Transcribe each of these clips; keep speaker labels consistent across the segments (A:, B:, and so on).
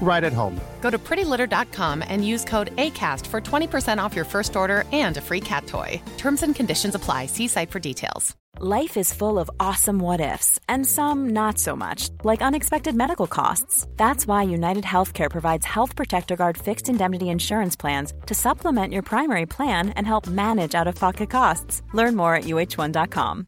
A: right at home.
B: Go to prettylitter.com and use code ACAST for 20% off your first order and a free cat toy. Terms and conditions apply. See site for details.
C: Life is full of awesome what ifs and some not so much, like unexpected medical costs. That's why United Healthcare provides Health Protector Guard fixed indemnity insurance plans to supplement your primary plan and help manage out of pocket costs. Learn more at uh1.com.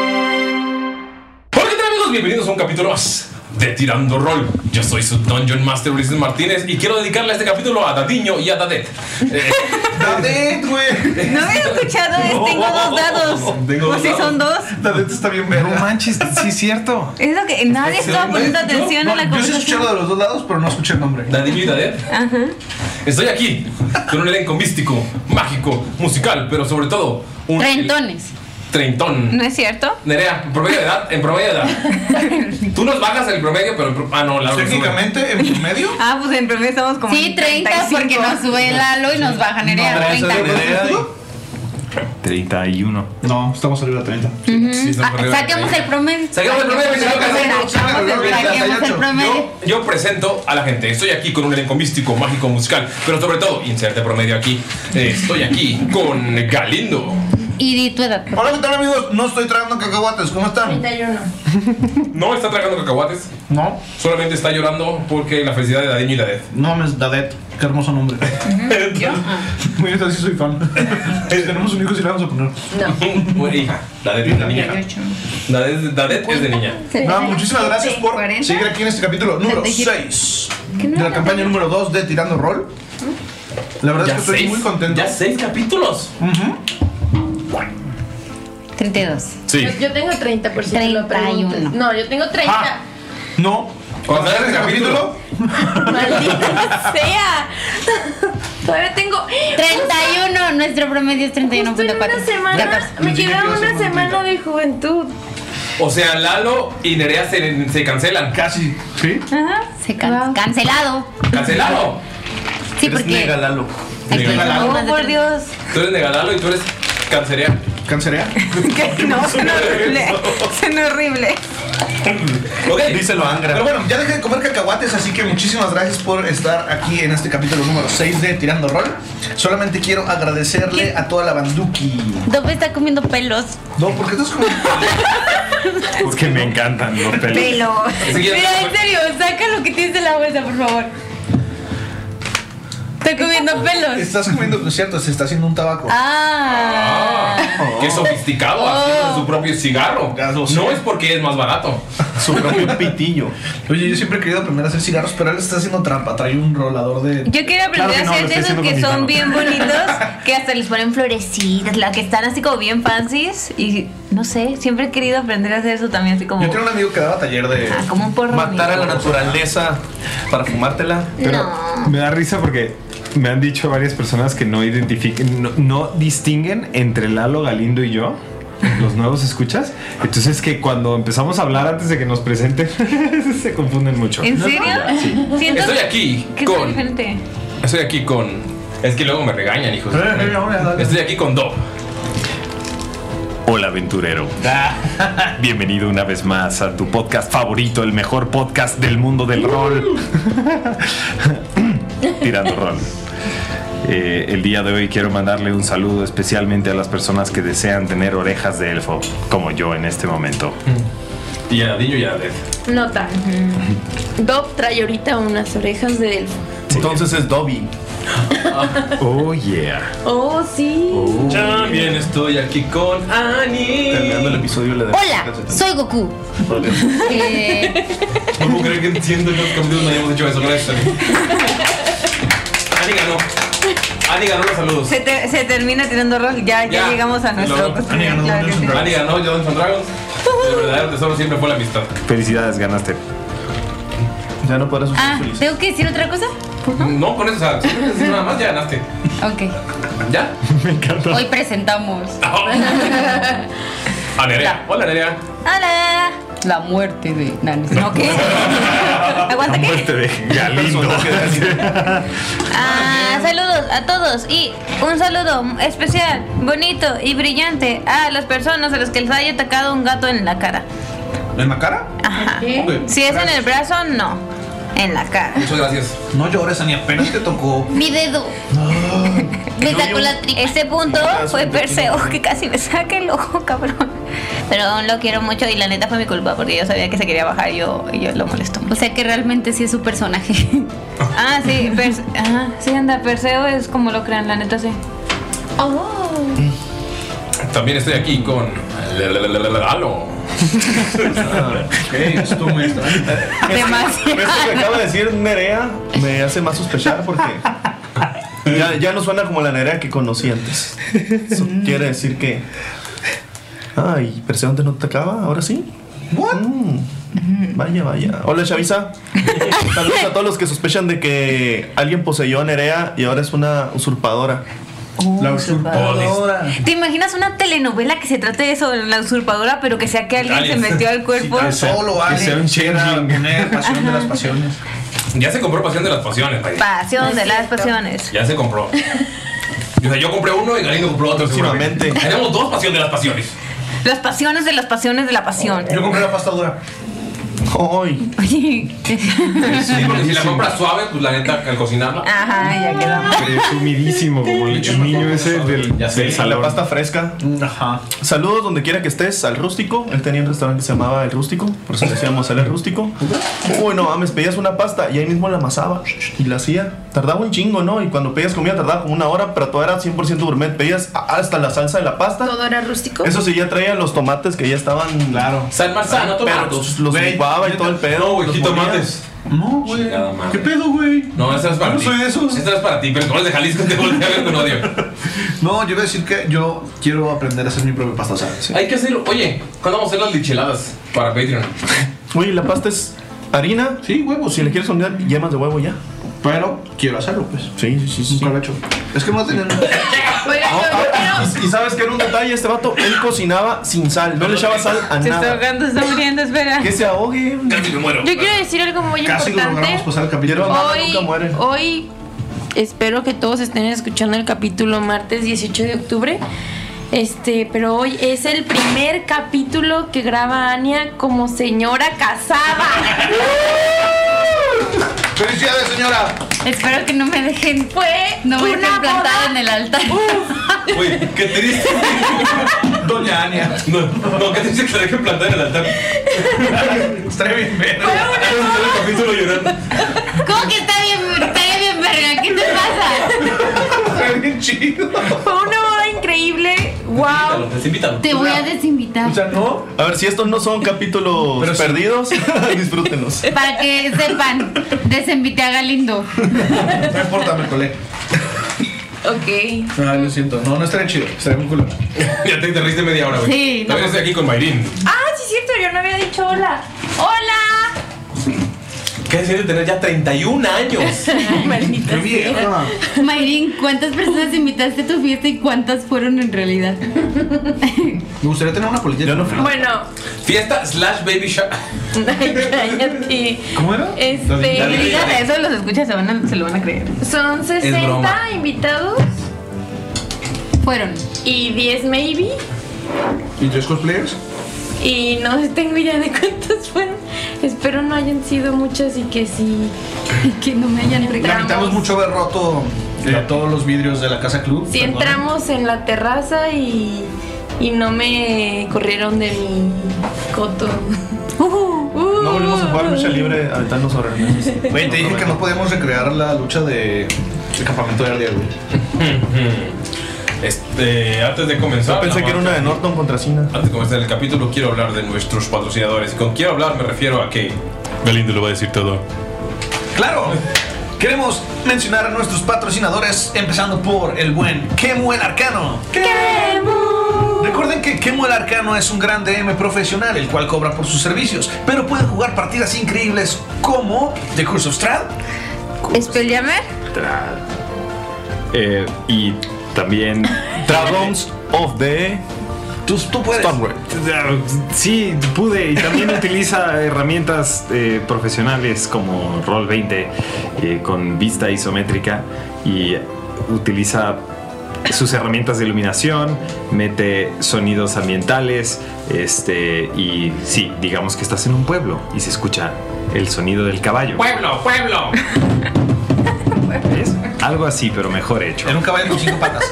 D: Hola, ¿qué tal amigos? Bienvenidos a un capítulo más de Tirando Roll. Yo soy su Dungeon Master Ulises Martínez y quiero dedicarle este capítulo a Dadiño y a Dadet. Eh, Dadet, güey.
E: No había escuchado es, tengo dos dados.
D: Tengo
E: ¿O
D: dos
E: si
D: dados.
E: son dos?
F: Dadet está bien verga. No manches, sí es cierto.
E: Es lo que nadie estaba poniendo atención a la
F: Yo sí escuché
E: conversación.
F: lo de los dos lados, pero no escuché el nombre.
D: Dadiño y Dadet. Estoy aquí con un elenco místico, mágico, musical, pero sobre todo un
G: Rentones.
D: treintón.
E: ¿No es cierto?
D: Nerea, en promedio de edad, en promedio de edad. Tú nos bajas el promedio, pero. el pro- Ah, no, la
F: Técnicamente, en promedio.
E: Ah, pues en promedio estamos como.
G: Sí,
E: en
G: 30 porque
E: 35.
G: nos sube Lalo y nos baja Nerea.
F: Nerea, ¿eso
G: 30.
F: es de Nerea?
H: 31.
F: No, estamos arriba de 30.
D: Sí, estamos
G: Ah,
D: arriba de
G: saquemos
D: 30.
G: el promedio.
D: Saquemos el promedio,
G: Saquemos
F: saquemos el
G: el
F: promedio,
G: saquemos el
F: 38.
G: promedio.
D: Yo, yo presento a la gente. Estoy aquí con un elenco místico, mágico, musical, pero sobre todo, inserte promedio aquí. eh, Estoy aquí con Galindo.
G: Y di tu edad.
F: Hola, ¿qué tal, amigos? No estoy tragando cacahuates. ¿Cómo están?
G: 31.
D: No está tragando cacahuates,
F: No,
D: solamente está llorando porque la felicidad de Dadeño y Dadez.
F: no me es Dadet. Qué hermoso nombre. Muy bien, sí soy fan. Si tenemos un hijo, sí le vamos a poner.
D: Bueno, hija, Dadez es la niña. Dadez, Dadet es de niña.
F: No, muchísimas gracias por
E: 40.
F: seguir aquí en este capítulo número 6 de la campaña número 2 de Tirando Roll. La verdad es
D: Ya
F: que estoy
D: seis,
F: muy contento.
D: ya seis capítulos.
G: 32.
D: Sí.
I: Yo tengo 30 por si te lo
G: 31.
I: preguntas. No, yo tengo 30.
F: Ah, no. Cuando
D: Cuando
F: salga
D: salga
F: el
D: este
F: capítulo,
I: Maldita sea. Todavía tengo.
G: 31. Nuestro promedio es
I: Justo en una
G: 31.4.
I: semana. Me queda una semana de juventud.
D: O sea, Lalo y Nerea se, se cancelan.
F: casi. ¿Sí?
G: Se can-
I: Wow.
G: Cancelado.
D: ¡Cancelado!
G: Sí, porque.
F: Lalo.
G: Ay, pues,
D: Negalalo.
G: no,
I: Oh,
G: más de
I: por
G: tres.
I: Dios.
D: Tú eres Negalalo y tú eres Cancerea.
F: ¿Cancerea?
E: Que no, suena horrible. Suena horrible.
D: Ok.
F: Díselo a Angra. Pero bueno, ya dejé de comer cacahuates, así que muchísimas gracias por estar aquí en este capítulo número 6 de Tirando Roll. Solamente quiero agradecerle a toda la banduki.
G: Dope está comiendo pelos.
F: No, porque estás como.
H: Porque me encantan los pelos.
E: Pelo.
D: Siguiente.
G: Mira, en serio, saca lo que tienes de la bolsa, por favor. Está comiendo pelos.
F: Estás comiendo, no es cierto, se está haciendo un tabaco. Oh.
G: Ah.
D: Qué
G: Oh.
D: sofisticado, haciendo su propio cigarro.
F: Ya lo sé.
D: No es porque es más barato.
H: Su propio pitillo.
F: Oye, yo siempre he querido aprender a hacer cigarros, pero él está haciendo trampa. Trae un rolador de.
E: Yo quiero
H: Claro
E: aprender
H: que no,
E: a hacer
H: lo estoy
E: de esos
H: haciendo con
E: que
H: mi
E: son
H: mano.
E: bien bonitos, que hasta les ponen florecitas, la que están así como bien fancies. Y no sé, siempre he querido aprender a hacer eso también, así como.
F: Yo tenía un amigo que daba taller de.
E: Ah, como un porro.
F: Matar a la
H: naturaleza para fumártela.
E: No.
H: Me da risa porque me han dicho varias personas que no identifiquen, no, no distinguen entre Lalo Galindo y yo. los nuevos escuchas. Entonces que cuando empezamos a hablar antes de que nos presenten, se confunden mucho.
J: ¿En serio?
H: Sí.
J: Siento
D: Estoy aquí
J: que
D: con-
J: soy diferente.
D: Estoy aquí con. Es que luego me regañan,
H: Pues,
D: hijos. de-
H: eh,
D: Estoy aquí con Dob.
H: Hola aventurero. Bienvenido una vez más a tu podcast favorito, el mejor podcast del mundo del rol. Tirando rol. Eh, el día de hoy quiero mandarle un saludo especialmente a las personas que desean tener orejas de elfo, como yo en este momento.
D: Y a Diño y a Death.
I: Nota. Dob trae ahorita unas orejas de elfo.
H: Entonces es Dobby.
D: Ah.
H: Oh yeah.
I: Oh, sí.
D: También estoy aquí con Ani. Terminando el episodio le
G: Hola, soy Goku. Eh,
D: No puedo creer que entiendo los capítulos no hayamos hecho eso. Gracias, Ani. Ani ganó. Ani ganó los saludos.
J: Se, te- se termina tirando rol. Ya, ya, llegamos a nuestro.
D: Ani ganó
J: Claro que sí.
D: Ani ganó Dungeons and Dragons. El verdadero tesoro siempre fue la amistad.
H: Felicidades, ganaste.
D: Ya no podrás
G: ah, ¿tengo que decir otra cosa?
D: No, con eso, o sea, si no necesitas nada más ya ganaste.
G: Ok.
D: ¿Ya?
H: Me encanta.
G: Hoy presentamos.
D: A Nerea. Hola, Nerea.
G: ¡Hola! La muerte de Nani. ¿No qué?
H: La muerte de Galindo.
J: Ah, saludos a todos y un saludo especial, bonito y brillante a las personas a las que les haya atacado un gato en la cara.
F: ¿En la cara?
J: Ajá.
F: Ok.
J: Si es en el brazo, no. En la cara.
F: Muchas gracias. No llores, ni apenas te tocó.
J: Mi dedo. me sacó la tripa. Ese punto fue Perseo, que casi me saca el ojo, cabrón. Pero aún lo quiero mucho y la neta fue mi culpa porque yo sabía que se quería bajar y yo, y yo lo molesto mucho.
G: O sea que realmente sí es su personaje.
J: Ah, sí, Perse- ajá, sí, anda, Perseo es como lo crean, la neta sí. Oh.
D: También estoy aquí con. Lalo.
F: ¿Qué? Tú me
G: Demasiado.
K: Eso Ah, que acaba de decir Nerea me hace más sospechar porque ya, ya no suena como la Nerea que conocí antes. Eso quiere decir que. Ay, pero si antes no te acaba, ahora sí. ¿What? Vaya, vaya. Hola, Chavisa. Saludos a todos los que sospechan de que alguien poseyó a Nerea y ahora es una usurpadora. la
J: usurpadora. ¿Te imaginas una telenovela que se trate de eso, la usurpadora, pero que sea que alguien se metió al cuerpo?
D: pasión de las pasiones. Ya se compró pasión de las pasiones, vaya.
J: Pasión de las pasiones.
D: Ya se compró. O sea, yo compré uno y Galindo compró otro. Seguramente. Tenemos dos pasión de las pasiones.
J: Las pasiones de las pasiones de la pasión.
D: Yo compré la pasta dura.
K: Ay.
J: Oye.
D: Sí, porque si la compras suave, pues la neta, al cocinarla.
J: Ajá, ya quedamos.
H: Presumidísimo, como el niño ese del,
K: Sí, la pasta fresca. Saludos donde quiera que estés, al rústico. Él tenía un restaurante que se llamaba El Rústico, por eso le decíamos El Rústico. Uy, no mames, pedías una pasta y ahí mismo la amasaba y la hacía. Tardaba un chingo, ¿no? Y cuando pedías comida tardaba como una hora, pero todo era 100% gourmet. Pedías a- hasta la salsa de la pasta.
I: Todo era rústico.
K: Eso sí, ya traía los tomates que ya estaban. Claro.
D: San Marzano, tomates.
K: Los, los licuaba y todo el pedo.
D: No,
K: los
D: güey,
K: molía.
D: tomates. No, güey. ¿Qué
F: pedo, güey?
D: No, esta es para
F: Yo
D: ti.
F: no soy de esos.
D: Esta es para ti, pero no eres de Jalisco, te volteé a ver con odio.
F: No, yo voy a decir que yo quiero aprender a hacer mi propia pasta, ¿sabes?
D: Hay que hacerlo. Oye, ¿cuándo vamos a hacer las licheladas para Patreon?
K: Uy, la pasta es harina. Sí, huevos. Si le quieres poner yemas de huevo ya.
F: Pero quiero hacerlo, pues.
K: Sí, sí, sí. Nunca
F: lo he hecho. Es que no tenía
K: Y sabes que era un detalle este vato, él cocinaba sin sal, no le echaba sal a
J: Se está
K: nada.
J: ahogando, se está muriendo, espera.
K: Que se ahogue. Casi me muero.
I: Yo quiero decir algo muy importante.
K: pasar el capítulo. nunca
I: Hoy,
K: muere.
I: hoy espero que todos estén escuchando el capítulo martes 18 de octubre. Este, pero hoy es el primer capítulo que graba Ania como señora casada.
F: ¡Felicidades, señora!
G: Espero que no me dejen.
I: Fue
G: No me
I: una
G: dejen plantada en el altar.
D: Güey, qué triste. Doña Ania. No, no, qué triste que la dejen plantar en el altar. Estaría bien verga. Vamos a hacer el capítulo llorando.
G: ¿Cómo que está bien, está bien verga? ¿Qué te pasa?
F: Está bien chido.
I: Fue una boda increíble.
K: Wow.
G: Te voy a desinvitar.
K: ¿no? A ver, si estos no son capítulos perdidos, disfrútenlos.
G: Para que sepan, desinvité a Galindo.
F: No importa, me colé.
I: Ok.
F: No, Ah, lo siento. No, no estaría chido. Estaría muy culo.
D: Ya te, te reíste media hora, güey.
I: Sí, no.
D: También estoy aquí con Mayrin.
I: Ah, sí, es cierto, yo no había dicho hola. ¡Hola!
D: ¿Qué siente tener ya 31 años?
I: Maldita
D: Qué vieja.
I: sea.
G: Mayrin, ¿cuántas personas invitaste a tu fiesta y cuántas fueron en realidad?
F: Me gustaría tener una política.
I: Bueno,
D: Fiesta slash baby shower.
I: ay, cállate.
D: ¿Cómo era?
I: Este,
E: Y digan eso, los escuchas, se, van a- se lo van a creer.
I: son
E: Es
I: 60
E: broma.
I: invitados. Fueron. Y 10 maybe.
F: ¿Y tres cosplayers?
I: Y no tengo idea de cuántos fueron. Espero no hayan sido muchos y que sí. Y que no me hayan entrado.
F: Lamentamos mucho haber roto eh, todos los vidrios de la casa club.
I: Si
F: Perdón.
I: entramos en la terraza y, y no me corrieron de mi coto. Uh,
K: No volvemos a jugar lucha libre aventando sobre el
F: Güey, te dije que no podemos recrear la lucha de el campamento de Ardia, güey.
D: Este, antes de comenzar.
K: Yo pensé que era una de Norton contra Cena.
D: Antes de comenzar el capítulo, quiero hablar de nuestros patrocinadores. Y con quiero hablar me refiero a que. Galindo lo va a decir todo.
F: Claro, queremos mencionar a nuestros patrocinadores, empezando por el buen Kemu el Arcano. Recuerden que Kemu el Arcano es un gran DM profesional, el cual cobra por sus servicios, pero puede jugar partidas increíbles como The Curse of Strahd.
G: Spelljammer.
H: Tra- eh, y también Dragons of the
F: Tú, puedes.
H: Sí, pude. Y también utiliza herramientas eh, profesionales como Roll 20 eh, con vista isométrica y utiliza sus herramientas de iluminación, mete sonidos ambientales, este y sí, digamos que estás en un pueblo y se escucha el sonido del caballo.
D: ¡Pueblo, pueblo!
H: Algo así, pero mejor hecho.
F: En un caballo con cinco patas.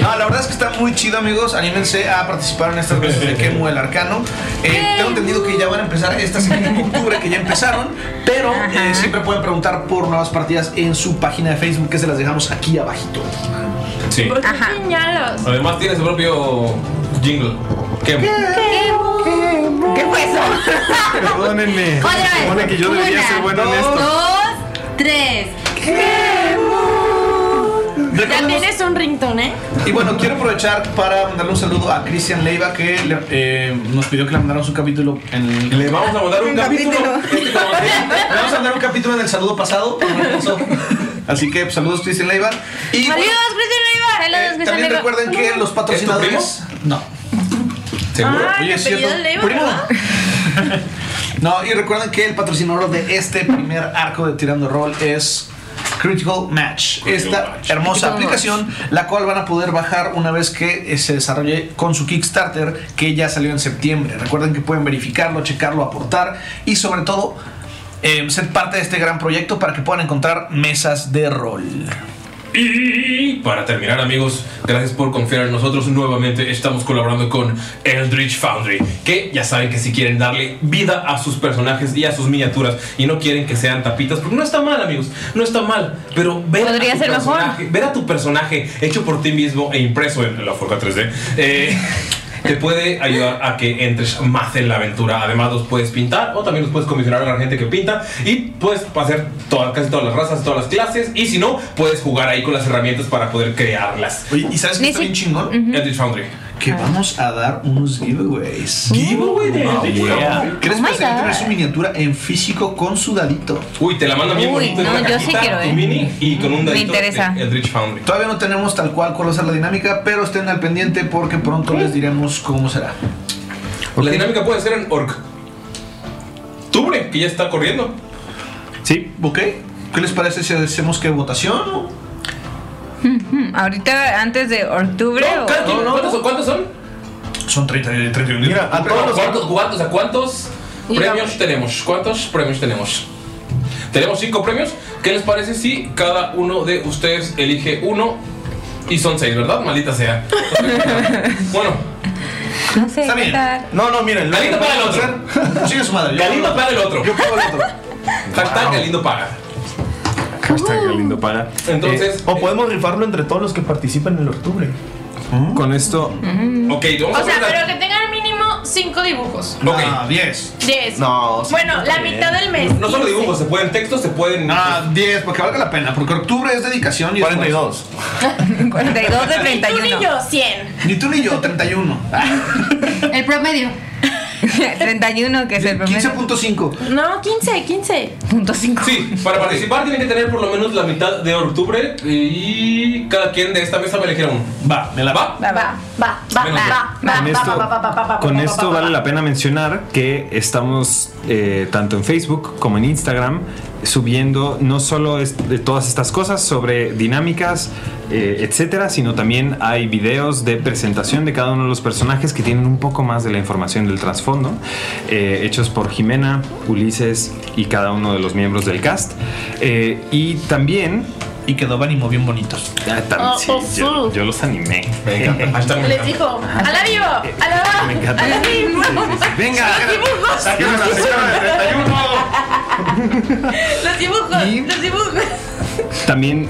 F: No, la verdad es que está muy chido, amigos. Anímense a participar en estas veces de Kemu el Arcano. Eh, tengo entendido que ya van a empezar estas en octubre, que ya empezaron. Pero eh, siempre pueden preguntar por nuevas partidas en su página de Facebook, que se las dejamos aquí abajito.
D: Sí.
I: ¿Por qué señalas?
D: Además, tiene su propio jingle. ¿Qué?
G: ¿Qué fue eso?
H: Perdónenme.
G: Otra vez.
H: Se supone que yo debería
G: Una,
H: ser bueno en esto.
G: Dos, tres.
I: También es un ringtone, ¿eh?
F: Y bueno, quiero aprovechar para mandarle un saludo a Cristian Leiva, que le- eh, nos pidió que le mandáramos un capítulo en el...
D: Le vamos a mandar un Un capítulo. Este capítulo.
F: Le vamos a mandar un capítulo en el saludo pasado. pero no pasó. Así que pues, saludos, Cristian Leiva. Y bueno,
G: Saludos, Cristian Leiva. Saludos, Cristian
F: también
G: Leiva.
F: recuerden que los patrocinadores... No.
G: ¿Seguro? Ah, que apellido Leiva, ¿verdad?
F: No, y recuerden que el patrocinador de este primer arco de Tirando Roll es Critical Match. esta
K: Critical
F: hermosa aplicación, la cual van a poder bajar una vez que eh, se desarrolle con su Kickstarter, que ya salió en septiembre. Recuerden que pueden verificarlo, checarlo, aportar y sobre todo eh, ser parte de este gran proyecto para que puedan encontrar mesas de rol.
D: Y para terminar, amigos, gracias por confiar en nosotros. Nuevamente estamos colaborando con Eldritch Foundry, que ya saben que si quieren darle vida a sus personajes y a sus miniaturas y no quieren que sean tapitas, porque no está mal, amigos, no está mal, pero ver,
E: Podría
D: a, tu
E: ser mejor.
D: personaje, ver a tu personaje hecho por ti mismo e impreso en la Forja 3D. eh, Te puede ayudar a que entres más en la aventura. Además, los puedes pintar o también los puedes comisionar a la gente que pinta. Y puedes hacer todas, casi todas las razas, todas las clases. Y si no, puedes jugar ahí con las herramientas para poder crearlas.
F: ¿y sabes qué Ni está si- bien chingón?
D: Eldritch Foundry.
F: Que vamos a dar unos giveaways.
D: Giveaway de
F: Oh,
D: Eldritch
F: yeah.
D: Foundry.
F: ¿Crees
D: Oh
F: que
D: my
F: se va a tener
D: God.
F: su miniatura en físico con su dadito?
D: Uy, te la mando bien
F: Uy,
D: bonito en
F: no,
D: una
F: yo sí
D: cajita,
F: quiero,
D: tu
F: eh.
D: mini y con un
F: Me
D: dadito
F: interesa.
D: de Eldritch Foundry.
F: Todavía no tenemos tal cual cuál va a ser la dinámica, pero estén al pendiente porque pronto les diremos cómo será.
D: La dinámica puede ser en Orc. Tubre, que ya está corriendo.
H: Sí.
F: Ok. ¿Qué les parece si hacemos que votación?
D: eh.
E: Ujú, Ahorita, antes de octubre. o-
D: ¿Cuántos, son- ¿Cuántos son?
F: Son 30 y 31 Mira,
D: a todos ¿Cuántos, cuántos, a cuántos
E: Mira.
D: premios tenemos? ¿Cuántos premios tenemos? Tenemos cinco premios. ¿Qué les parece si cada uno de ustedes elige uno? Y son seis, ¿verdad? Maldita sea. bueno.
E: No sé.
D: Está bien.
E: contar.
K: No, no, miren.
D: Galindo paga el otro.
F: Sigue su madre.
D: Galindo paga el otro. Yo
F: pago el otro.
D: Hashtag Galindo paga.
H: Hashtag lindo para.
D: Entonces,
K: o podemos rifarlo entre todos los que participan en el octubre. Mm.
H: Con esto.
D: Ok,
I: O sea, pero que tengan mínimo 5 dibujos.
D: Ok.
K: Ah,
F: 10.
I: 10.
F: No, sí,
I: Bueno, la
F: bien.
I: mitad del mes.
D: No solo dibujos, se pueden textos, se pueden.
F: Ah, 10, porque valga la pena, porque octubre es dedicación y 42.
E: 42 de 31.
I: Ni tú ni yo, 100.
F: Ni tú ni yo, 31.
G: El promedio.
E: 31, que es el promedio.
F: 15.5.
I: No, 15, 15.
D: Sí, para participar tienen que tener por lo menos la mitad de octubre y cada quien de esta mesa va a elegir uno. Va, me la va.
I: Va, va, va,
D: va, va,
H: va, Con va, esto- va, Con esto vale la pena mencionar que estamos eh, tanto en Facebook como en Instagram subiendo no solo es- de todas estas cosas sobre dinámicas, eh, etcétera, sino también hay videos de presentación de cada uno de los personajes que tienen un poco más de la información del trasfondo, eh, hechos por Jimena, Ulises y cada uno de los miembros del cast. Eh, y también. Y quedó Vanimo bien bonitos.
I: Oh, oh,
H: yo,
I: sí.
H: yo los animé.
I: Les dijo, a la vivo, a la va,
H: Me encanta.
I: a la vivo.
H: Venga.
I: Los
H: Sáquenme la sección de 31.
I: dibujos, los dibujos, los dibujos.
H: También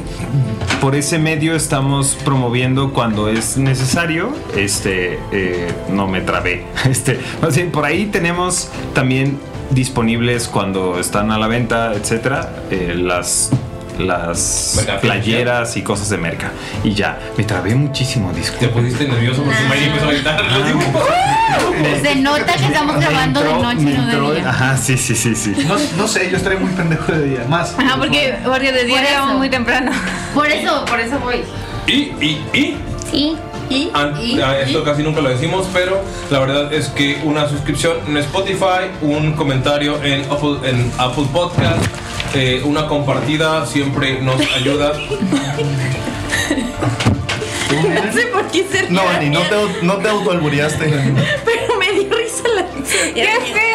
H: por ese medio estamos promoviendo cuando es necesario. Este, eh, no me trabé. Este, más bien, por ahí tenemos también disponibles cuando están a la venta, etcétera, eh, las las playeras y cosas de merca. Y ya, me trabé muchísimo, disculpe. Ah, Te
D: pusiste nervioso porque Mayri empezó a gritar. Los dibujos.
G: Se nota que estamos grabando de noche, no de día.
H: Ajá, sí, sí, sí, sí.
F: No, no sé, yo estaré muy pendejo de día. Más.
G: Ajá, porque, porque de día grabamos muy
E: temprano.
G: Por eso, por eso voy.
D: Y, y, y.
G: Sí. Y,
D: An-
G: y,
D: ah, esto
G: y.
D: casi nunca lo decimos, pero la verdad es que una suscripción en Spotify, un comentario en Apple, en Apple Podcast, eh, una compartida siempre nos ayuda.
I: No sé por qué se
K: No,
I: ríe,
K: Ani, no te, au- no te autoalbureaste.
I: Pero me dio risa la Ya sé.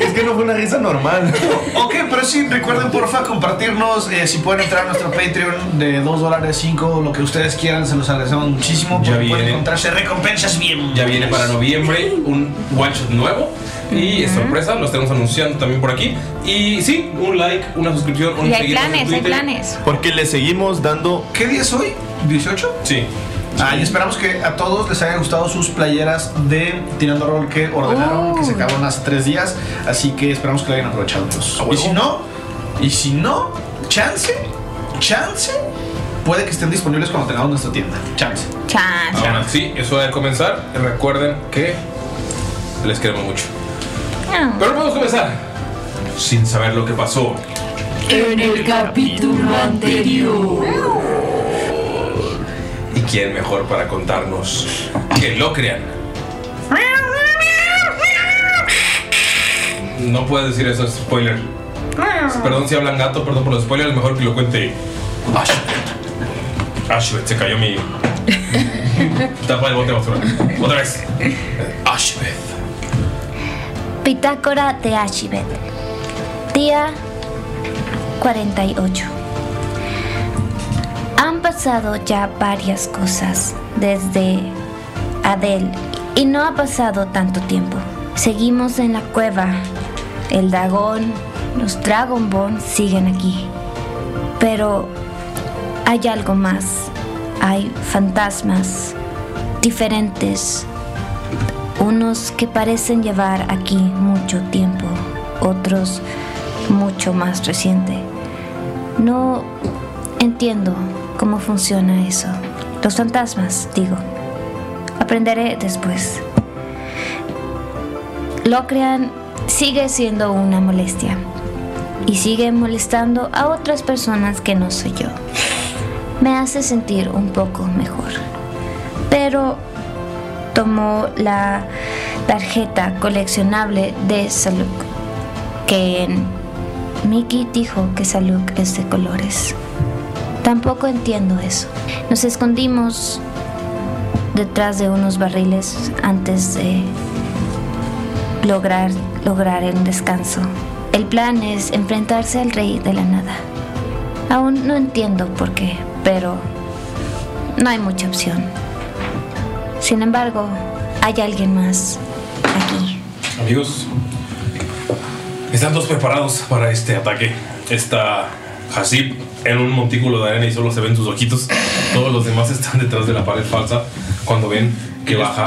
K: Es que no fue una risa normal.
F: Ok, pero sí, recuerden porfa compartirnos. eh, si pueden entrar a nuestro Patreon de 2 dólares, 5, lo que ustedes quieran, se los agradecemos muchísimo.
D: Ya
F: porque
D: viene.
F: Pueden encontrarse recompensas bien.
D: Ya viene para noviembre un one shot nuevo y es sorpresa, lo estamos anunciando también por aquí. Y sí, un like, una suscripción, un
E: Y hay
D: seguirnos en
E: planes, hay
D: Twitter.
E: planes.
K: Porque le seguimos dando.
F: ¿Qué día es hoy? ¿18?
D: Sí.
F: Ah, y esperamos que a todos les haya gustado sus playeras de Tirando Rol que ordenaron, que se acabaron hace tres días. Así que esperamos que lo hayan aprovechado. amigos. Y si no, y si no, chance, chance, puede que estén disponibles cuando tengamos nuestra tienda. Chance.
E: Chance.
D: Ahora sí, eso de comenzar. Recuerden que les queremos mucho.
L: Ah.
D: Pero podemos comenzar sin saber lo que pasó.
G: En el capítulo anterior.
D: ¿Y quién mejor para contarnos que lo crean? No puedes decir eso, es spoiler. Perdón si hablan gato, perdón por los spoilers, mejor que lo cuente Ashbeth. Ashbeth, se cayó mi tapa de bote de basura. Otra vez. Ashbeth.
M: Pitácora de Ashibet. Día 48. Han pasado ya varias cosas desde Adel y no ha pasado tanto tiempo. Seguimos en la cueva. El dragón, los Dragon Ball siguen aquí. Pero hay algo más. Hay fantasmas diferentes unos que parecen llevar aquí mucho tiempo, otros mucho más reciente. No entiendo cómo funciona eso. Los fantasmas, digo. Aprenderé después. Locrian sigue siendo una molestia y sigue molestando a otras personas que no soy yo. Me hace sentir un poco mejor. Pero tomó la tarjeta coleccionable de Saluk, que en- Mickey dijo que Saluk es de colores. Tampoco entiendo eso. Nos escondimos detrás de unos barriles antes de lograr, lograr el descanso. El plan es enfrentarse al rey de la nada. Aún no entiendo por qué, pero no hay mucha opción. Sin embargo, hay alguien más.
D: Amigos, están todos preparados para este ataque. Está Hasib en un montículo de arena y solo se ven sus ojitos. Todos los demás están detrás de la pared falsa cuando ven que baja.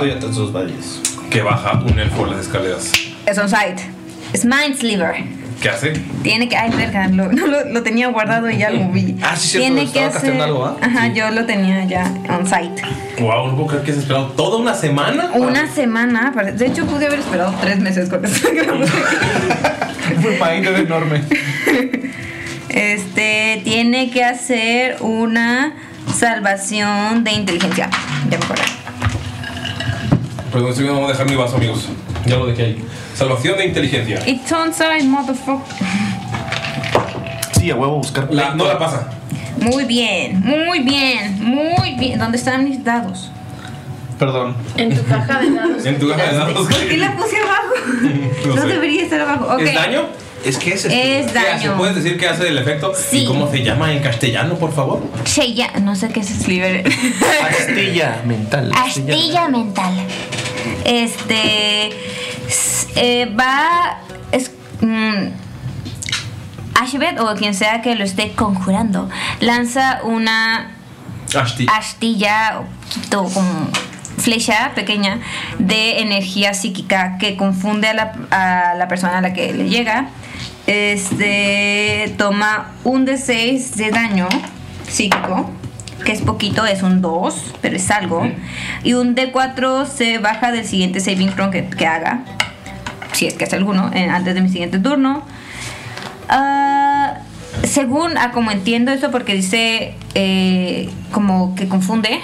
D: Que baja un elfo las escaleras.
E: Es on site. Es Mindsliver.
D: ¿Qué hace?
J: Tiene que. Ay, verga, lo, no, lo, lo tenía guardado y ya lo vi.
D: Ah, sí, cierto,
J: Tiene que
D: estaba
J: hacer.
D: casteando algo, ¿ah?
J: Ajá, yo lo tenía ya on site.
D: Wow, no puedo creer que has esperado toda una semana. Ah.
J: Una semana. para- De hecho, pude haber esperado tres meses con esto.
D: Fue país enorme.
J: Este. Tiene que hacer una salvación de inteligencia. Ya me acuerdo.
D: Perdón, estoy viendo a dejar mi vaso, amigos. Ya lo dejé ahí. Salvación de inteligencia.
N: It's on side, motherfucker.
D: Sí, a huevo buscar. La, no la pasa.
J: Muy bien, muy bien, muy bien. ¿Dónde están mis dados?
D: Perdón.
N: En tu caja de dados.
D: En tu caja de dados.
J: ¿Por qué la puse abajo? No, debería estar abajo. Ok.
D: ¿Es daño? Es que es. este.
J: Es
D: ¿Qué hace?
J: daño.
D: ¿Puedes decir qué hace el efecto? ¿Y cómo se llama en castellano, por favor?
M: Che, ya, no sé qué es Sliver.
D: Astilla mental.
M: Astilla mental.
J: Este s- eh, va es, mm, Ashbet o quien sea que lo esté conjurando lanza una
D: Astilla.
J: astilla o quito como flecha pequeña de energía psíquica que confunde a la, a la persona a la que le llega. Este toma un D6 de daño psíquico, que es poquito, es un 2, pero es algo. Y un D4 se baja del siguiente saving throw que, que haga, si es que hace alguno, eh, antes de mi siguiente turno. Ah, según a como entiendo eso, porque dice eh, como que confunde.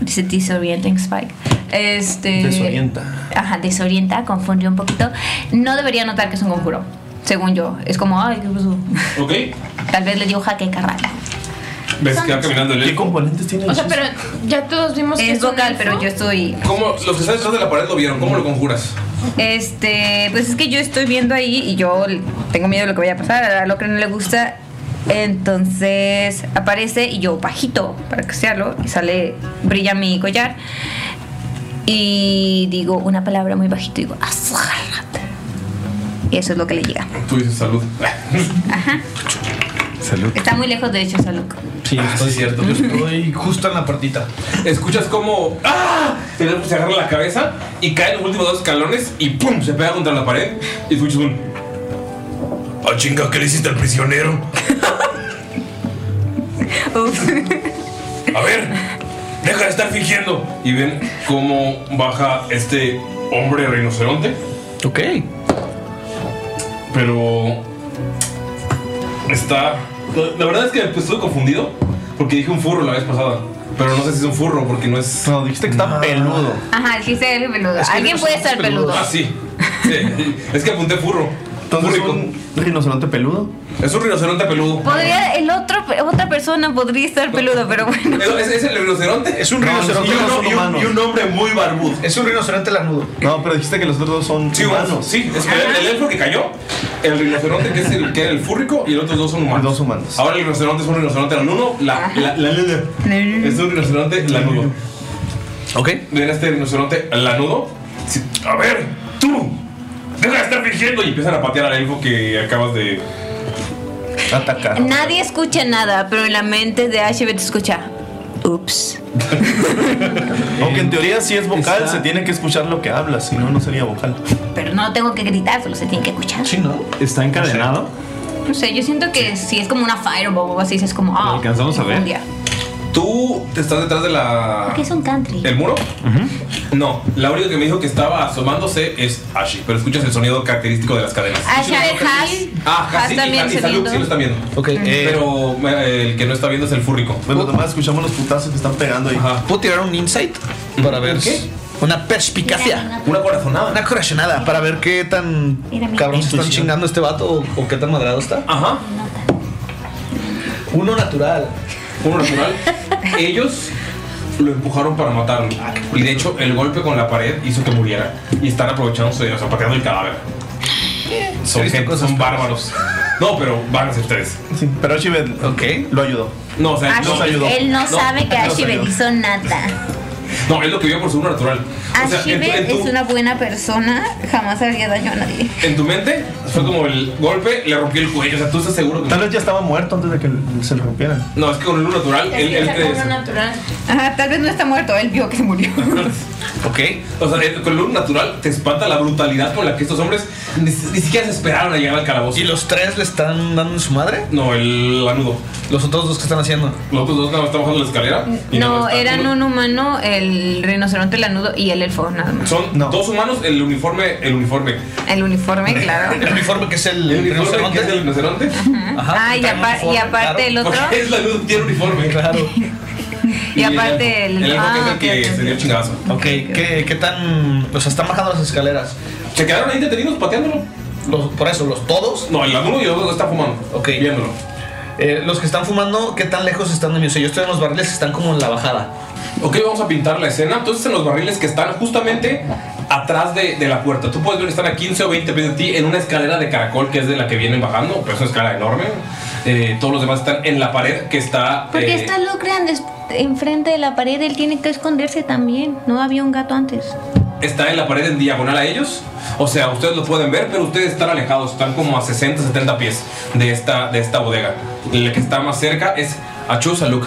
J: Dice disorienting spike. Este.
K: Desorienta.
J: Ajá, desorienta, confunde un poquito. No debería notar que es un conjuro, según yo. Es como, ay, qué pasó.
D: Ok.
J: Tal vez le dio jaque carraca.
D: ¿Ves que va caminando el elfo? ¿Qué componentes tiene?
N: O sea, pero ya todos vimos que
J: Es vocal, pero yo estoy.
D: ¿Cómo? Los que están detrás de la pared lo vieron. ¿Cómo lo conjuras?
J: Este, pues es que yo estoy viendo ahí y yo tengo miedo de lo que vaya a pasar, a lo que no le gusta. Entonces aparece y yo bajito para que sealo y sale, brilla mi collar. Y digo una palabra muy bajito, digo Azarrat. Y eso es lo que le llega.
D: Tú dices salud.
J: Ajá.
D: Salud.
J: Está muy lejos de hecho, Saluk.
D: Ah, Sí, estoy cierto. Yo estoy justo en la partita. Escuchas como ¡Ah! El elfo se agarra la cabeza y cae los últimos dos escalones y ¡pum! se pega contra la pared y escuchas un. ¡Ah, chinga! ¿Qué le hiciste al prisionero? A ver, deja de estar fingiendo. Y ven cómo baja este hombre rinoceronte. Ok. Pero está. la- La verdad es que pues, estuve confundido porque dije un furro la vez pasada. Pero no sé si es un furro porque no es. No, dijiste que está peludo.
J: Ajá, dijiste el peludo. Alguien puede estar peludo.
D: Ah, sí. Sí, Es que apunté furro. Entonces, ¿un rinoceronte peludo? Es un rinoceronte peludo.
J: Podría, el otro, otra persona podría estar peludo, pero bueno.
D: ¿Es, es- es el rinoceronte?
K: Es un rinoceronte.
D: y un- y un- y un
K: hombre
D: muy barbudo.
K: Es un rinoceronte lanudo. No, pero dijiste que los otros dos son
D: Sí,
K: humanos.
D: sí, es que el, el elfo que cayó, el rinoceronte que es el que era el fúrrico y los otros dos son humanos. Dos humanos. Ahora el rinoceronte es un rinoceronte lanudo, la la, la, la- es un rinoceronte lanudo. Ok. Ven a este rinoceronte lanudo. Sí, A ver, tú, deja de estar fingiendo y empiezan a patear al elfo que acabas de atacar.
J: Nadie escucha nada, pero en la mente de Ashbet escucha. Ups.
K: Aunque en teoría si es vocal, se tiene que escuchar lo que habla, si no, no sería vocal.
J: Pero no tengo que gritar, solo se tiene que escuchar.
K: Sí, ¿no?
O: ¿Está encadenado?
J: No sé, yo siento que si es como una fireball o así, es como. Ah,
D: alcanzamos a ver?
J: un día.
D: Tú te estás detrás de la.
J: Porque es un country.
D: ¿El muro? No, la única que me dijo que estaba asomándose es Ashi, pero escuchas el sonido característico de las cadenas.
J: Ashbet has.
D: Ah,
J: has
D: casi,
J: también
D: y,
J: se
D: Saluk
J: viendo.
D: sí lo está viendo. Ok, pero eh, el que no está viendo es el fúrrico.
K: Bueno, nomás escuchamos los putazos que están pegando ahí.
F: ¿Puedo tirar un insight? Para ver.
K: ¿Qué?
F: Una perspicacia.
D: Una corazonada.
F: Una corazonada para ver qué tan
K: Mira mi
F: cabrón se están
K: intuición.
F: chingando este vato o, o qué tan madrado está.
D: Ajá.
F: Uno natural.
D: Uno natural. Ellos lo empujaron para matarlo. Y de hecho, el golpe con la pared hizo que muriera. Y están aprovechándose, o sea, pateando el cadáver. Son, gente- son bárbaros. No, pero van a ser ustedes.
K: Sí, pero Ashibet lo ayudó.
D: No, o sea,
J: Ash-
D: no,
J: él no, sabe que
D: no
J: Ashbet
D: ayudó.
J: hizo nada.
D: No, es lo que vio por su uno natural. O sea, en tu-
J: Ashbet
D: en tu-
J: es una buena persona, jamás haría daño a nadie.
D: En tu mente Fue como el golpe, le rompió el cuello. O sea, tú estás seguro que.
K: Tal vez ya estaba muerto antes de que se lo rompieran.
D: No, es que con el uno natural,
K: Es
D: él,
K: que
D: él
K: sacó
D: te-
K: uno
I: natural.
G: Ajá, tal vez no está muerto, él vio que se murió.
D: Ok, o sea, eh, el color natural te espanta la brutalidad con la que estos hombres ni, ni siquiera se esperaron a llegar al calabozo. ¿Y los tres le están dando en su madre? No, el lanudo. ¿Los otros dos qué están haciendo? Los otros dos nada más están bajando la escalera. y nada
J: No,
D: más están-
J: eran un humano, el rinoceronte lanudo y el elfo, nada más.
D: Son dos humanos, el uniforme, el uniforme.
J: El uniforme, claro.
D: El uniforme que es el, rinoceronte. es el rinoceronte.
J: Ah, y, apar- y aparte el otro.
D: Porque es la luz, tiene uniforme. Claro.
J: Y aparte el. Ah,
D: que se dio chingazo.
F: Ok, ¿qué, qué tan. O sea, están bajando las escaleras.
D: ¿Se quedaron ahí detenidos pateándolo?
F: por eso, ¿los todos?
D: No, el uno y el otro está fumando.
F: Ok. Eh,
D: Viéndolo.
F: los que están fumando, ¿qué tan lejos están de mí? O sea, yo estoy en los barriles que están como en la bajada.
D: Ok, vamos a pintar la escena. Entonces, en los barriles que están justamente atrás de, de la puerta. Tú puedes ver que están a 15 o 20 pies de ti en una escalera de caracol que es de la que vienen bajando, pero es una escalera enorme. Eh, todos los demás están en la pared que está.
J: Porque
D: eh,
J: está Lucrean des- enfrente de la pared, él tiene que esconderse también. No había un gato antes.
D: está en la pared en diagonal a ellos. O sea, ustedes lo pueden ver, pero ustedes están alejados, están como a 60, 70 pies de esta, de esta bodega. El que está más cerca es Achu Saluk.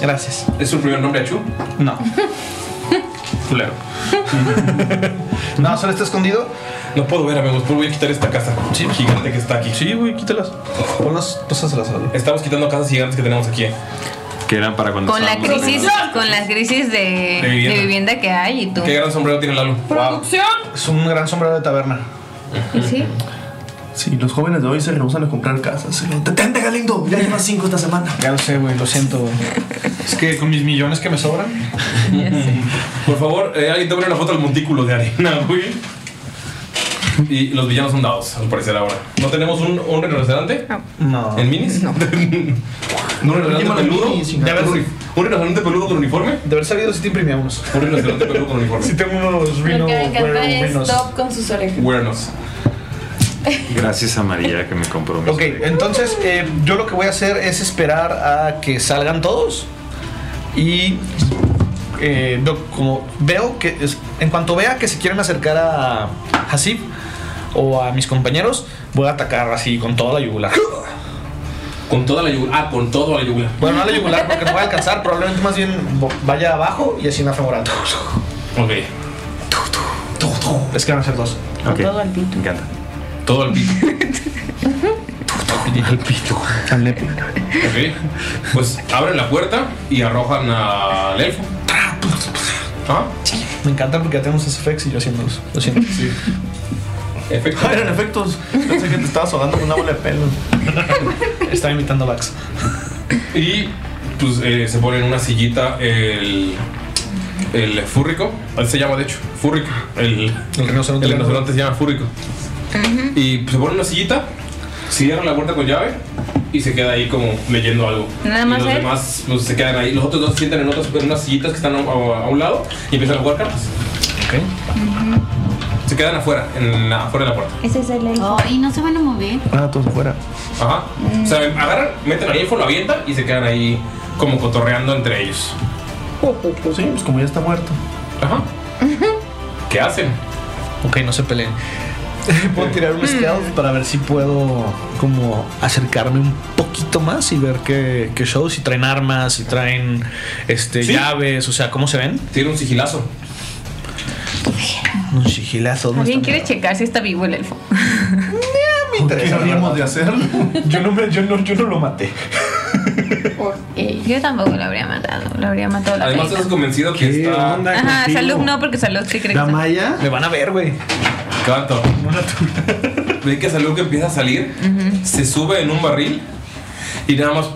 D: Gracias. ¿Es su primer nombre Achu?
F: No.
D: Fulero.
F: no, solo está escondido.
D: No puedo ver, amigos, pero voy a quitar esta casa gigante que está aquí. Sí, güey, quítalas. Ponlas, pásaselas Estamos quitando casas gigantes que tenemos aquí.
H: Que eran para cuando
J: Con la
H: estábamos
J: crisis,
H: hablando.
J: con la crisis de,
D: De vivienda.
J: de vivienda que hay y tú.
D: ¿Qué gran sombrero tiene Lalo?
J: ¿Producción?
K: Es un gran sombrero de taberna.
J: Sí.
K: Sí, los jóvenes de hoy se rehusan a comprar casas. Detente, Galindo. Ya llevas cinco esta semana.
F: Ya lo sé, güey, lo siento. güey. Es que con mis millones que me sobran.
D: Por favor, eh, alguien tome una foto al montículo de arena, güey. Y los villanos son dados, al parecer ahora. ¿No tenemos un, un restaurante?
F: No.
D: ¿En minis? No. ¿Un rinoceronte peludo? De haber- ¿Un rinoceronte peludo con uniforme?
F: De haber sabido si te imprimíamos.
D: Un rinoceronte peludo con uniforme.
F: Si tengo unos
I: Lo
F: rino
I: que me encanta
F: wear-
I: es
F: rinos.
I: Top con sus orejas.
D: Wearnos.
H: Gracias a María que me compró.
F: Ok, entonces eh, yo lo que voy a hacer es esperar a que salgan todos. Y eh, veo- como veo que es- en cuanto vea que se quieren acercar a Hasib o a mis compañeros, voy a atacar así con toda la yugular.
D: Con toda la yugular. Ah, con toda la yugular.
F: Bueno, no la yugular porque no voy a alcanzar, probablemente más bien vo- vaya abajo y así me afemoran todos.
D: Ok.
F: Es que van a ser dos.
H: Todo al pito. Me encanta.
D: Todo al pito.
F: Al pito. Al nepe.
D: Ok. Pues abren la puerta y arrojan al elfo. ¿Ah?
F: Me encanta porque ya tenemos SFX y yo haciéndolos. Lo siento.
D: Efectos.
K: eran efectos. Pensé que te estabas ahogando con una bola de pelo.
F: Estaba imitando a Vax.
D: Y pues eh, se pone en una sillita el. El fúrrico. Así se llama, de hecho. Fúrrico. El, el rinoceronte. se llama fúrrico. Y pues, se pone en una sillita, cierra la puerta con llave y se queda ahí como leyendo algo.
J: Nada
D: Y
J: más
D: los
J: él.
D: demás pues, se quedan ahí. Los otros dos se sientan en, otras, en unas sillitas que están a, a- a un lado y empiezan a jugar cartas. Se quedan afuera, en la- afuera de la puerta.
G: Ese es el Oh, y no se van a mover.
K: Ah, todos afuera.
D: Ajá. O sea,
J: Mm.
D: agarran, meten al elfo, lo avientan y se quedan ahí como cotorreando entre ellos.
K: Sí, pues como ya está muerto.
D: Ajá. ¿Qué hacen?
F: Ok, no se peleen. Mm. Puedo tirar un stealth para ver si puedo como acercarme un poquito más y ver qué, qué show, si traen armas, si traen este
D: Sí.
F: llaves, o sea, ¿cómo se ven?
D: Tiene un sigilazo.
F: Un sigilazo. ¿dónde
J: ¿Alguien quiere checar si está vivo el elfo?
F: está? ¿Qué habríamos de hacer? Yo no, me- yo, no, yo no lo maté.
J: Eh, Yo tampoco lo habría matado, lo habría matado la
D: Además,
J: perita.
D: estás convencido que está.
J: Ajá, Salud no, porque Salud sí cree que está-
F: Maya? Me van a ver, güey.
D: ¿Cuánto? Ven que Salud que empieza a salir, se sube en un barril y nada más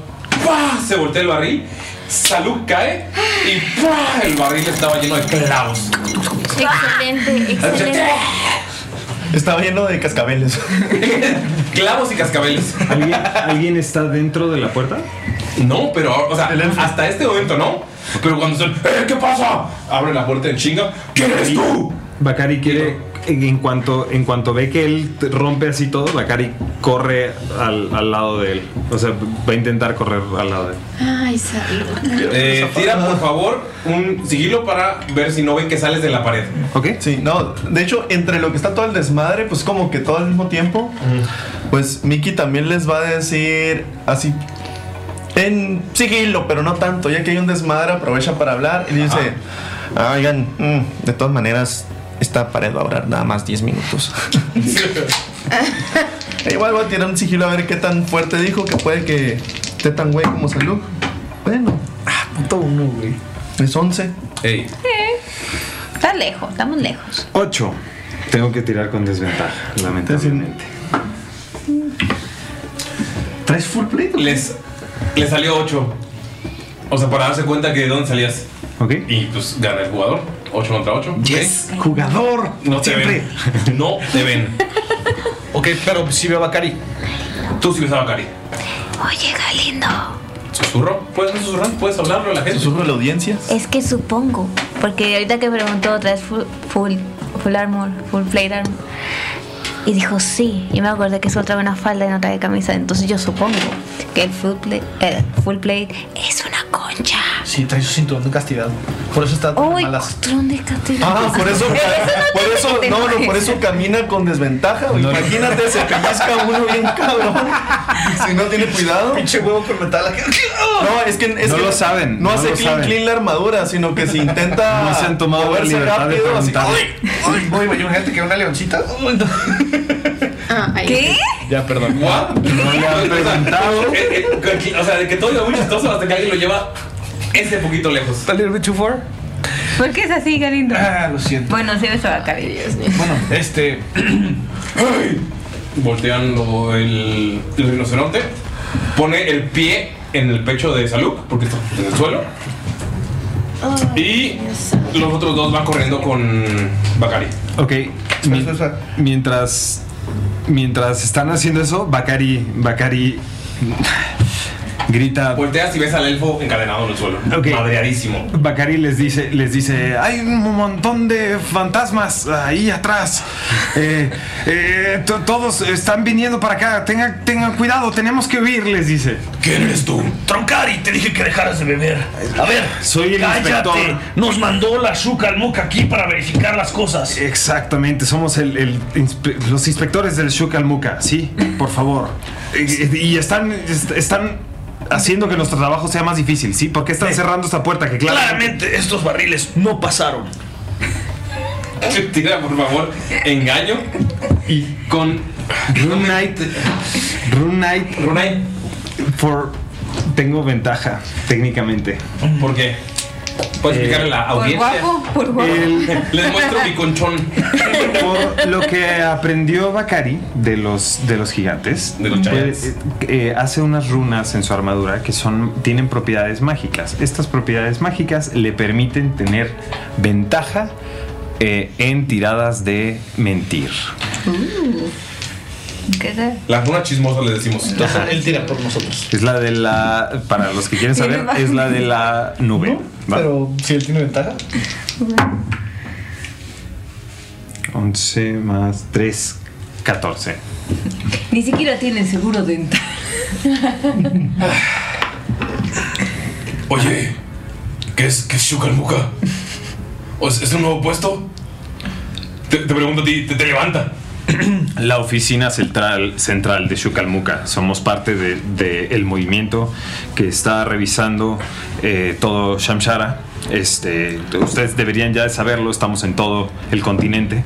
D: ¡pua! se voltea el barril. Salud cae y ¡pua! el barril estaba lleno de clavos.
G: Excelente,
D: excelente.
K: Estaba lleno de cascabeles.
D: Clavos y cascabeles.
H: ¿Alguien, ¿Alguien está dentro de la puerta?
D: No, pero ahora- o sea, hasta este momento no. Pero cuando se. "Eh, ¿Qué pasa? Abre la puerta en chinga. ¿Quién eres tú?
H: Bakari quiere en cuanto, en cuanto ve que él te rompe así todo, la Cari corre al, al lado de él. O sea, va a intentar correr al lado de él.
I: Ay, sabía.
D: Eh, tira por favor un sigilo para ver si no ven que sales de la pared.
H: ¿Ok?
K: Sí, no. De hecho, entre lo que está todo el desmadre, pues como que todo al mismo tiempo, pues Mickey también les va a decir así. En sigilo, pero no tanto, ya que hay un desmadre, aprovecha para hablar y dice: "Ah, Oigan, mm, de todas maneras, esta pared va a durar nada más 10 minutos. Igual voy a tirar un sigilo a ver qué tan fuerte dijo, que puede que esté tan güey como salud. Bueno, ah, puto uno, güey. Es 11.
D: Ey.
E: Está lejos, estamos lejos.
H: 8. Tengo que tirar con desventaja, lamentablemente.
D: ¿Traes full plate? Les, les salió 8. O sea, para darse cuenta que de dónde salías.
H: Ok.
D: Y pues gana el jugador. 8 contra 8.
L: Yes, jugador.
D: No te
L: Siempre.
D: ven. No te ven. ok, pero si veo a Bakari. Tú sí ves a Bakari.
M: Oye, Galindo.
D: Susurro. Puedes susurrar, puedes hablarlo a la gente.
K: Susurro a la audiencia.
M: Es que supongo, porque ahorita que preguntó otra vez full, full, full armor, full plate armor. Y dijo sí, y me acordé que solo trae una falda y no trae camisa, entonces yo supongo que el full plate, el full plate es una concha.
L: Sí, trae su cinturón de castidad. Por eso está tan malas.
M: Cinturón de castidad.
K: Ah, por eso, por eso,
M: te
K: no, no,
M: enojes.
K: por eso camina con desventaja. güey. Imagínate, se pellizca uno bien cabrón. Si no tiene cuidado. Pinche huevo con metal. No, es que, es
H: No
K: que
H: lo saben, no
K: No, hace
H: lo
K: clean,
H: saben.
K: clean la armadura, sino que se intenta.
H: No se han tomado la
K: moverse
H: libertad de
K: rápido, así,
H: preguntarle.
K: uy, uy, uy, imagínate que una leoncita. uy, no.
L: Ah,
G: ¿Qué?
D: Ya, perdón. ¿What? No le han preguntado. Eh, o sea, de que todo iba muy chistoso hasta que alguien lo lleva ese poquito lejos. ¿A little bit too far?
E: ¿Por qué es así, Galindo?
L: Ah, lo siento.
E: Bueno, sí beso a Bakari.
L: Bueno, este.
D: Voltean lo- el, el rinoceronte. Pone el pie en el pecho de Saluk, porque está en el suelo. Y los otros dos van corriendo con Bakari.
H: Ok. mi- mientras, mientras están haciendo eso, Bakari, Bakari grita.
D: Volteas y ves al elfo encadenado en el suelo. Madreadísimo.
H: Bakari les dice, les dice, hay un montón de fantasmas ahí atrás. Eh, eh, to- todos están viniendo para acá. Tengan, tengan cuidado, tenemos que huir, les dice.
P: ¿Quién eres tú? Troncari, te dije que dejaras de beber. A ver,
H: Soy el
P: cállate.
H: inspector.
P: Nos mandó la azúcar moca aquí para verificar las cosas.
H: Exactamente, somos el- el inspe- los inspectores del Shukalmuka, ¿sí? Por favor. Eh, eh, Y están, est- están haciendo que nuestro trabajo sea más difícil, ¿sí? Porque están cerrando esta puerta que claro.
P: Claramente estos barriles no pasaron.
D: Tira, por favor, engaño. Y con.
H: Rune Knight. Rune Knight. For, tengo ventaja, técnicamente.
D: ¿Por qué? ¿Puedes explicarle a la
H: Eh, Por
D: audiencia?
H: guapo, por guapo. El-
D: Les muestro mi conchón.
H: Por lo que aprendió Bakari de los, de los gigantes, puede- eh, eh, hace unas runas en su armadura que son, tienen propiedades mágicas. Estas propiedades mágicas le permiten tener ventaja eh, en tiradas de mentir.
E: ¿Qué tal?
D: Las runas chismosas le decimos.
H: Entonces,
L: él tira por nosotros.
H: Es la de la, para los que quieren saber, es la de la nube. ¿va?
L: Pero si él tiene ventaja.
H: 11 más 3, 14.
G: Ni siquiera tienen seguro dental.
P: Oye, ¿qué es, qué es Shukalmuka? ¿O ¿Es, ¿Es un nuevo puesto?
D: Te, te pregunto a ti, te, te levanta.
H: La oficina central, central de Shukalmuka. Somos parte del de, el movimiento que está revisando eh, todo Shamshara. Este, ustedes deberían ya saberlo, estamos en todo el continente.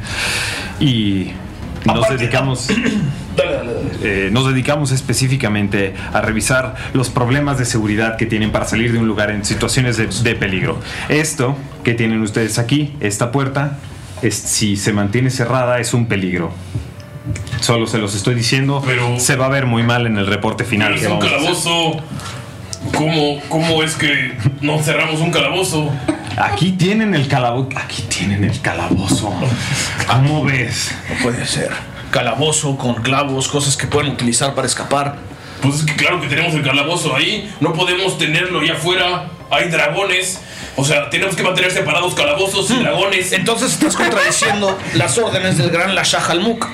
H: Y nos dedicamos. Eh, nos dedicamos específicamente a revisar los problemas de seguridad que tienen para salir de un lugar en situaciones de, de peligro. Esto que tienen ustedes aquí, esta puerta, es- si se mantiene cerrada es un peligro. Solo se los estoy diciendo, se va a ver muy mal en el reporte final.
P: ¿Es
H: que
P: un
H: vamos a hacer.
P: calabozo? ¿Cómo, ¿Cómo es que no cerramos un calabozo?
H: Aquí tienen el calabozo. Aquí tienen el calabozo. ¿Cómo ves?
P: No puede ser. Calabozo con clavos, cosas que pueden utilizar para escapar. Pues es que claro que tenemos el calabozo ahí. No podemos tenerlo ya afuera. Hay dragones. O sea, tenemos que mantener separados calabozos y dragones.
F: Hmm. Entonces estás contradiciendo las órdenes del gran Lashah Halmuk.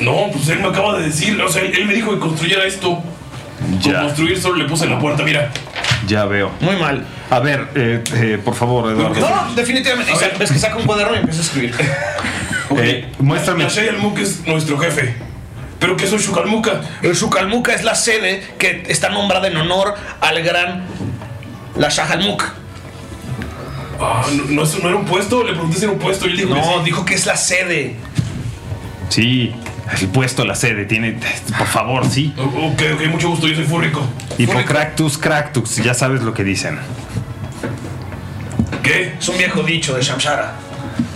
P: No, pues él me acaba de decir, o sea, él me dijo que construyera esto. Con construir solo le puse en la puerta, mira.
H: Ya veo.
F: Muy mal.
H: A ver, eh, eh, por favor, Eduardo.
F: No, no, definitivamente. Y sa- Ves que saca un cuaderno y empieza a escribir.
H: Eh, muéstrame.
P: Lashai Almuk es nuestro jefe.
F: ¿Pero qué es un Shukalmuka? El Shukalmuka es la sede que está nombrada en honor al gran Lashah Halmuk.
P: Ah, no, no es- no era un puesto, le pregunté si era un puesto y él dijo que
F: No, dijo que es la sede.
H: Sí, el puesto, la sede, tiene. Por favor, sí.
P: Ok, ok, mucho gusto, yo soy Furrico.
H: Hipocractus cractus, ya sabes lo que dicen.
P: ¿Qué?
F: Es un viejo dicho de Shamshara.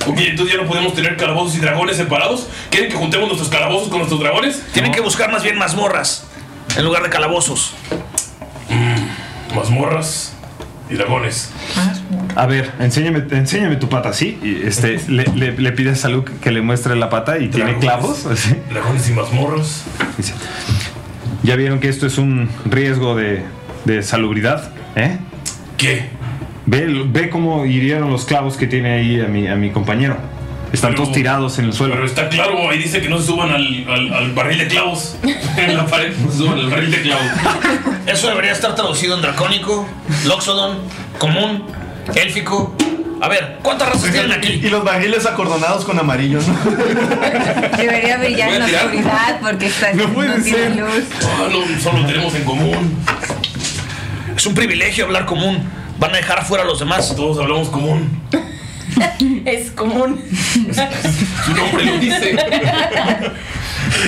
P: Ok, entonces ya no podemos tener calabozos y dragones separados. ¿Quieren que juntemos nuestros calabozos con nuestros dragones?
F: Tienen que buscar más bien mazmorras en lugar de calabozos.
P: Mm, mazmorras y dragones.
H: A ver, enséñame, enséñame tu pata, ¿sí? Y este, le, le- le pides a Luke que le muestre la pata y tiene clavos. así.
P: Dragones y mazmorras.
H: Dice, Ya vieron que esto es un riesgo de, de salubridad, ¿eh?
P: ¿Qué?
H: Ve, ve cómo hirieron los clavos que tiene ahí a mi, a mi compañero. Están
P: Pero-
H: todos tirados en el suelo.
P: Pero está claro, ahí dice que no se suban al, al- al barril de clavos. en la pared no se suban al barril de clavos.
F: Eso debería estar traducido en dracónico, loxodon, común, élfico. A ver, ¿cuántas razas tienen aquí?
K: Y los barriles acordonados con amarillo, ¿no?
J: Debería brillar en la
K: Voy a tirar.
J: oscuridad porque está
K: No puede
J: tiene
K: ser.
J: luz.
P: Ah, no, solo tenemos en común.
F: Es un privilegio hablar común. Van a dejar afuera a los demás.
P: Todos hablamos común.
L: Es común.
P: Su nombre lo dice.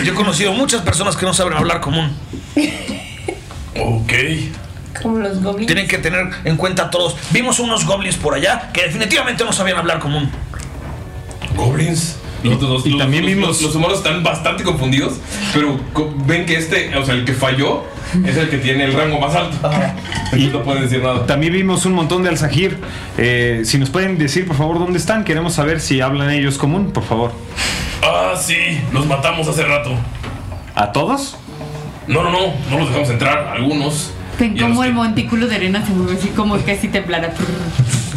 F: Yo he conocido muchas personas que no saben hablar común.
P: Ok.
L: Como los goblins.
F: Tienen que tener en cuenta a todos. Vimos unos goblins por allá que definitivamente no sabían hablar común.
P: Goblins. Los, los- los- los- los- los humanos están bastante confundidos, pero co- ven que este, o sea, el que falló, es el que tiene el rango más alto.
H: Ah.
P: Y no pueden decir nada.
H: También vimos un montón de alzajir. Eh, si nos pueden decir, por favor, dónde están. Queremos saber si hablan ellos común, por favor.
P: Ah, sí, los matamos hace rato.
H: ¿A todos?
P: No, no, no, no los dejamos entrar, algunos.
G: Ven como el montículo de arena se mueve así como que si temblara.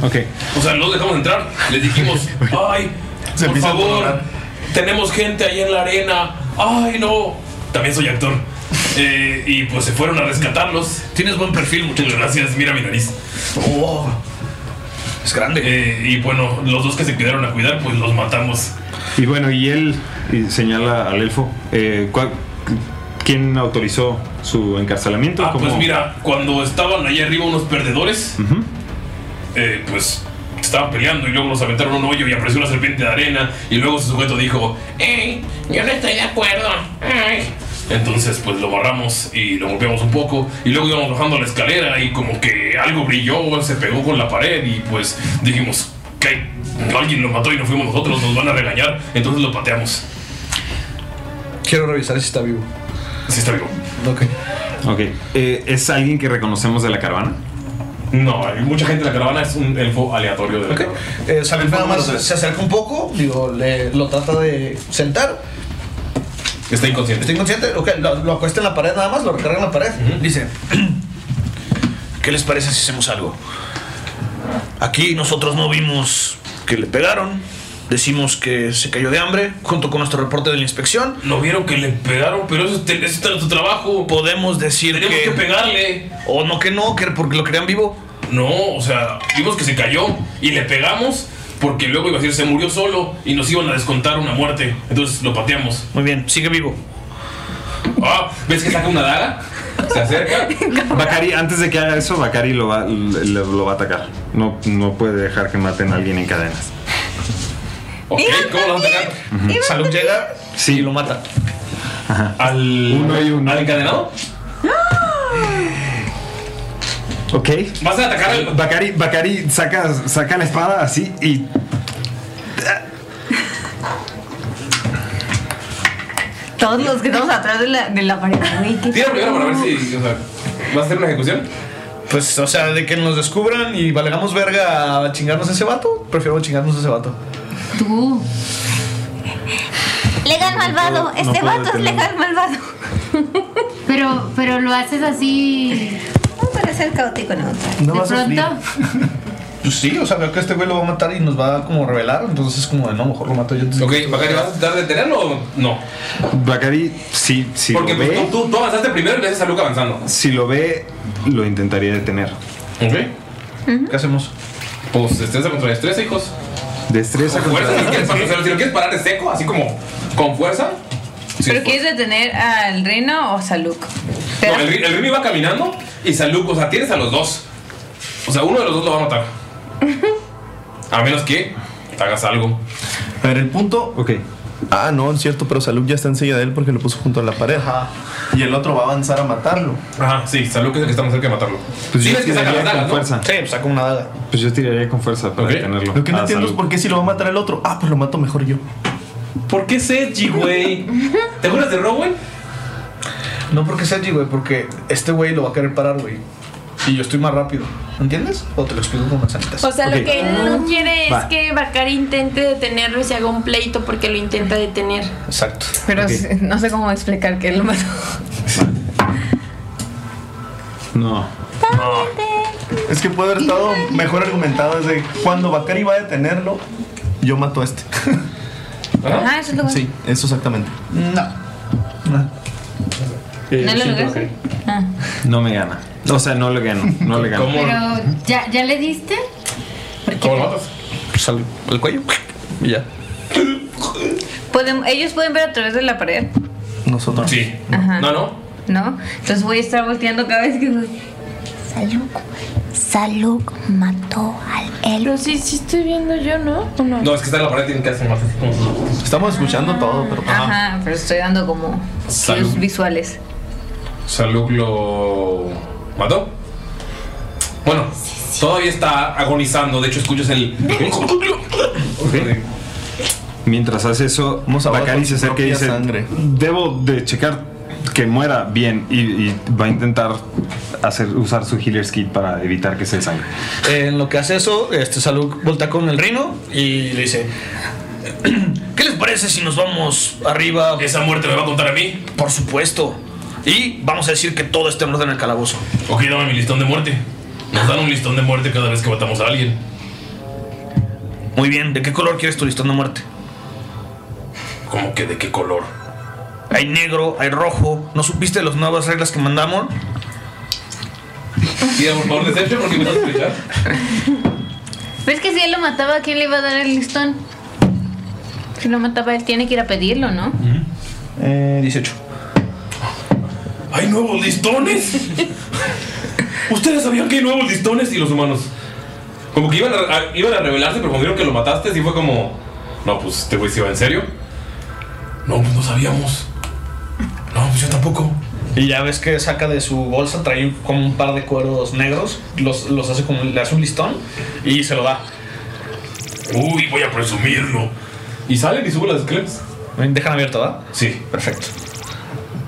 H: Ok.
P: O sea, no los dejamos entrar, les dijimos, ay, por
K: empieza a
P: favor, tenemos gente ahí en la arena, ay, no. También soy actor. Eh, y pues se fueron a rescatarlos.
F: Tienes buen perfil, muchachos.
P: Gracias, mira mi nariz. Eh,
F: Oh, es grande.
P: y bueno, los dos que se quedaron a cuidar, pues los matamos.
H: Y bueno, y él y señala al elfo. eh, ¿cuál- ¿Quién autorizó su encarcelamiento?
P: Ah,
H: ¿Cómo?
P: pues mira, cuando estaban ahí arriba unos perdedores, eh, pues estaban peleando y luego los aventaron a un hoyo y apareció una serpiente de arena y luego su sujeto dijo, ¡Ey! Yo no estoy de acuerdo. Ay. entonces pues lo barramos y lo golpeamos un poco y luego íbamos bajando la escalera y como que algo brilló, se pegó con la pared y pues dijimos, que alguien lo mató y no fuimos nosotros, nos van a regañar, entonces lo pateamos.
F: Quiero revisar si está vivo.
P: Si está vivo.
F: Ok.
H: Ok. Eh, ¿Es alguien que reconocemos de la caravana?
P: No, hay mucha gente de la caravana, es un elfo aleatorio de la caravana.
F: Eh, Salem nada más se acerca un poco, digo, le- lo trata de sentar.
P: Está inconsciente.
F: Está inconsciente, ok, lo, lo acuesta en la pared nada más, lo recarga en la pared. Dice, ¿qué les parece si hacemos algo? Aquí nosotros no vimos que le pegaron, decimos que se cayó de hambre, junto con nuestro reporte de la inspección.
P: No vieron que le pegaron, pero eso, es- eso está en tu trabajo.
F: Podemos decir
P: Tenemos que pegarle.
F: O no que no, que porque lo querían vivo.
P: No, o sea, vimos que se cayó y le pegamos porque luego iba a decir se murió solo y nos iban a descontar una muerte. Entonces lo pateamos.
F: Muy bien, sigue vivo.
P: Ah, ¿ves que saca una daga? Se acerca.
H: Bakari, antes de que haga eso, Bakari lo va, le- le- lo va a atacar. No, no puede dejar que maten a alguien en cadenas.
P: Ok, ¿cómo lo vas a atacar?
F: Salud llega
H: sí. y
F: lo mata.
P: Al, uno
H: y uno.
P: ¿Al encadenado?
H: Ok.
P: ¿Vas a atacar al.?
H: Bakari, Bakari saca, saca la espada así y.
J: Todos los que estamos atrás de la, de la pared. Güey, qué
P: Tira primero para ver
J: cabrón.
P: si. O sea, ¿vas a hacer una ejecución?
F: Pues, o sea, de que nos descubran y valgamos verga a chingarnos a ese vato, prefiero chingarnos a ese vato.
G: Tú.
J: Legal malvado.
F: puedo- no
J: Este
F: puedo
J: vato es
F: detenerlo.
J: legal malvado.
G: Pero, pero lo haces así.
J: No para ser caótico, no.
G: de pronto.
F: Pues sí, o sea, veo que este güey lo va a matar y nos va a como revelar. Entonces es como de no, mejor lo mato yo.
D: Ok, Bacari, ¿vas a tratar de detenerlo o no?
H: Bacari, sí, sí.
D: Porque pues, tú, tú- tú avanzaste primero y ves a Luke avanzando.
H: Si lo ve, lo intentaría detener.
D: Ok.
F: ¿Qué hacemos?
D: Pues destreza contra destreza, hijos.
H: Destreza
D: Con fuerza, si lo quieres parar, o sea, si lo quieres parar de seco, así como con fuerza. sí,
J: ¿Pero
D: fu-
J: quieres detener al reino o Saluk?
D: No, el, Ri- el Rin iba caminando y Saluk, o sea, tienes a los dos. O sea, uno de los dos lo va a matar. A menos que hagas algo.
K: A ver, el punto.
H: Ok.
K: Ah, no, es cierto, pero Salud ya está enseguida de él porque lo puso junto a la pared. Y el otro va a avanzar a matarlo.
D: Ajá, sí, Saluk es el que está más cerca de matarlo.
H: Pues yo
D: Tienes que sacar
H: tiraría
D: las dagas,
H: con
D: ¿no?
H: fuerza.
F: Sí, saco una daga.
H: Pues yo tiraría con fuerza para detenerlo.
K: Lo que no
H: Ah,
K: entiendo es
H: salud.
K: por qué si lo va a matar el otro. Ah, pues lo mato mejor yo.
D: ¿Por qué Seji, güey? ¿Te acuerdas de Rowan?
F: No porque sea G, güey, porque este güey lo va a querer parar, güey. Y yo estoy más rápido. ¿Entiendes? O te lo explico con manzanitas.
I: O sea,
F: Ok.
I: lo que él no quiere es
F: Va.
I: que Bakari intente detenerlo y se haga un pleito porque lo intenta detener.
F: Exacto.
J: Pero s- no sé cómo explicar que lo mató.
H: No.
K: Es que puede haber estado mejor argumentado desde cuando Bakari va a detenerlo, yo mato a este.
M: Ajá, Ah, eso es lo que-
K: Sí, eso exactamente.
F: No.
H: Eh,
M: ¿No lo
H: siento
M: lograste?
H: que
M: Ah.
H: No me gana. O sea, no le gano. No le gano.
G: Pero, ¿ya, ¿ya le diste?
D: ¿Cómo lo matas?
H: Pues
F: Sal el cuello y ya.
M: Pueden- ellos pueden ver a través de la pared,
K: Nosotros.
D: Sí.
M: Ajá.
D: No, no.
M: ¿no? Entonces voy a estar volteando cada vez que voy.
Q: Saluk. Saluk mató al él.
I: Pero sí, sí estoy viendo yo, ¿no? ¿O no?
D: No, es que está en la pared, tiene que hacer más.
K: Estamos escuchando todo, pero.
M: Ajá, pero estoy dando como
D: Salud.
M: cues visuales.
D: Saluk lo mató. Bueno, todavía está agonizando. De hecho, escuchas el.
H: Mientras hace eso, Bacari se acerca y dice: Debo de checar que muera bien. Y, y va a intentar hacer, usar su healer's kit para evitar que se sangre.
F: En lo que hace eso, este Saluk voltea con el rino y le dice: ¿Qué les parece si nos vamos arriba?
D: ¿Esa muerte me va a contar a mí?
F: Por supuesto. Y vamos a decir que todo está en orden en el calabozo.
D: Ok, dame mi listón de muerte. Nos dan un listón de muerte cada vez que matamos a alguien.
F: Muy bien, ¿de qué color quieres tu listón de muerte?
D: ¿Cómo que de qué color?
F: Hay negro, hay rojo. ¿No supiste de las nuevas reglas que mandamos?
D: Sí, por favor, Deception, porque me vas a escuchar.
G: ¿Ves que si él lo mataba, ¿quién le iba a dar el listón? Si lo mataba, él tiene que ir a pedirlo, ¿no?
F: Eh, 18.
D: ¿Hay nuevos listones? ¿Ustedes sabían que hay nuevos listones y los humanos? Como que iban a, a- iban a rebelarse, pero cuando vieron que lo mataste, sí fue como. No, pues este güey se va en serio. No, pues no sabíamos. No, pues yo tampoco.
F: Y ya ves que saca de su bolsa, trae como un par de cueros negros, los, los hace como, le hace un listón y se lo da.
D: Uy, voy a presumirlo. Y salen y suben las escaleras.
F: Dejan abierto, ¿verdad?
D: Sí,
F: perfecto.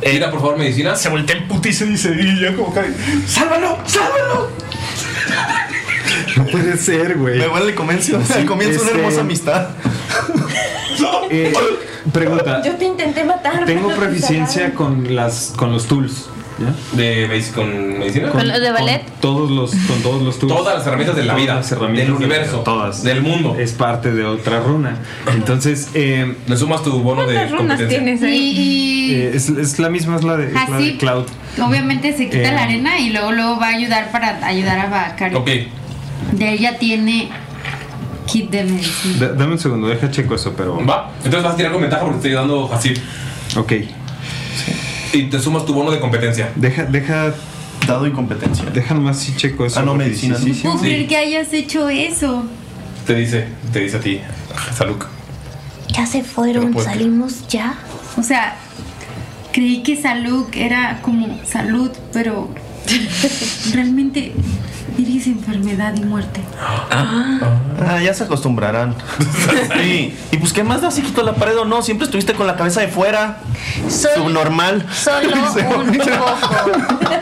F: Eh,
D: Mira, por favor, medicina.
F: Se voltea en puta y se dice, y ya como que, ¡sálvalo! ¡Sálvalo!
H: No puede ser, güey. este,
K: Me huele el comienzo. El comienzo de una hermosa amistad.
H: Eh, pregunta.
I: Yo te intenté matar.
H: Tengo
I: pero te
H: proficiencia con las con los tools. ¿ya?
D: De medic- con medicina.
H: Con- ¿Con los
M: de ballet?
H: Todos los con todos los tools.
D: Todas las herramientas de la
H: Todas
D: vida,
H: las herramientas
D: del
H: de la vida,
D: universo,
H: todas.
D: Del mundo.
H: Es parte de otra runa. Entonces, eh,
D: le sumas tu bono
G: ¿Cuántas runas tienes ahí?
H: Eh, es, es la misma, es la de, es la
G: Así.
H: de Cloud.
G: Y obviamente se quita
H: Eh.
G: la arena y luego, luego va a ayudar para ayudar a Bakari.
H: Ok.
G: De ella tiene kit de medicina.
H: dame un segundo, deja checo eso, pero.
D: Va, entonces vas a tirar con ventaja porque te estoy ayudando así.
H: Ok.
D: Y te sumas tu bono de competencia.
H: Deja, deja. Dado y competencia. Deja nomás si checo eso.
D: Ah, no,
H: porque
D: medicina,
H: sí, sí,
D: ¿no?
H: sí.
G: Puedo creer que hayas hecho eso.
D: Te dice, te dice a ti, Saluk.
G: Ya se
D: Pero
G: fueron,
H: pues,
D: puedo creer.
G: salimos ya. O sea, creí que salud era como salud, pero realmente eres enfermedad y muerte.
K: Ah, ya se acostumbrarán. Sí. Y pues, ¿qué más da si quito la pared o no? Siempre estuviste con la cabeza de fuera. Subnormal.
M: Solo un poco.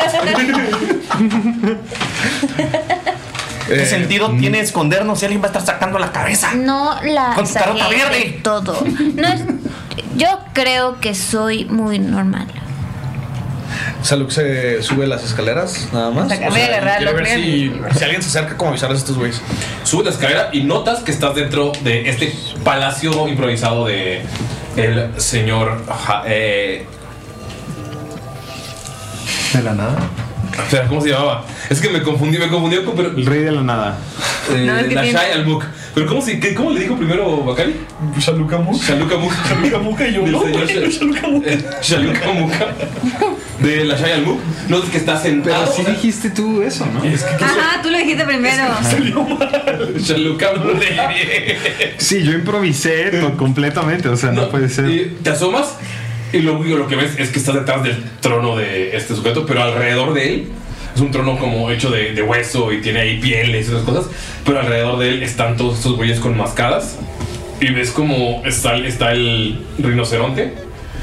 F: Eh,
K: ¿Qué sentido
F: mm.
K: tiene escondernos si alguien va a estar sacando la cabeza?
M: No la
K: Con tu carota
M: saqué de
K: verde.
M: todo. No es- yo creo que soy muy normal.
F: Saluk se sube las escaleras, nada más.
J: Saca- voy a agarrar
F: quiero
J: lo
F: ver
J: que-
F: si, si alguien se acerca, como avisarles a estos güeyes.
H: Pues.
D: Subes la escalera y notas que estás dentro de este palacio improvisado de el señor Ja- eh,
K: De la nada.
D: espera, Ah. ¿cómo se llamaba? Es que me confundí, me confundí con el
H: rey de la nada.
J: No, es que
D: la
J: tiene-
D: Shai al Muk. Pero cómo se qué- cómo le dijo primero Bakari?
K: Shaluka Muk.
D: Shaluka Muk. Shaluka Muk y yo.
R: no, güey,
D: Shaluka Muk. Eh, Shaluka Muk. De la Shai al Muk. Notas que estás sentado. Pero sí
H: dijiste tú eso, ¿no?
D: Es que
J: Ajá, tú lo dijiste primero.
D: Shaluka Muk.
H: Sí, yo improvisé to- completamente, o sea, no, puede ser.
D: Te asomas y lo único lo que ves es que estás detrás del trono de este sujeto, pero alrededor de él es un trono como hecho de, de hueso y tiene ahí pieles y esas cosas, pero alrededor de él están todos estos güeyes con mascadas y ves como está, el- está el rinoceronte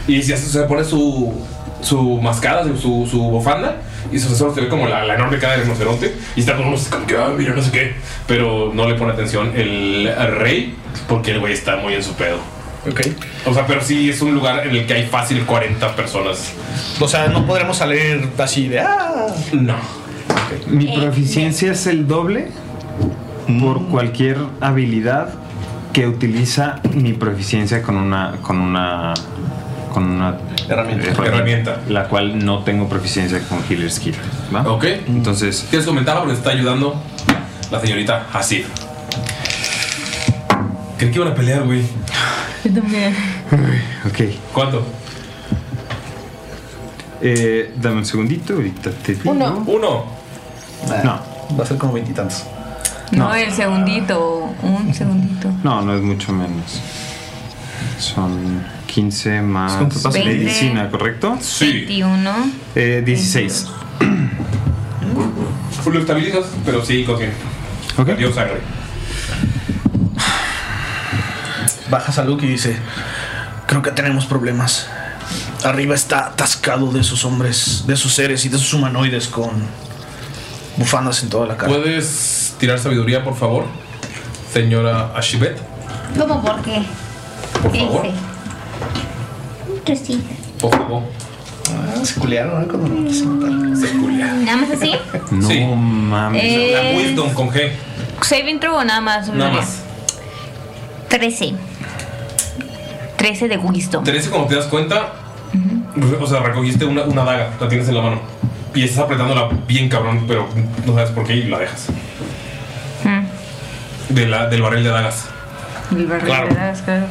D: y se, hace- se pone su, su mascada, su, su, su bufanda y su solo se ve como la, la enorme cara del rinoceronte y está con unos como que, ah, mira, no sé qué, pero no le pone atención el rey porque el güey está muy en su pedo.
F: Ok.
D: O sea, pero sí es un lugar en el que hay fácil 40 personas.
F: O sea, no podremos salir así de. ¡Ah!
D: No.
H: Mi proficiencia es el doble por
D: Mm.
H: cualquier habilidad que utiliza mi proficiencia con una con una con una herramienta,
D: Herramienta.
H: la cual no tengo proficiencia con Healer Skill, ¿va?
D: Ok.
H: Entonces,
D: ¿Quieres comentar porque está ayudando la señorita Hasif? Creí que iban a pelear, güey.
J: Yo también.
H: ok.
D: ¿Cuánto?
H: Eh, dame un segundito, ahorita te digo.
J: Uno.
D: Uno.
H: No.
F: Va a ser como veintitantos.
J: No, el segundito. Un segundito.
H: No, no es mucho menos. Son 15
J: ¿Cuánto
H: más
J: pasa? Veinte.
H: medicina, ¿correcto?
D: Sí.
M: 21.
H: Eh, 16.
D: Lo estabilizas, pero sí, contiene.
H: Ok.
D: Perdió sangre.
F: Bajas a Luke y dice: Creo que tenemos problemas. Arriba está atascado de esos hombres, de esos seres y de esos humanoides con bufandas en toda la cara.
D: ¿Puedes tirar sabiduría, por favor? Señora Ashibet.
S: ¿Cómo por qué?
D: Por favor.
S: Que sí.
D: Por favor.
F: Ah, se culearon, ¿no? Cuando no se mataron.
D: Se culearon.
M: Mm, Nada más así.
H: No mames.
M: Eh.
D: La Wisdom con G.
M: Saving throw o nada más.
D: Nada más.
M: 13. 13 de wisdom.
D: Teresa, como te das cuenta, o sea, recogiste una, una daga, la tienes en la mano. Y estás apretándola bien cabrón, pero no sabes por qué y la dejas.
J: Mm.
D: De la, del barril de dagas.
J: El barril
D: Claro.
J: de dagas, claro.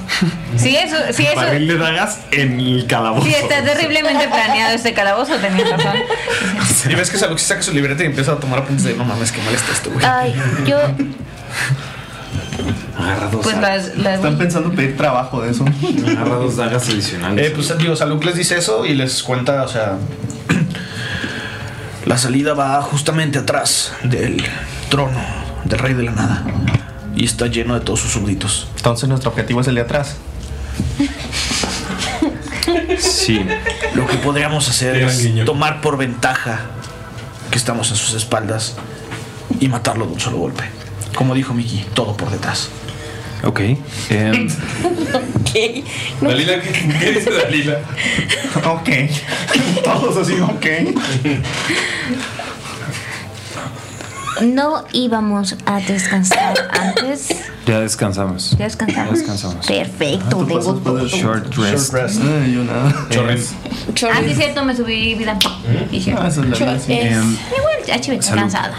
J: Sí, eso, sí, eso.
H: Barril de dagas en el calabozo.
J: Sí,
H: Sí,
J: está terriblemente planeado este calabozo, tenías razón.
F: Y ves que Saluk se saca su libreta y empieza a tomar apuntes de: No mames, qué mal está esto,
J: Ah,
F: güey.
M: Ay, yo.
H: Agarra dos
M: Pues
H: dagas.
M: las- las-
K: Están pensando pedir trabajo de eso.
H: Agarra dos dagas
F: Eh,
H: adicionales.
F: pues digo, Saluk les dice eso y les cuenta, o sea. La salida va justamente atrás del trono del rey de la nada. Y está lleno de todos sus súbditos.
K: Entonces nuestro objetivo es el de atrás.
H: Sí.
F: Lo que podríamos hacer
K: Gran
F: es
K: guiño.
F: tomar por ventaja que estamos en sus espaldas y matarlo de un solo golpe. Como dijo Mickey, todo por detrás.
H: Ok. em,
L: ok.
D: Dalila, ¿qué, qué dice Dalila?
K: ok. Todos así, ok.
S: No íbamos a descansar antes.
H: ya descansamos.
S: Ya descansamos.
H: Ya descansamos. Ah,
S: Perfecto, tengo todo.
H: Short rest.
K: rest. Eh, yo nada.
H: Em,
M: Ah, sí, es cierto, me subí vida. Dije.
K: Ah, esa es la
M: Yo-
K: vida, sí.
M: es-
H: Em,
M: Igual, ya chive, estoy
H: salud.
M: cansada.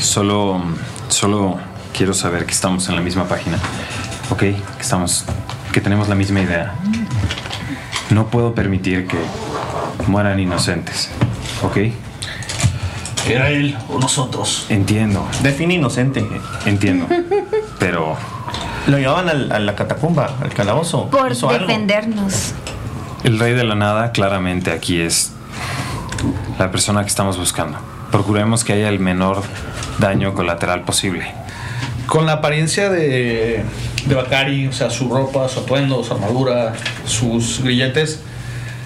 H: Solo, solo quiero saber que estamos en la misma página. Ok, que estamos, que tenemos la misma idea. No puedo permitir que mueran inocentes. Ok,
F: Era él o nosotros.
H: entiendo,
K: Define inocente.
H: entiendo. Pero
K: Lo llevaban al- a la catacumba, al calabozo.
M: Por
K: Hizo algo.
M: defendernos.
H: el rey de la nada claramente aquí es la persona que estamos buscando. Procuremos que haya el menor daño colateral posible.
F: Con la apariencia de, de Bakari, o sea, su ropa, su atuendo, su armadura, sus grilletes,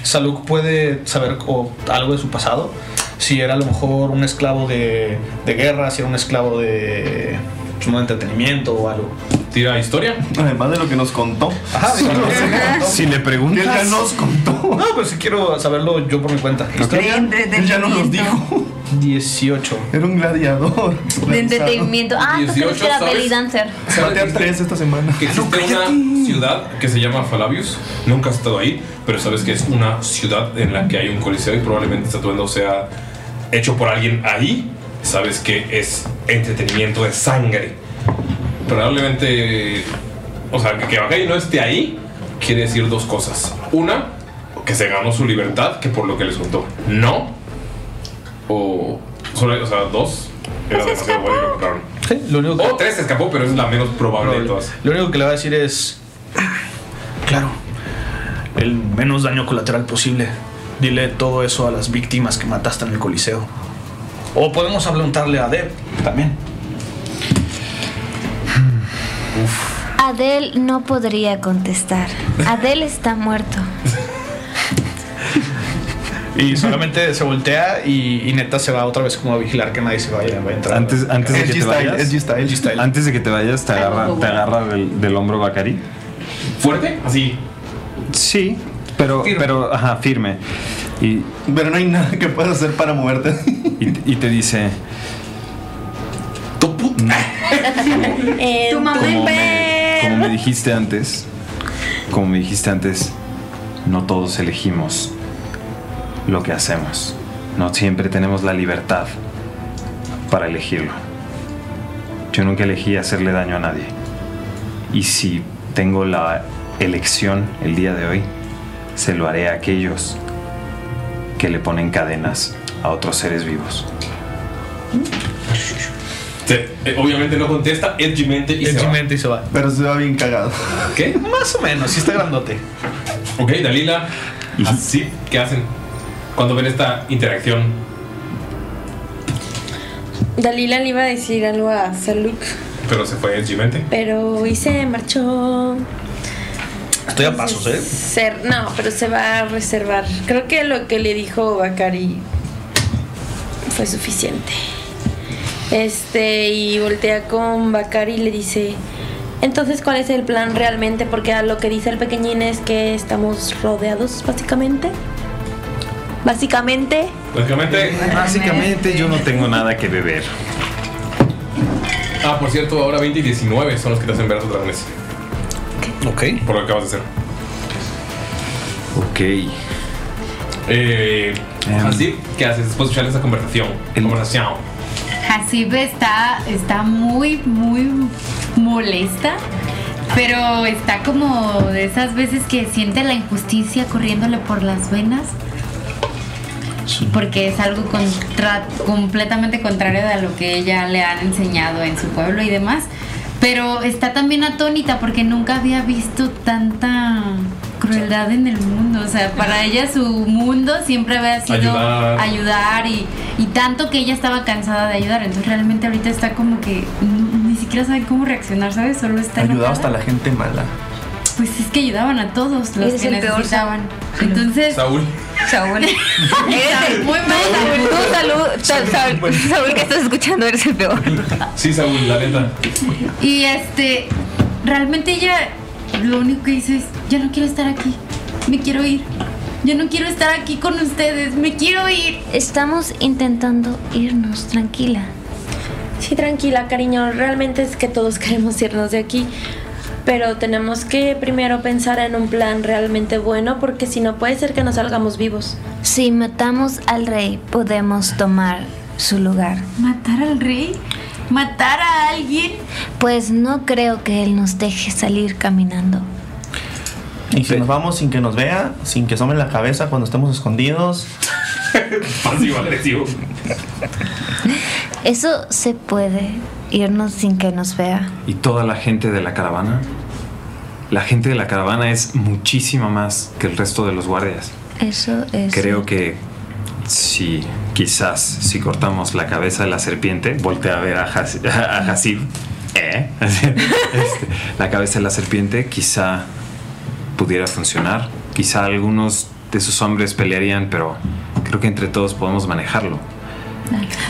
F: Saluk puede saber o- algo de su pasado. Si era a lo mejor un esclavo de, de guerra, si era un esclavo de su modo de entretenimiento o algo.
D: ¿Tira historia?
K: Además de lo que nos contó.
F: Ajá, sí, sí, sí,
K: Si le preguntas.
L: Él ya nos contó. No, pero si quiero saberlo yo por mi cuenta.
J: De entretenimiento.
L: Él ya nos los dijo. 18.
K: Era un gladiador.
E: De entretenimiento. Ah, tú crees que
D: 18,
E: era
D: ¿sabes?
E: belly dancer.
K: Se batean tres esta semana. Ah,
D: Que existe una ciudad que se llama Falabius. Nunca has estado ahí, pero sabes que es una ciudad en la que hay un coliseo y probablemente este atuendo sea hecho por alguien ahí. Sabes que es entretenimiento de sangre. Probablemente, o sea, que, que Bakai no esté ahí quiere decir dos cosas. Una, que se ganó su libertad, que por lo que les contó. No. O, solo- o sea, dos. Era demasiado bueno y lo compraron.
L: lo único
D: O tres se escapó, pero es la menos probable de todas.
L: Lo único que le va a decir es. Claro. El menos daño colateral posible. Dile todo eso a las víctimas que mataste en el Coliseo. O podemos hablantarle a Deb también.
M: Adele no podría contestar. Adele está muerto.
L: Y solamente se voltea y, y neta se va otra vez como a vigilar que nadie se vaya a entrar.
H: Antes, antes de que te
L: G-Style,
H: vayas.
L: es G-Style.
H: Antes de que te vayas, te agarra, te agarra del, del hombro Bacari.
D: ¿Fuerte? Así.
H: Sí, pero, pero, ajá, firme. Y, pero no hay nada que puedas hacer para moverte. Y, y te dice.
I: tu mamá
H: Como me,
I: enferma.
H: como me dijiste antes, como me dijiste antes, no todos elegimos lo que hacemos. No siempre tenemos la libertad para elegirlo. Yo nunca elegí hacerle daño a nadie. Y si tengo la elección el día de hoy, se lo haré a aquellos que le ponen cadenas a otros seres vivos.
D: Te- eh, obviamente no contesta, edgymente y se va.
L: Edgymente y se va. Pero se va bien cagado.
D: ¿Qué?
L: Más o menos, sí está grandote.
D: Ok, Dalila. Así, ¿qué hacen? Cuando ven esta interacción,
I: Dalila le iba a decir algo a Saluk,
D: pero se fue edgymente.
I: pero y se marchó.
L: Estoy a pasos, ¿eh?
I: Ser, no, pero se va a reservar. Creo que lo que le dijo Bakari fue suficiente. Este, y voltea con Bakari y le dice, entonces, ¿cuál es el plan realmente? Porque a lo que dice el pequeñín es que estamos rodeados, básicamente. Básicamente.
D: Básicamente.
H: Básicamente yo no tengo nada que beber.
D: Ah, por cierto, ahora 20 y 19 son los que te hacen ver a tus dragones.
L: Ok.
D: Por lo que acabas de hacer.
H: Ok. Em.
D: Eh, así, ¿qué haces después de escuchar esa conversación? Conversación.
G: Jacibe está, está muy, muy molesta, pero está como de esas veces que siente la injusticia corriéndole por las venas, porque es algo contra- completamente contrario de lo que ella le han enseñado en su pueblo y demás. Pero está también atónita porque nunca había visto tanta crueldad en el mundo. O sea, para ella su mundo siempre había sido
J: Ayudar.
G: ayudar y, y tanto que ella estaba cansada de ayudar. Entonces realmente ahorita está como que n- ni siquiera sabe cómo reaccionar, ¿sabes? Solo está
K: Ayudaba
G: enojada.
K: hasta la gente mala.
G: Pues es que ayudaban a todos los
J: Eres
G: que
J: el peor,
G: necesitaban. Entonces...
D: Saúl.
J: Saúl.
E: Eres el-
G: Muy mal,
E: Tú,
G: Saúl.
E: tú, salud, Sa- Saúl, Saúl, que estás escuchando, eres el peor.
D: Sí, Saúl, la neta.
G: Y este, realmente ella lo único que dice es, ya no quiero estar aquí, me quiero ir. Yo no quiero estar aquí con ustedes, me quiero ir.
M: Estamos intentando irnos, tranquila.
I: Sí, tranquila, cariño. Realmente es que todos queremos irnos de aquí. Pero tenemos que primero pensar en un plan realmente bueno porque si no puede ser que nos salgamos vivos.
M: Si matamos al rey, podemos tomar su lugar.
G: ¿Matar al rey? ¿Matar a alguien?
M: Pues no creo que él nos deje salir caminando.
K: Y si nos vamos sin que nos vea, sin que asomen la cabeza cuando estemos escondidos.
D: Pasivo agresivo.
M: Eso se puede irnos sin que nos vea.
H: y toda la gente de la caravana. La gente de la caravana es muchísima más que el resto de los guardias.
M: Eso es.
H: Creo que si quizás si cortamos la cabeza de la serpiente, voltea a ver a Has- a Hasib, ¿eh? Este, la cabeza de la serpiente quizá pudiera funcionar. Quizá algunos de sus hombres pelearían, pero creo que entre todos podemos manejarlo.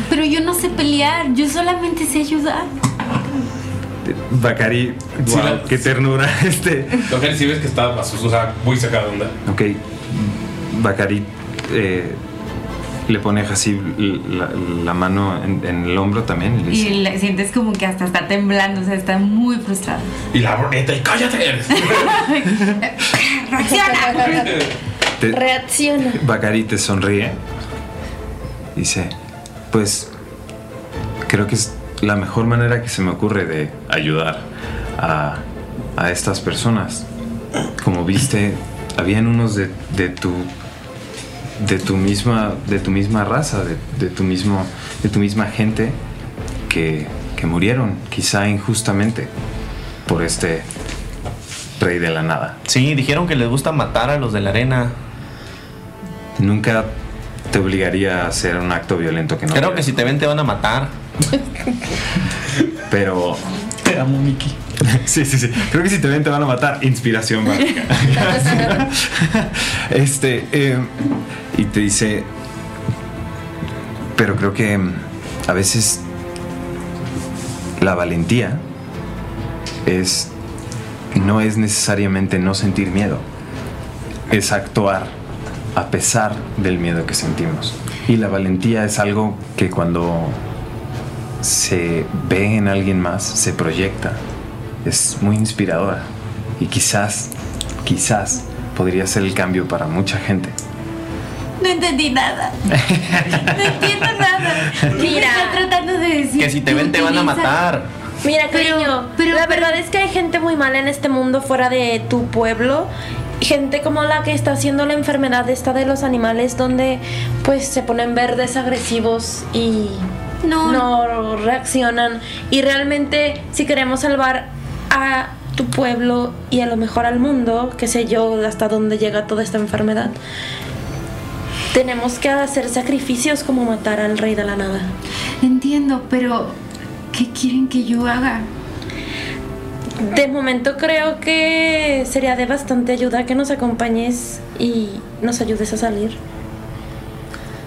G: Pero yo no sé pelear, yo solamente sé ayudar.
H: Bacari,
D: Sí,
H: wow,
D: la-
H: qué ternura. Este,
D: Lo que sí ves que está asu- o sea, muy sacada de onda.
H: ok, Bacari eh, le pone así la, la mano en, en el hombro también y le dice,
G: Y la- sientes como que hasta está temblando, o sea, está muy frustrado.
D: Y la bruneta, y cállate.
G: ¡Reacciona!
H: te-
I: Reacciona.
H: Bacari te sonríe. Dice, pues creo que es la mejor manera que se me ocurre de ayudar a, a estas personas. Como viste, habían unos de, de tu de tu misma de tu misma raza, de, de tu mismo de tu misma gente que, que murieron, quizá injustamente por este rey de la nada.
K: Sí, dijeron que les gusta matar a los de la arena.
H: Nunca te obligaría a hacer un acto violento que no.
K: Creo que si te ven te van a matar.
H: Pero.
K: Te amo, Mickey.
H: Sí, sí, sí. Creo que si te ven te van a matar. Inspiración, vale. Este. eh, y te dice. Pero creo que mm, a veces. La valentía. Es. No es necesariamente no sentir miedo. Es actuar a pesar del miedo que sentimos. Y la valentía es algo que cuando se ve en alguien más, se proyecta. Es muy inspiradora. Y quizás, quizás podría ser el cambio para mucha gente.
G: No entendí nada. No entiendo nada. Mira, está tratando de decir.
K: Que si te ven te van a matar.
I: Mira, cariño, la verdad es que hay gente muy mala en este mundo fuera de tu pueblo. Gente como la que está haciendo la enfermedad esta de los animales donde pues se ponen verdes agresivos y no, reaccionan. Y realmente si queremos salvar a tu pueblo y a lo mejor al mundo, qué sé yo, hasta dónde llega toda esta enfermedad, tenemos que hacer sacrificios como matar al rey de la nada.
G: Entiendo, pero ¿qué quieren que yo haga?
I: De momento creo que sería de bastante ayuda que nos acompañes y nos ayudes a salir.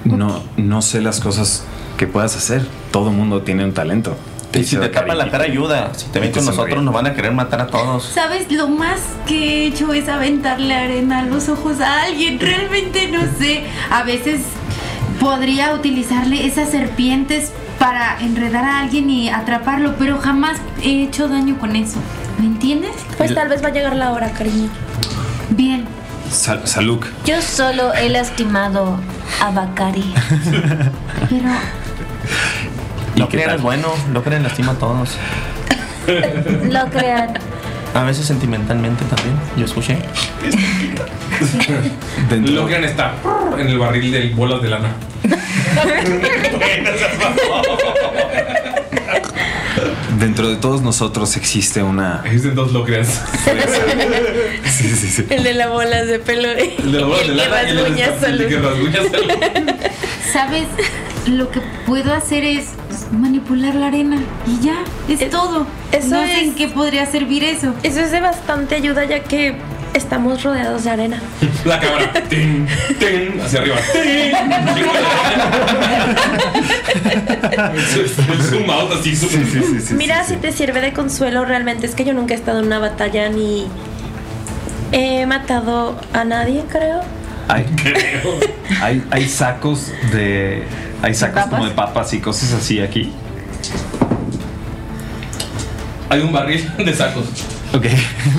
H: No, no sé las cosas que puedas hacer. Todo mundo tiene un talento.
K: Y si te tapa la cara ayuda. Si te ven
H: Y te
K: con
H: sonríe.
K: nosotros nos van a querer matar a todos.
G: ¿Sabes? Lo más que he hecho es aventarle arena a los ojos a alguien. Realmente no sé. A veces podría utilizarle esas serpientes para enredar a alguien y atraparlo, pero jamás he hecho daño con eso. ¿Me entiendes?
I: Pues tal vez va a llegar la hora, cariño.
G: Bien.
H: Sal- Saluk.
M: Yo solo he lastimado a Bakari.
G: Pero
K: Lo que eres bueno, lo que lastima a todos.
M: lo crean.
K: A veces sentimentalmente también. Yo escuché.
D: Logran estar en el barril de bolas de lana.
H: Dentro de todos nosotros existe una.
D: Existen dos locreas.
H: Sí, sí, sí.
I: El de las bolas de pelo. El
D: de las bolas de
I: que
D: lana y el de
I: rasguña
D: las- el de que rasguña solo.
G: ¿Sabes? Lo que puedo hacer es manipular la arena y ya, es, todo.
I: eso
G: no sé en
I: es-
G: qué podría servir eso.
I: Eso es de bastante ayuda ya que estamos rodeados de arena.
D: La cámara. Tin, tin, hacia arriba. El zoom out así, súper.
I: Mira, si te sirve de consuelo, realmente es que yo nunca he estado en una batalla ni he matado a nadie, creo.
H: Hay, hay, hay sacos de. Hay sacos como de papas y cosas así aquí.
D: Hay un barril de sacos.
H: Ok.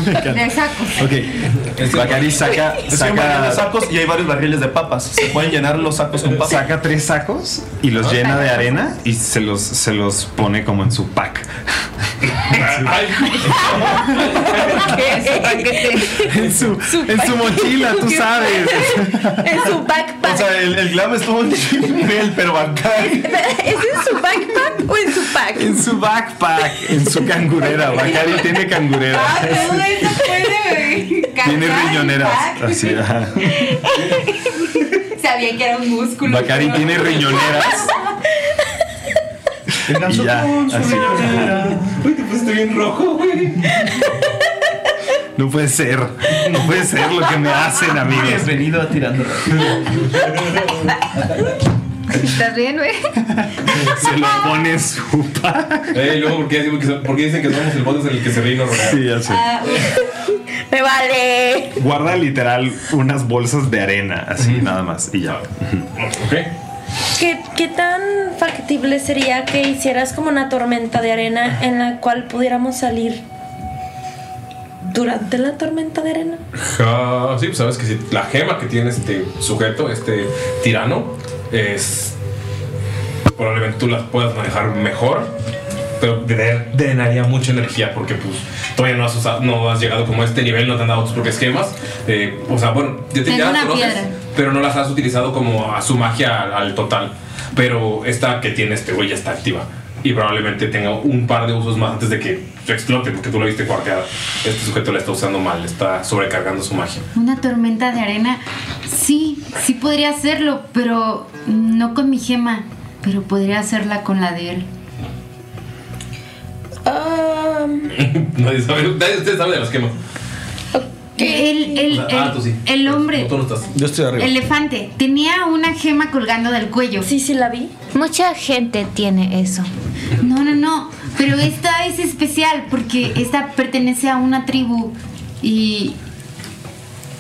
H: Me encanta.
G: Le saco.
H: Ok. Bacari saca.
K: Estoy
H: saca
K: varios sacos y hay varios barriles de papas. Se pueden llenar los sacos con papas.
H: Saca tres sacos y los llena de arena y se los, se los pone como en su pack. en, su, en su mochila, tú sabes.
I: En su backpack.
K: O sea, el, el glam estuvo en un nivel, pero Bacari.
I: ¿Es en su backpack o en su pack?
H: En su backpack, en su cangurera. Bacari tiene cangurera.
J: Ah,
H: Tiene riñoneras. Así, ajá.
J: Sabía que era un músculo.
H: Bacari tiene riñoneras. Y ya, así.
D: Uy, te
L: pues
D: pusiste bien rojo, güey.
H: No puede ser. No puede ser lo que me hacen, amigos.
K: Bienvenido a Tirando.
J: ¿Estás bien, güey?
H: Se lo pone su pa.
D: Eh, luego, ¿por qué, decimos que so- por qué dicen que somos el podcast en el que se ríe y no rodea?
H: Sí, ya sé.
I: Me vale.
H: Guarda literal unas bolsas de arena, así nada más, y
D: Ah.
H: ya.
I: ¿Qué, qué tan factible sería que hicieras como una tormenta de arena en la cual pudiéramos salir durante la tormenta de arena?
D: Ja, sí, pues sabes que si la gema que tiene este sujeto, este tirano, es. Probablemente tú las puedas manejar mejor, pero dre- drenaría mucha energía porque, pues, todavía no has, usado- no has llegado como a este nivel, no te han dado tus propias gemas. Eh, o sea, bueno, ya te
G: Tengo
D: ya las
G: una
D: conoces,
G: piedra.
D: pero no las has utilizado como a su magia al, al total. Pero esta que tiene este güey ya está activa. Y probablemente tenga un par de usos más antes de que explote, porque tú lo viste cuarteada. Este sujeto la está usando mal, está sobrecargando su magia.
G: Una tormenta de arena. Sí, sí podría hacerlo, pero no con mi gema. Pero podría hacerla con la de él.
D: nadie, sabe, nadie de ustedes sabe de las quemas.
G: El, el-
D: ah,
G: el-
D: tú sí.
G: el hombre,
D: Tú no estás. Yo estoy
G: elefante, tenía una gema colgando del cuello. Sí, sí la vi.
M: Mucha gente tiene eso.
G: No, no, no. Pero esta es especial porque esta pertenece a una tribu y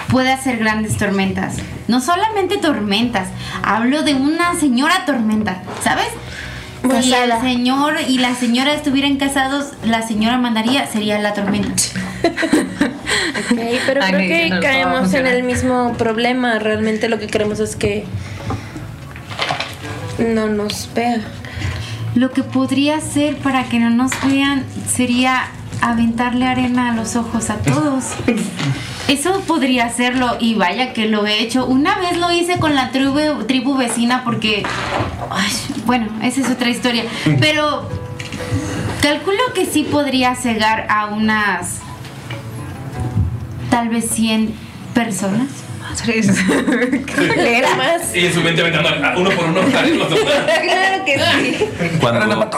G: puede hacer grandes tormentas. No solamente tormentas. Hablo de una señora tormenta, ¿sabes? Si el señor y la señora estuvieran casados, la señora mandaría, sería la tormenta.
I: Ok, pero
G: Ay, me
I: creo
G: dicen,
I: que
G: no, va a
I: caemos en
G: funcionar.
I: el mismo problema. Realmente lo que queremos es que no nos vea.
G: Lo que podría hacer para que no nos vean sería aventarle arena a los ojos a todos. Eso podría hacerlo y vaya que lo he hecho. Una vez lo hice con la tribu, tribu vecina porque... ay, bueno, esa es otra historia. Pero calculo que sí podría cegar a unas... Tal vez 100 personas.
J: ¿Qué era?
D: Y en su mente aventando a- uno por uno. a los dos.
J: Claro que sí.
K: Cuando,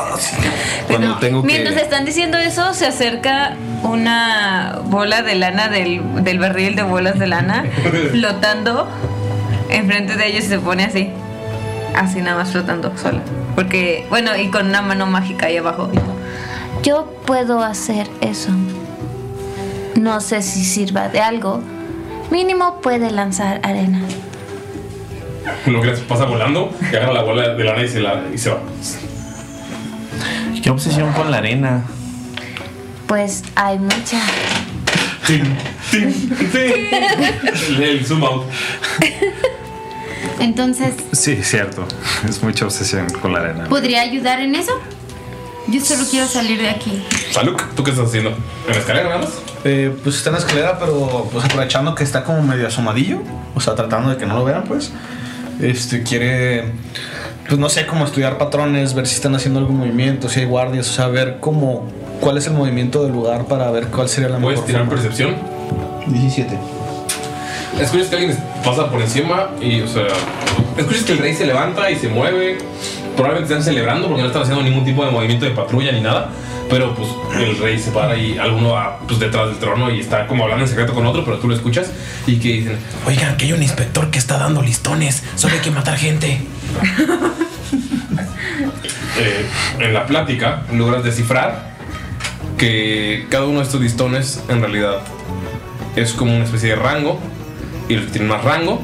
K: cuando tengo que.
J: Mientras están diciendo eso, se acerca una bola de lana del, del barril de bolas de lana flotando enfrente de ellos y se pone así. Así nada más flotando sola. Porque, bueno, y con una mano mágica ahí abajo.
M: Yo puedo hacer eso. No sé si sirva de algo. Mínimo puede lanzar arena.
D: Lo que les pasa volando, y agarra la bola de lana y se, la, y se va.
K: ¿Qué obsesión con la arena?
M: Pues hay mucha.
D: El, el zoom out.
G: Entonces,
H: Sí, cierto. Es mucha obsesión con la arena.
G: ¿podría ayudar en eso? Yo solo quiero salir de aquí.
D: Saluk, ¿tú qué estás haciendo? ¿En la escalera nada más?
F: Eh, pues está en la escalera, pero pues aprovechando que está como medio asomadillo, o sea, tratando de que no lo vean, pues. Este quiere, pues no sé, como estudiar patrones, ver si están haciendo algún movimiento, si hay guardias, o sea, ver cómo, cuál es el movimiento del lugar para ver cuál sería la
D: ¿Puedes
F: mejor
D: tirar
F: forma.
D: percepción?
F: 17.
D: Escuchas que alguien pasa por encima y, o sea, escuchas que el rey se levanta y se mueve. Probablemente están celebrando porque no están haciendo ningún tipo de movimiento de patrulla ni nada. Pero pues el rey se para y alguno va pues, detrás del trono y está como hablando en secreto con otro, pero tú lo escuchas y que dicen, oigan, que hay un inspector que está dando listones, solo hay que matar gente. Eh, en la plática logras descifrar que cada uno de estos listones en realidad es como una especie de rango y los que tienen más rango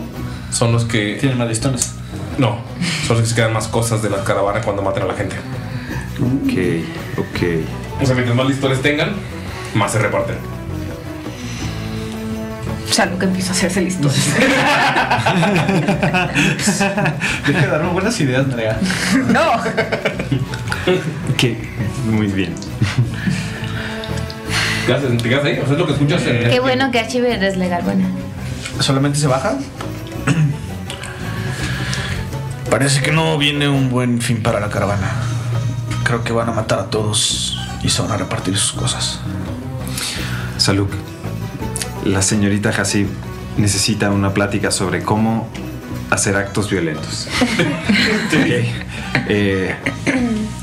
D: son los que tienen
F: más listones.
D: No, son los que se quedan más cosas de la caravana cuando maten a la gente.
H: Ok, ok.
D: O sea, mientras más listones tengan, más se reparten.
J: Salud que empieza a hacerse listo.
F: Deja de darme buenas ideas, Nerea.
J: no.
H: Ok, muy bien.
D: ¿Qué haces? ¿Te quedas ahí? O sea, es lo que escuchas en-
M: Qué bueno que Archiver es legal, buena.
F: Solamente se baja. Parece que no viene un buen fin para la caravana. Creo que van a matar a todos y se van a repartir sus cosas.
H: Saluk, la señorita Hasib necesita una plática sobre cómo hacer actos violentos. Ok. Eh,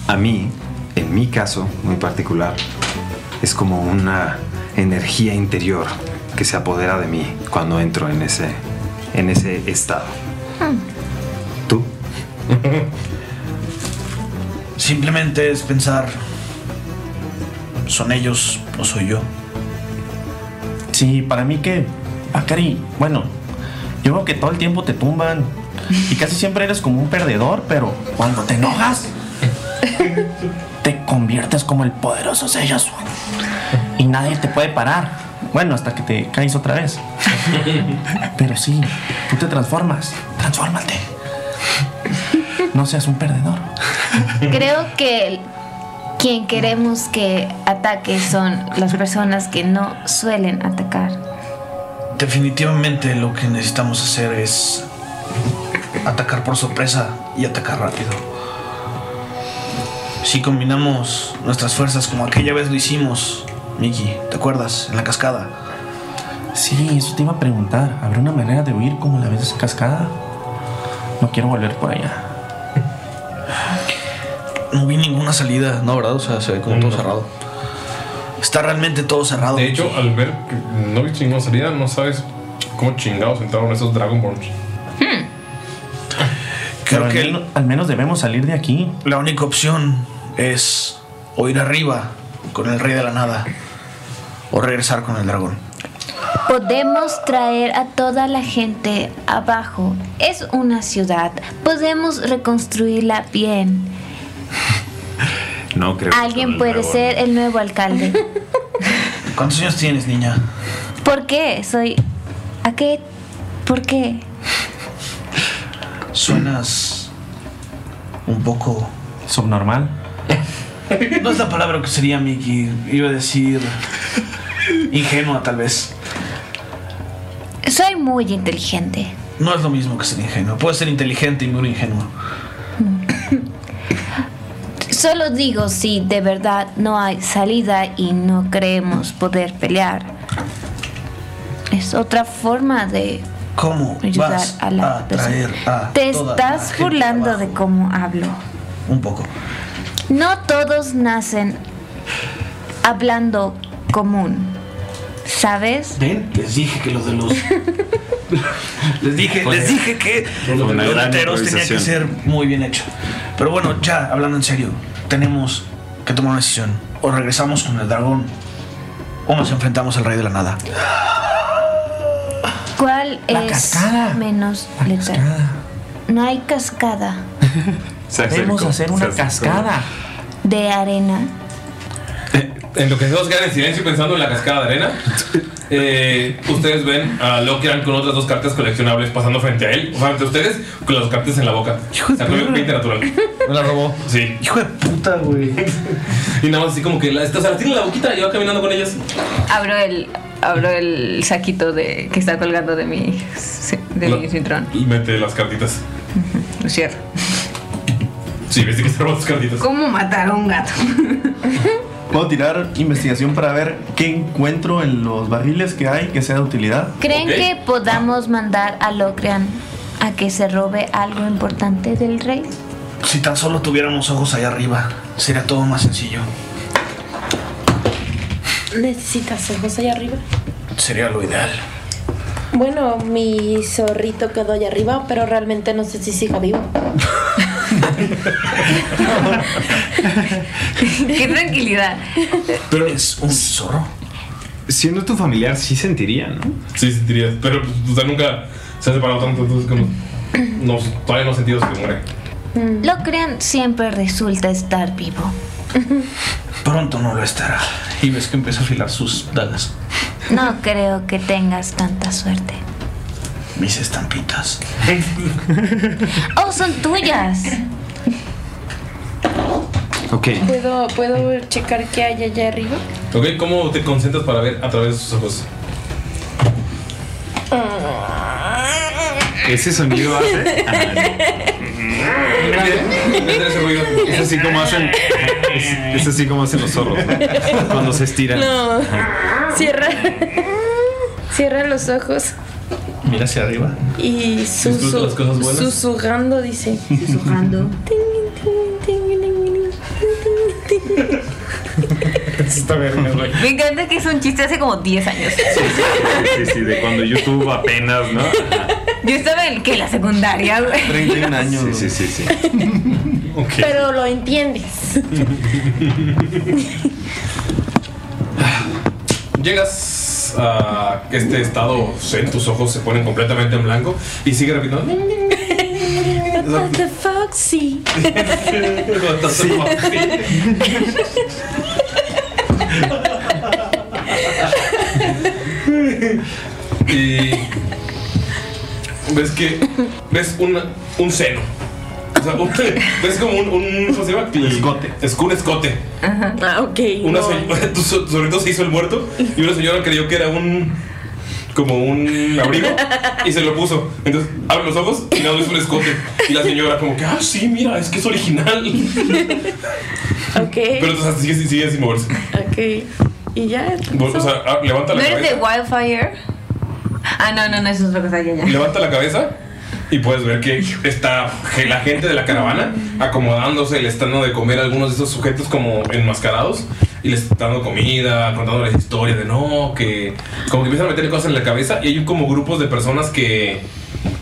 H: a mí, en mi caso muy particular, es como una energía interior que se apodera de mí cuando entro en ese, en ese estado.
F: Simplemente es pensar, ¿son ellos o soy yo?
K: Sí, para mí que. Akari, bueno, yo veo que todo el tiempo te tumban. Y casi siempre eres como un perdedor, pero cuando te enojas, te conviertes como el poderoso Seiyasu. Y nadie te puede parar. Bueno, hasta que te caes otra vez. Pero sí, tú te transformas. Transfórmate. No seas un perdedor.
M: Creo que quien queremos que ataque son las personas que no suelen atacar.
F: Definitivamente lo que necesitamos hacer es atacar por sorpresa y atacar rápido. Si combinamos nuestras fuerzas como aquella vez lo hicimos, Mickey, ¿te acuerdas? En la cascada.
K: Sí, eso te iba a preguntar. ¿Habrá una manera de huir como la vez de esa cascada? No quiero volver por allá.
F: No vi ninguna salida, ¿no, verdad? O sea, se ve como todo cerrado. Está realmente todo cerrado.
D: De hecho, al ver que no viste ninguna salida, no sabes cómo chingados entraron esos Dragonborns.
J: Hmm.
F: Creo que
K: al, menos debemos salir de aquí.
F: La única opción es o ir arriba con el rey de la nada o regresar con el dragón.
M: Podemos traer a toda la gente abajo. Es una ciudad. Podemos reconstruirla bien.
H: No creo.
M: Alguien puede ser el nuevo alcalde.
F: ¿Cuántos años tienes, niña?
M: ¿Por qué? Soy... ¿A qué? ¿Por qué?
F: Suenas un poco
K: subnormal.
F: No es la palabra que sería Mickey. Iba a decir ingenua, tal vez.
M: Soy muy inteligente.
F: No es lo mismo que ser ingenuo. Puedes ser inteligente y muy ingenuo.
M: Solo digo si de verdad no hay salida y no creemos poder pelear. Es otra forma de...
F: ¿Cómo
M: Ayudar
F: vas
M: a la
F: a traer a
M: Te
F: toda la
M: estás
F: gente
M: burlando de cómo hablo.
F: Un poco.
M: No todos nacen hablando común. ¿Sabes?
F: Ven, les dije que los de los. les dije,
M: Fue-
F: les dije que
M: fue
F: los de
M: una
F: los
M: gran
F: enteros tenía que
M: improvisación.
F: ser muy bien hecho. Pero bueno, ya hablando en serio, tenemos que tomar una decisión. O regresamos con el dragón, o nos enfrentamos al rey de la nada.
M: ¿Cuál es menos letal? No hay cascada
K: Debemos hacer una cascada.
M: de arena.
D: En lo que se dos quedan en silencio pensando en la cascada de arena, eh, ustedes ven a Lokian con otras dos cartas coleccionables pasando frente a él, o frente a ustedes, con las cartas en la boca. Sacó un 20 natural. Me la robó. Sí.
F: Hijo de puta, güey.
D: Y nada más así como que la, esta, se la tiene en la boquita y va caminando con ellas.
J: Abro el, abro el saquito de, que está colgando de mi, de mi cintrón.
D: Y mete las cartitas.
J: Lo cierro.
D: Sí, viste que se robó tus cartitas.
J: ¿Cómo matar a un gato?
K: ¿Puedo tirar investigación para ver qué encuentro en los barriles que hay que sea de utilidad?
M: ¿Creen que podamos mandar a Locrian a que se robe algo importante del rey?
F: Si tan solo tuviéramos ojos allá arriba, sería todo más sencillo.
I: ¿Necesitas ojos allá arriba?
F: Sería lo ideal.
I: Bueno, mi zorrito quedó allá arriba, pero realmente no sé si siga vivo.
J: Qué tranquilidad.
H: Pero
F: es un zorro.
H: Siendo tu familiar, sí sentiría, ¿no?
D: Sí, sentirías. Pero, pues, o sea, nunca se ha separado tanto, entonces como. No, todavía no ha sentido que muere.
I: Mm.
M: Locrian siempre resulta estar vivo.
F: Pronto no lo estará. Y ves que empieza a afilar sus dagas.
M: No creo que tengas tanta suerte.
F: Mis estampitas.
M: ¡Oh, son tuyas!
H: Ok.
I: ¿Puedo, ¿Puedo checar qué hay allá arriba?
D: Ok, ¿cómo te concentras para ver a través de sus ojos?
H: Ese sonido hace.
D: ese ruido.
H: Es así como hacen. Es, es así como hacen los zorros, ¿no? Cuando se estiran.
I: No. Cierra. Cierra los ojos
F: Mira hacia arriba.
I: y
F: Disfruta
I: susu-
F: las cosas buenas.
I: susurrando dice. Susurrando.
H: Está verga, güey.
J: Me encanta que es un chiste hace como 10 años.
H: Sí, sí, de cuando YouTube apenas, ¿no?
J: Yo estaba en que la secundaria, güey.
K: 31 años. Sí, sí, sí.
I: Pero lo entiendes.
D: Llegas a este estado zen, tus ojos se ponen completamente en blanco y sigue repitiendo.
I: What the fuck, sí.
D: Sí. Y ves que ves un, un seno. O sea, un- ves como un, un ¿cómo se llama? Escote. Es un escote.
I: Ajá. Ah, ok.
D: Una
I: no.
D: señora, tu, so- tu sobrino se hizo el muerto y una señora creyó que era un como un abrigo y se lo puso. Entonces abre los ojos y nada más es un escote. Y la señora como que, ah, sí, mira, es que es original.
I: Ok.
D: Pero o sea, sigue, sigue sin moverse.
I: Ok. Y ya.
D: Vol- O sea, ah, levanta
J: ¿No
D: la
J: eres de
D: cabeza.
J: Wildfire? Ah, no, no, no, eso es lo que está allá. allá.
D: Levanta la cabeza y puedes ver que está ge- la gente de la caravana acomodándose, le están dando de comer a algunos de esos sujetos como enmascarados y les están dando comida, contándoles historias de no, que como que empiezan a meterle cosas en la cabeza y hay como grupos de personas que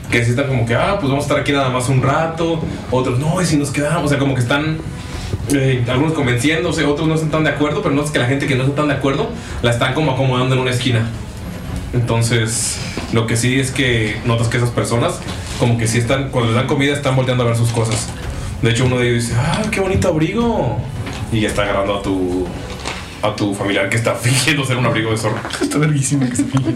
D: que sí están como que, ah, pues vamos a estar aquí nada más un rato, otros no, y si nos quedamos, o sea, como que están eh, algunos convenciéndose, otros no están tan de acuerdo, pero no es que la gente que no está tan de acuerdo la están como acomodando en una esquina. Entonces, lo que sí es que notas que esas personas, como que sí están, cuando les dan comida, están volteando a ver sus cosas. De hecho, uno de ellos dice, ah, qué bonito abrigo. Y ya está agarrando a tu, a tu familiar que está fingiendo ser un abrigo de zorro.
K: Está verguísima que se pilla.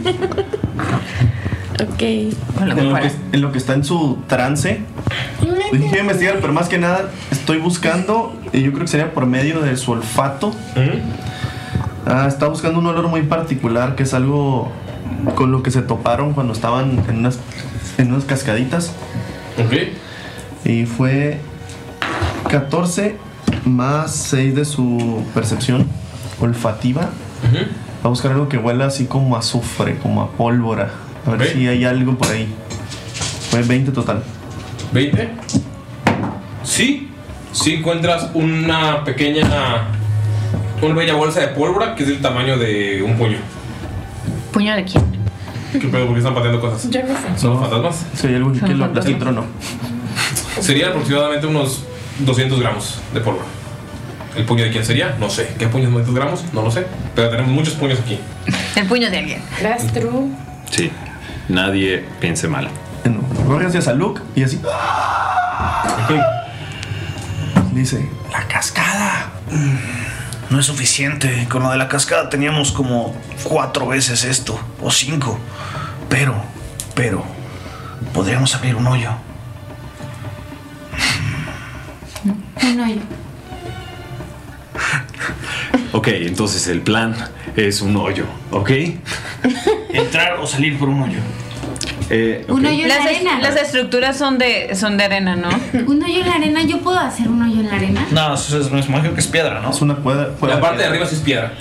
I: Ok.
K: En lo, que, en lo que está en su trance. Dije investigar, pero más que nada estoy buscando, y yo creo que sería por medio de su olfato. Ah, está buscando un olor muy particular, que es algo con lo que se toparon cuando estaban en unas, en unas cascaditas. Y fue 14 más 6 de su percepción olfativa. Va a buscar algo que huela así como a azufre, como a pólvora. A ver si hay algo por ahí. Fue 20 total.
D: ¿20? Sí, sí encuentras una pequeña, una bella bolsa de pólvora que es del tamaño de un puño.
I: ¿Puño de quién?
D: ¿Qué pedo? ¿Por qué están pateando cosas?
I: Yo no sé.
D: ¿Son los fantasmas?
K: Sí, hay algo
I: Son
K: que lo
I: fantasmas.
K: aplastó y tronó.
D: Sería aproximadamente unos 200 gramos de pólvora. ¿El puño de quién sería? No sé. ¿Qué puño es 200 gramos? No lo sé. Pero tenemos muchos puños aquí.
J: El puño de alguien.
I: That's true.
H: Sí. Nadie piense mal.
K: Corre hacia Saluk y así. ¡ah!
F: Ah.
K: Dice.
F: La cascada. Mm, No es suficiente. Con lo de la cascada teníamos como cuatro veces esto, o cinco. Pero, pero, podríamos abrir un hoyo.
G: Un hoyo.
H: Ok, entonces el plan es un hoyo, ¿ok?
F: Entrar o salir por un hoyo.
H: Eh, ok.
G: Un hoyo en la
J: Las, es-
G: arena.
J: las estructuras son de, son de arena, ¿no?
G: Un hoyo en la arena, yo puedo hacer un hoyo en la arena.
F: No, eso es, no es mágico, que es piedra, ¿no? Es
K: una piedra.
D: La parte de arriba sí es piedra.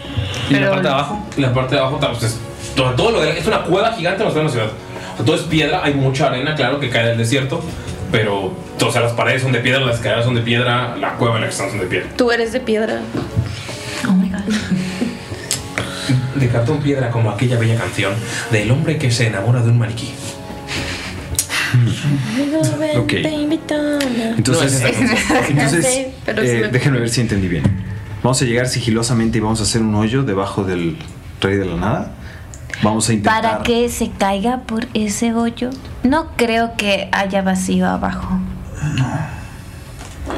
D: ¿Y la parte de abajo? La parte de abajo ta- pues, es, todo, todo lo de- es una cueva gigante más grande de la ciudad. O sea, todo es piedra, hay mucha arena, claro, que cae del desierto. Pero, o sea, las paredes son de piedra, las escaleras son de piedra, la cueva en la que están son de piedra.
I: Tú eres de piedra. Oh my god.
D: De cartón piedra, como aquella bella canción del hombre que se enamora de un maniquí.
H: Ok. Entonces,
I: No, es esa.
H: entonces,
I: Ya sé, pero
H: eh,
I: sí me-
H: déjenme ver si entendí bien. Vamos a llegar sigilosamente y vamos a hacer un hoyo debajo del rey de la nada. Vamos a intentar.
M: Para que se caiga por ese hoyo. No creo que haya vacío abajo.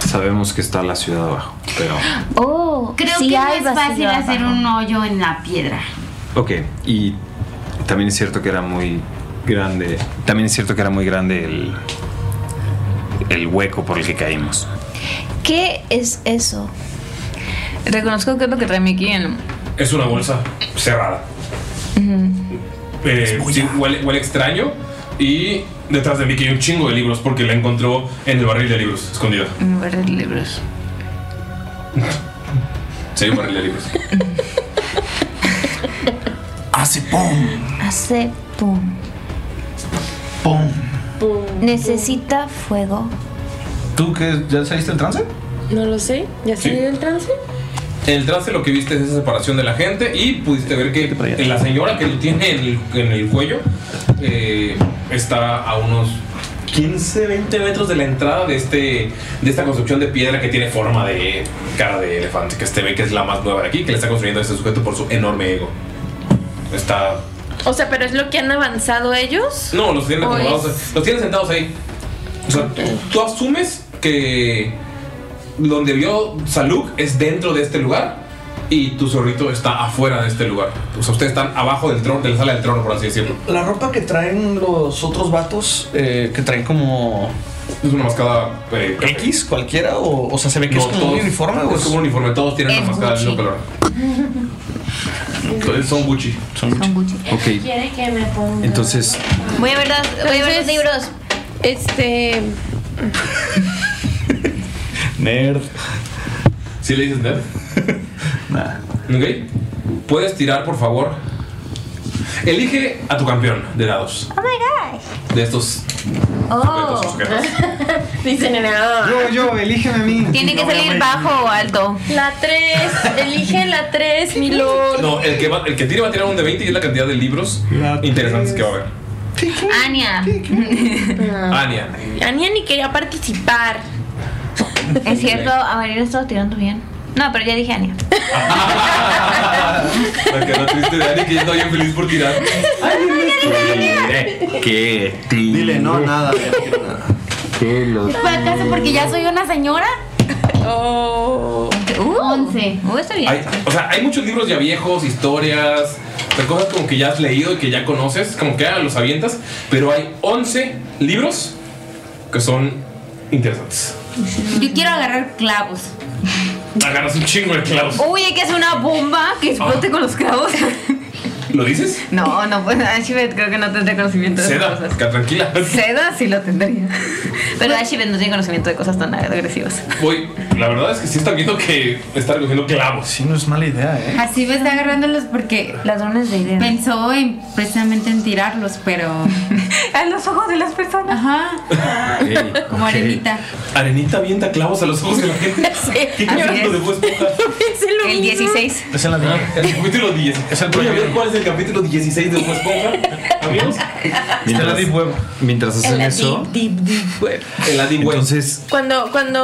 H: Sabemos que está la ciudad abajo, pero.
M: Oh,
G: Creo
M: sí
G: que no
M: hay
G: es
M: vacío
G: fácil hacer
M: abajo.
G: un hoyo en la piedra.
H: Ok, y también es cierto que era muy grande. También es cierto que era muy grande el. el hueco por el que caímos.
J: ¿Qué es eso? Reconozco que es lo que trae Mickey en.
D: Es una bolsa cerrada. Eh, sí, huele, huele extraño. Y detrás de mí que hay un chingo de libros porque la encontró en el barril de libros, escondida.
J: En lugar de libros.
D: Sí, hay un barril de libros.
F: Hace pum.
M: Hace pum.
F: Pum.
M: Necesita fuego.
D: ¿Tú qué? ¿Ya saliste del trance?
I: No lo sé. ¿Ya salí del trance?
D: En el trance lo que viste es esa separación de la gente y pudiste ver que la señora que lo tiene en el, en el cuello eh, está a unos 15, 20 metros de la entrada de, este, de esta construcción de piedra que tiene forma de cara de elefante, que este ve que es la más nueva de aquí, que le está construyendo a este sujeto por su enorme ego. Está
I: O sea, pero es lo que han avanzado ellos.
D: no, los tienen
I: ¿O
D: acomodados.
I: es-
D: Los tienen sentados ahí. O sea, tú asumes que donde vio Saluk es dentro de este lugar y tu zorrito está afuera de este lugar. O sea, ustedes están abajo del trono, de la sala del trono, por así decirlo.
L: La ropa que traen los otros vatos, eh, que traen como.
D: Es una mascada eh,
L: X, cualquiera, o, o sea, se ve que es
D: No,
L: como un
D: todos-
L: uniforme. o
D: Es como un uniforme, todos tienen
L: Es
D: una máscara del mismo
L: Gucci.
D: color. Entonces son Gucci. Son Gucci.
H: Ok,
I: Quiere que me ponga.
H: entonces
I: Voy a ver, voy a ver los
E: libros.
I: Este.
D: Nerd. ¿Sí le dices nerd? Nada. Ok. Puedes tirar, por favor. Elige a tu campeón de dados.
I: Oh my
D: De estos.
I: gosh. Oh. Dicen en
D: Yo, yo, elígeme a mí.
J: Tiene que salir bajo o alto.
I: La 3. Elige la 3, mi lord.
D: No, el que, va, el que tire va a tirar un de 20 y es la cantidad de libros interesantes que va a haber.
I: Ania.
D: Ania.
I: Ania ni quería participar.
E: Es cierto, a María le estaba tirando bien. No, pero ya dije Ania.
D: La cara triste de Ania que ya está bien feliz por tirar.
H: ¿Qué? Dile, no, nada. ¿Qué lo
G: ¿Acaso porque ya soy una señora?
I: Oh.
G: Uh. 11.
E: está bien.
D: Hay- o sea, hay muchos libros ya viejos, historias, o sea, cosas como que ya has leído y que ya conoces, como que ah, los avientas, pero hay 11 libros que son interesantes.
J: Yo quiero agarrar clavos.
D: Agarras un chingo de clavos.
J: Uy, hay que hacer una bomba que
D: Ah.
J: explote con los clavos.
D: ¿Lo dices?
J: No, no, pues Ashibet creo que no tendré conocimiento de esas
D: Seda,
J: cosas.
D: ca- tranquila.
J: Seda sí lo tendría. Pero Ashibet no tiene conocimiento de cosas tan agresivas.
D: Voy, la verdad es que sí están viendo que está recogiendo clavos. Sí, no es mala idea, ¿eh?
G: Así me está agarrándolos porque
E: ladrones de ideas.
G: Pensó en, precisamente en tirarlos, pero
J: a los ojos de las personas.
G: Ajá. Como arenita.
D: Arenita avienta clavos a los ojos de la gente. ¿Qué capítulo de Bob Esponja?
J: El 16.
D: Es el, capítulo 10. Es el Voy a ver cuál es el capítulo 16 de Bob Esponja, amigos.
H: Mientras, mientras hacen eso.
D: El
H: Entonces,
I: Cuando, cuando.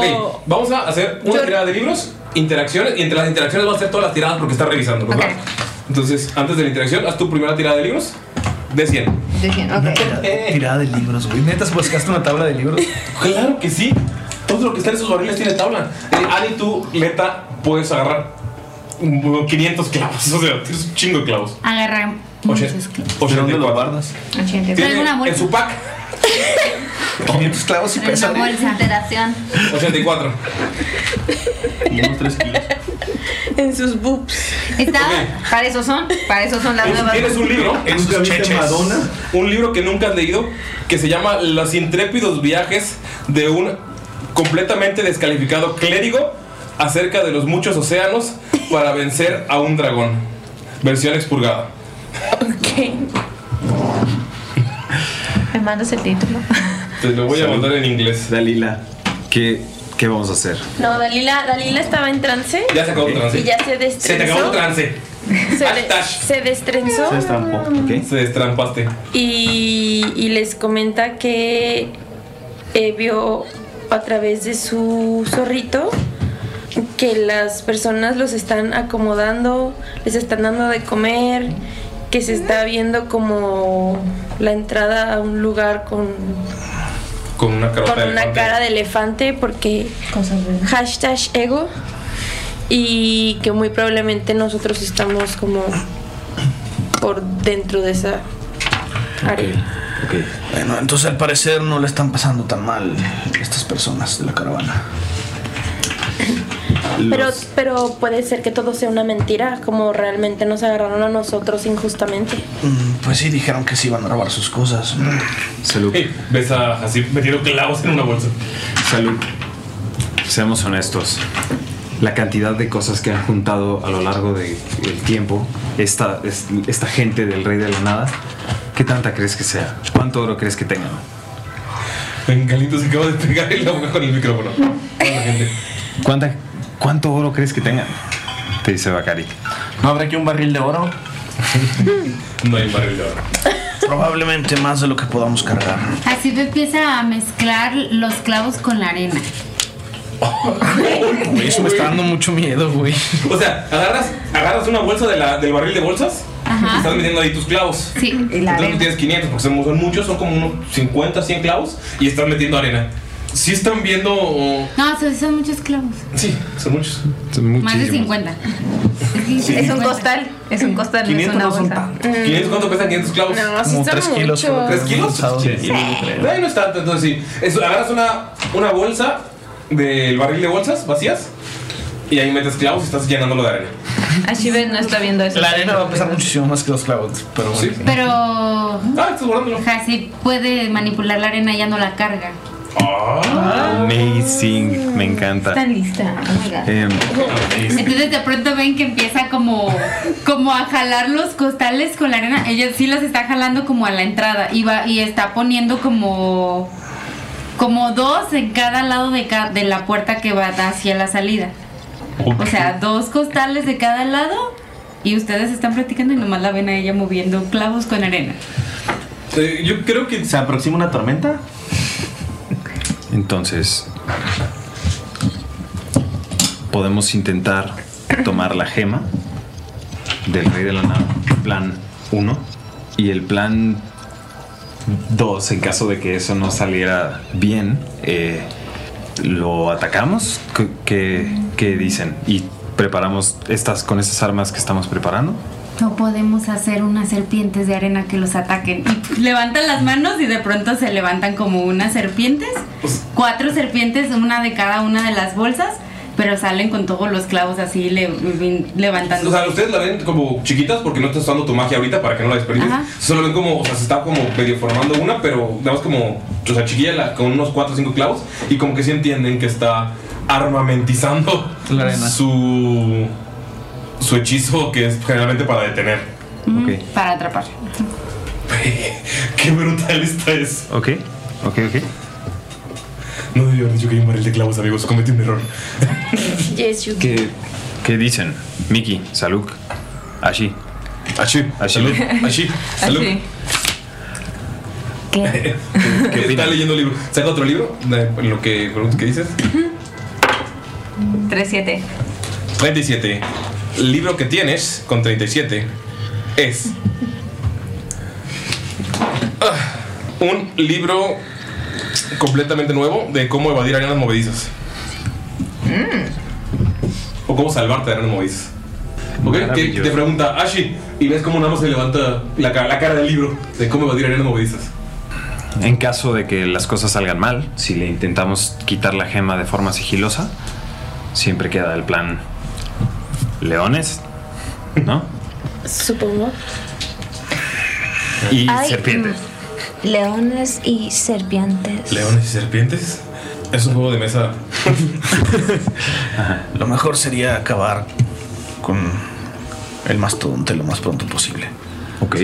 D: Ok, vamos a hacer una tirada de libros, interacciones, y entre las interacciones van a hacer todas las tiradas porque está revisando, ¿verdad? Entonces, antes de la interacción, haz tu primera tirada de libros de 100.
L: Tirada de libros, güey. ¿Neta buscaste una tabla de libros?
D: Claro que sí. Todo lo que está en esos barriles tiene tabla. Eh, Ari, tú, Leta, puedes agarrar mm, 500 clavos. O sea, tienes un chingo de clavos.
G: Agarra.
D: Oye, ¿de dónde lo guardas?
G: Traigo una bolsa.
D: en su pack. 500 clavos y
E: Una
L: ¿eh?
E: bolsa. Alteración.
D: 84.
I: En sus boobs.
J: Está. Para eso son. Para eso son las
D: Entonces,
J: nuevas.
D: Tienes un libro en sus cheches. Un libro que nunca has leído que se llama Los intrépidos viajes de un completamente descalificado clérigo acerca de los muchos océanos para vencer a un dragón. Versión expurgada.
E: Me mandas el título.
D: Te lo voy a mandar en inglés.
H: Dalila, ¿qué, qué vamos a hacer?
I: No, Dalila, Dalila estaba en trance.
D: Ya se acabó el trance.
I: Y ya se destrenzó.
D: Se te acabó el trance.
I: Se, de- se destrenzó.
D: Se destrampaste.
I: Y, y les comenta que eh, vio a través de su zorrito que las personas los están acomodando, les están dando de comer, que se está viendo como la entrada a un lugar con,
D: Con una carota
I: con
D: de
I: una
D: elefante.
I: cara de elefante porque hashtag ego y que muy probablemente nosotros estamos como por dentro de esa área.
L: Bueno, entonces al parecer no le están pasando tan mal estas personas de la caravana.
I: Pero, pero puede ser que todo sea una mentira, como realmente nos agarraron a nosotros injustamente.
L: Mm, Pues sí, dijeron que sí iban a robar sus cosas.
H: Salud.
D: ves a así metiendo clavos en una bolsa.
H: Salud. Seamos honestos. La cantidad de cosas que han juntado a lo largo del tiempo esta, es- esta gente del Rey de la Nada, ¿qué tanta crees que sea? ¿Cuánto oro crees que tengan?
D: Bengalito se acaba de pegar el boca con el micrófono.
H: ¿Cuánta, ¿Cuánto oro crees que tengan? Te dice Bacari.
K: ¿No habrá aquí un barril de oro?
D: No hay barril de oro.
F: Probablemente más de lo que podamos cargar.
G: Así empieza a mezclar los clavos con la arena.
F: Güey, eso me está dando mucho miedo, güey.
D: O sea, agarras, agarras una bolsa de la- del barril de bolsas
G: Ajá.
D: y estás metiendo ahí tus clavos.
G: Sí, y
D: Entonces
G: la
D: tú
G: arena.
D: tienes 500 porque son son muchos, son como unos 50, 100 clavos y estás metiendo arena. Si están viendo. o-
G: No, son, son muchos clavos.
D: Sí, son muchos.
G: Más de 50.
D: Sí.
J: Es un costal. Es un costal, no es
D: 500
J: una
D: no son
J: bolsa.
D: ¿500 cuánto pesan 500 clavos?
J: No, sí Como son tres kilos, muchos. creo que
D: ¿Tres
J: hemos
D: kilos?
J: usado.
D: Sí.
J: Sí.
D: Ahí no es tanto, entonces sí. Eso, agarras una, una bolsa del barril de bolsas vacías y ahí metes clavos y estás llenándolo de arena.
J: Ashibet no está viendo eso.
D: La arena
F: va a pesar muchísimo más que los clavos, pero
D: sí.
G: Pero. Ah,
D: estás guardándolo.
G: Así puede manipular la arena y ya no la carga.
D: Ah.
H: Amazing, me encanta.
G: Está lista.
H: Em,
G: Entonces de pronto ven que empieza como, como a jalar los costales con la arena. Ella sí los está jalando como a la entrada y va y está poniendo como como dos en cada lado de, ca- de la puerta que va hacia la salida. O sea, dos costales de cada lado y ustedes están practicando y nomás la ven a ella moviendo clavos con arena.
D: Eh, yo creo que.
K: ¿Se aproxima una tormenta?
H: entonces, podemos intentar tomar la gema del rey de la nave, plan 1, y el plan 2, en caso de que eso no saliera bien, eh, lo atacamos, ¿Qué, qué- qué dicen? Y preparamos estas con esas armas que estamos preparando.
G: No podemos hacer unas serpientes de arena que los ataquen. Y levantan las manos y de pronto se levantan como unas serpientes.
D: Pues-
G: Cuatro serpientes, una de cada una de las bolsas, pero salen con todos los clavos así le, levantando.
D: O sea, ustedes la ven como chiquitas porque no estás usando tu magia ahorita para que no la desperdicies.
G: Ajá.
D: Solo ven como, o sea, se está como medio formando una, pero nada más como, o sea, chiquilla la- con unos 4 o 5 clavos y como que sí entienden que está armamentizando
H: La arena.
D: su su hechizo que es generalmente para detener.
G: Mm, Para atrapar.
D: Qué brutal esta es.
H: Ok, ok, ok.
D: No debí haber dicho que hay un barril de clavos, amigos. Cometí un error.
I: Yes, you
H: ¿Qué, qué dicen? Miki, Saluk, Ashi.
D: Ashi.
H: Ashi.
D: Ashi.
J: Así.
D: ¿Qué? está leyendo un libro. Saca otro libro, eh, lo que, ¿qué dices.
J: 3-7.
D: 37. El libro que tienes con 37 es ah, un libro completamente nuevo de cómo evadir arenas movedizas o cómo salvarte de arenas movedizas. ¿Ok? Que te pregunta Ashi y ves cómo nada más se levanta la, ca- la cara del libro de cómo evadir arenas movedizas.
H: En caso de que las cosas salgan mal, si le intentamos quitar la gema de forma sigilosa, siempre queda el plan leones, ¿no?
M: Supongo.
H: Y
M: Ay,
H: serpientes.
M: mm, Leones y serpientes.
D: ¿Leones y serpientes? Es un juego de mesa.
F: Lo mejor sería acabar con el mastodonte lo más pronto posible.
H: Ok.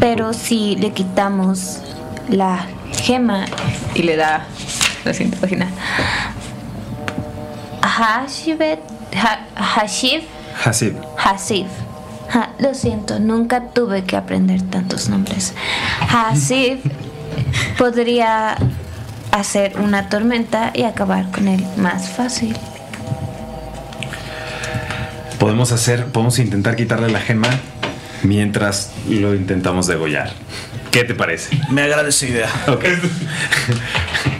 M: Pero si le quitamos la gema
J: Y le da la siguiente página.
M: Hashibet, Ha- Hashib,
H: Hasib.
M: Hasif. Ja, lo siento, nunca tuve que aprender tantos nombres. Hasif podría hacer una tormenta y acabar con él más fácil.
H: Podemos hacer, podemos intentar quitarle la gema mientras lo intentamos degollar. ¿Qué te parece?
F: Me agrada esa idea.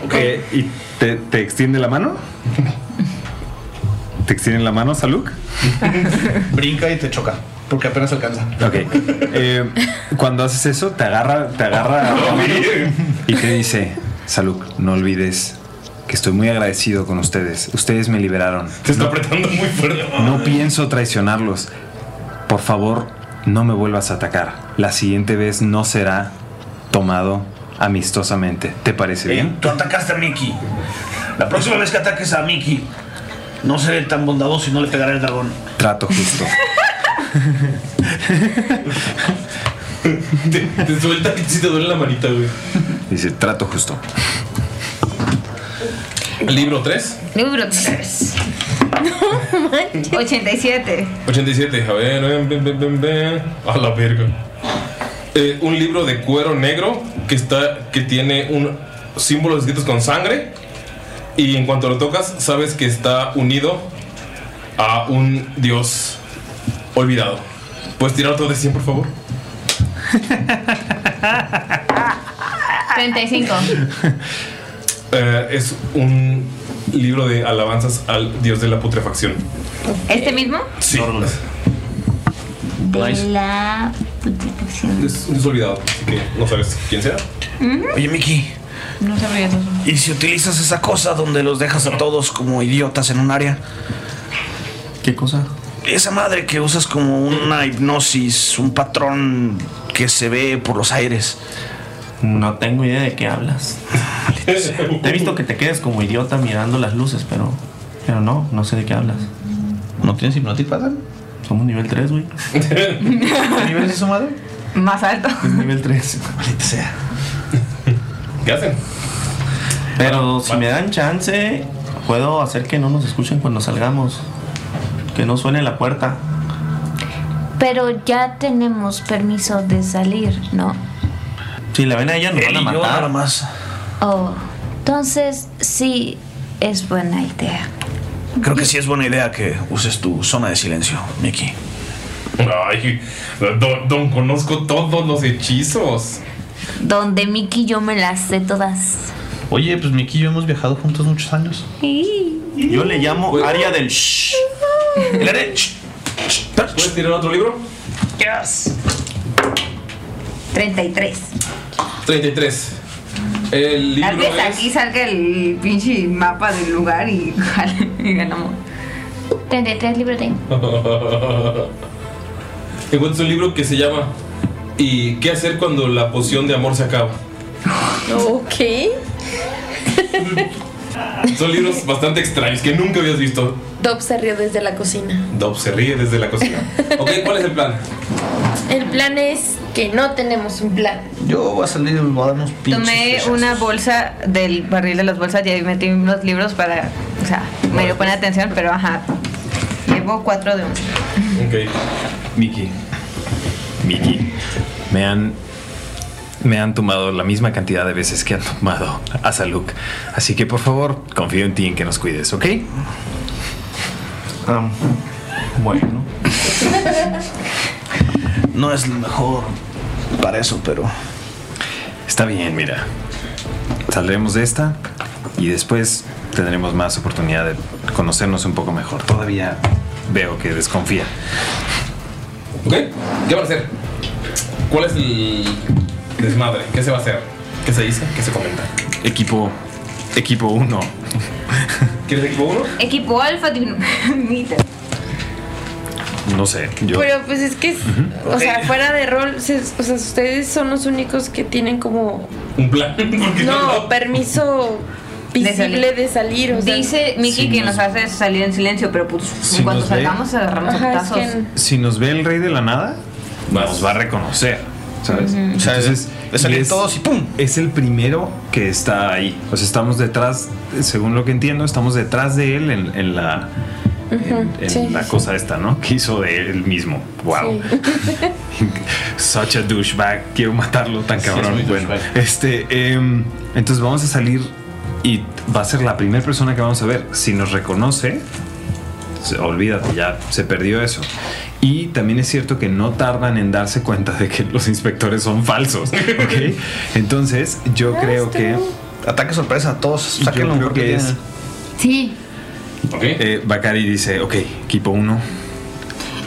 H: Ok. Eh, ¿Y te, te extiende la mano? ¿Te extiende la mano, Saluk?
F: Brinca y te choca, porque apenas alcanza.
H: Ok. Eh, cuando haces eso, te agarra, te agarra la mano y te dice, Saluk, no olvides que estoy muy agradecido con ustedes. Ustedes me liberaron.
D: Te está apretando muy fuerte.
H: No pienso traicionarlos. Por favor, no me vuelvas a atacar. La siguiente vez no será tomado amistosamente. ¿Te parece bien?
F: Tú atacaste a Mickey. La próxima vez que ataques a Mickey, no seré tan bondadoso y no le pegaré el dragón.
H: Trato justo.
D: Te, te suelta y si te duele la manita, güey.
H: Dice, trato justo.
D: Libro 3.
J: Número 3. No, 87.
D: 87, a ver, ven, ven, ven, ven, ven. a la verga. eh, un libro de cuero negro que está que tiene un símbolos escritos con sangre y en cuanto lo tocas sabes que está unido a un dios olvidado. ¿Puedes tirar otro de 100 por favor?
E: 35.
D: Eh, es un libro de alabanzas al dios de la putrefacción.
E: ¿Este mismo?
D: Sí.
E: La.
D: Es un dios olvidado, así que no sabes quién sea.
J: ¿Mm?
F: Oye, Miki,
J: No sabría eso.
F: ¿y si utilizas esa cosa donde los dejas a todos como idiotas en un área?
K: ¿Qué cosa?
F: Esa madre que usas como una hipnosis, un patrón que se ve por los aires.
K: No tengo idea de qué hablas. Te he visto que te quedes como idiota mirando las luces, pero, pero no, no sé de qué hablas.
F: ¿No tienes hipnotismo,
K: Somos nivel 3, güey.
F: ¿Qué nivel es eso, madre?
J: Más alto.
K: Es nivel 3. Maldita sea.
D: ¿Qué hacen?
K: Pero si me dan chance, puedo hacer que no nos escuchen cuando salgamos. Que no suene la puerta.
M: Pero ya tenemos permiso de salir, ¿no?
K: Si la ven a ella, nos van a matar. nada
F: más.
M: Oh, entonces sí es buena idea.
F: Creo que sí es buena idea que uses tu zona de silencio, Miki.
D: Ay, don, don conozco todos los hechizos.
M: Donde Mickey y yo me las sé todas.
L: Oye, pues Miki y yo hemos viajado juntos muchos años.
K: Yo le llamo área del shh.
L: El
K: área del
D: ¿Puedes tirar otro libro?
M: Yes.
J: 33.
D: 33. El
J: Tal
D: libro
J: vez
D: es...
J: aquí salga el pinche mapa del lugar y, y ganamos.
M: 33 libros tengo.
D: Encuentras un libro que se llama ¿Y qué hacer cuando la poción de amor se acaba?
I: Ok.
D: Son libros bastante extraños que nunca habías visto.
I: Dob se rió desde la cocina.
D: Dob se ríe desde la cocina. Ok, ¿cuál es el plan?
I: El plan es que no tenemos un plan.
L: Yo voy a salir y me voy a dar unos pinches.
J: Tomé una bolsa del barril de las bolsas y ahí metí los libros para, o sea, medio poner atención, pero ajá. Llevo cuatro de uno.
D: Ok.
H: Miki. Miki. Me han. Me han tumbado la misma cantidad de veces que han tumbado a Saluk. Así que por favor, confío en ti en que nos cuides, ¿ok?
K: bueno.
F: No es lo mejor para eso, pero.
H: Está bien, mira. Saldremos de esta y después tendremos más oportunidad de conocernos un poco mejor. Todavía veo que desconfía.
D: Ok, ¿qué van a hacer? ¿Cuál es el desmadre? ¿Qué se va a hacer? ¿Qué se dice? ¿Qué se comenta?
H: Equipo. Equipo 1.
D: ¿Quieres equipo 1?
J: Equipo alfa dinamita.
H: No sé. Yo.
I: Pero pues es que, es- o sea, fuera de rol, se- o sea, ustedes son los únicos que tienen como,
D: Un plan. Porque
I: no, permiso visible
J: salir.
I: de salir. o sea,
J: Dice Miki que nos hace salir en silencio, pero pues
H: Si
J: en cuanto
H: nos ve-
J: salgamos agarramos
I: Ajá, es
J: a putazos.
I: que-
H: Si nos ve el rey de la nada, nos va a reconocer. ¿Sabes?
J: Ujú.
H: O sea, Entonces,
L: salir
H: es,
L: todos y ¡pum!
H: Es el primero que está ahí. O sea, estamos detrás, según lo que entiendo, estamos detrás de él en, en la,
I: Ujú,
H: en
I: sí.
H: la cosa esta, ¿no? Que hizo de él mismo. ¡Wow! Such a douchebag. Quiero matarlo tan
K: Sí, es
H: cabrón.
K: muy
H: bueno, este. em, entonces vamos a salir y va a ser la primera persona que vamos a ver. Si nos reconoce, se- olvídate, ya se perdió eso. Y también es cierto que no tardan en darse cuenta de que los inspectores son falsos. ¿ok? Entonces, yo creo que.
L: Ataque sorpresa, todos
H: Yo
L: lo
H: creo
L: mejor
H: que
L: que
H: es.
G: Sí.
H: eh, Bakari dice: Ok, equipo 1,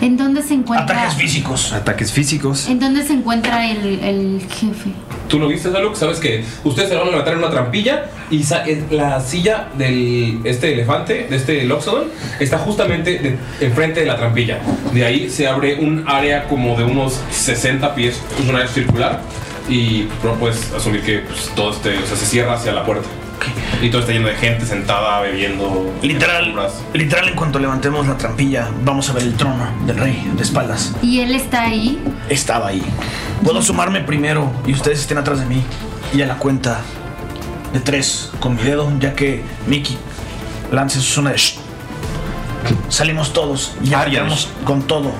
G: ¿En dónde se encuentra?
F: físicos.
H: ataques físicos.
G: ¿En dónde se encuentra el, el jefe?
D: Tú lo viste, Saluk, sabes que ustedes se van a levantar en una trampilla y sa- eh, la silla del este elefante, de este Loxodon, está justamente de- enfrente de la trampilla. De ahí se abre un área como de unos 60 pies, es un área circular y no puedes asumir que pues, todo este, o sea, se cierra hacia la puerta. Y todo está lleno de gente sentada, bebiendo.
F: Literal, literal, en cuanto levantemos la trampilla, vamos a ver el trono del rey de espaldas.
G: ¿Y él está ahí?
F: Estaba ahí. Puedo sumarme primero y ustedes estén atrás de mí. Y a la cuenta de tres con mi dedo, ya que Mickey lance su zona de shh. Salimos todos y arreamos con todo.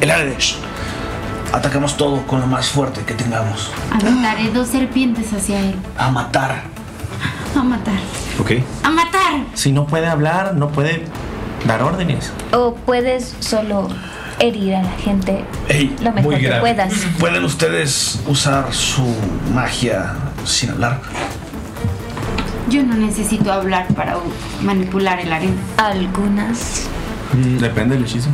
F: El área de shh. Atacamos todo con lo más fuerte que tengamos.
G: Aventaré dos serpientes hacia él.
F: A matar.
G: A matar.
K: Ok.
G: ¡A matar!
K: Si no puede hablar, no puede dar órdenes.
M: O puedes solo herir a la gente
F: Ey,
M: lo mejor
F: muy
M: que
F: grave.
M: puedas.
F: ¿Pueden ustedes usar su magia sin hablar?
G: Yo no necesito hablar para u- manipular el arena.
M: Algunas.
H: Mm,
K: Depende del hechizo.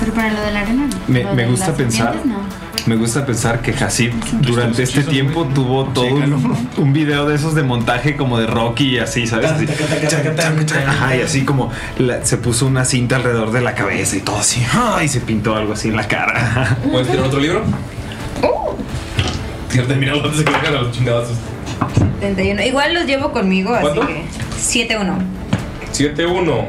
G: Pero para lo de la arena no.
H: Me-
G: Lo
H: me
G: de
H: gusta
G: las
H: pensar-
G: serpientes, no.
H: Me gusta pensar que Hasib durante este tiempo tuvo todo un, un video de esos de montaje como de Rocky y así, ¿sabes? Así, Ajá, y así como la- se puso una cinta alrededor de la cabeza y todo así. ¡ah! Y se pintó algo así en la cara.
D: ¿Puedes tirar Pues otro libro? Tienes de mirarlo antes de que vengan a los chingadazos.
J: 71. Igual los llevo conmigo,
D: ¿Cuánto?
J: así que. 7-1.
D: 7-1.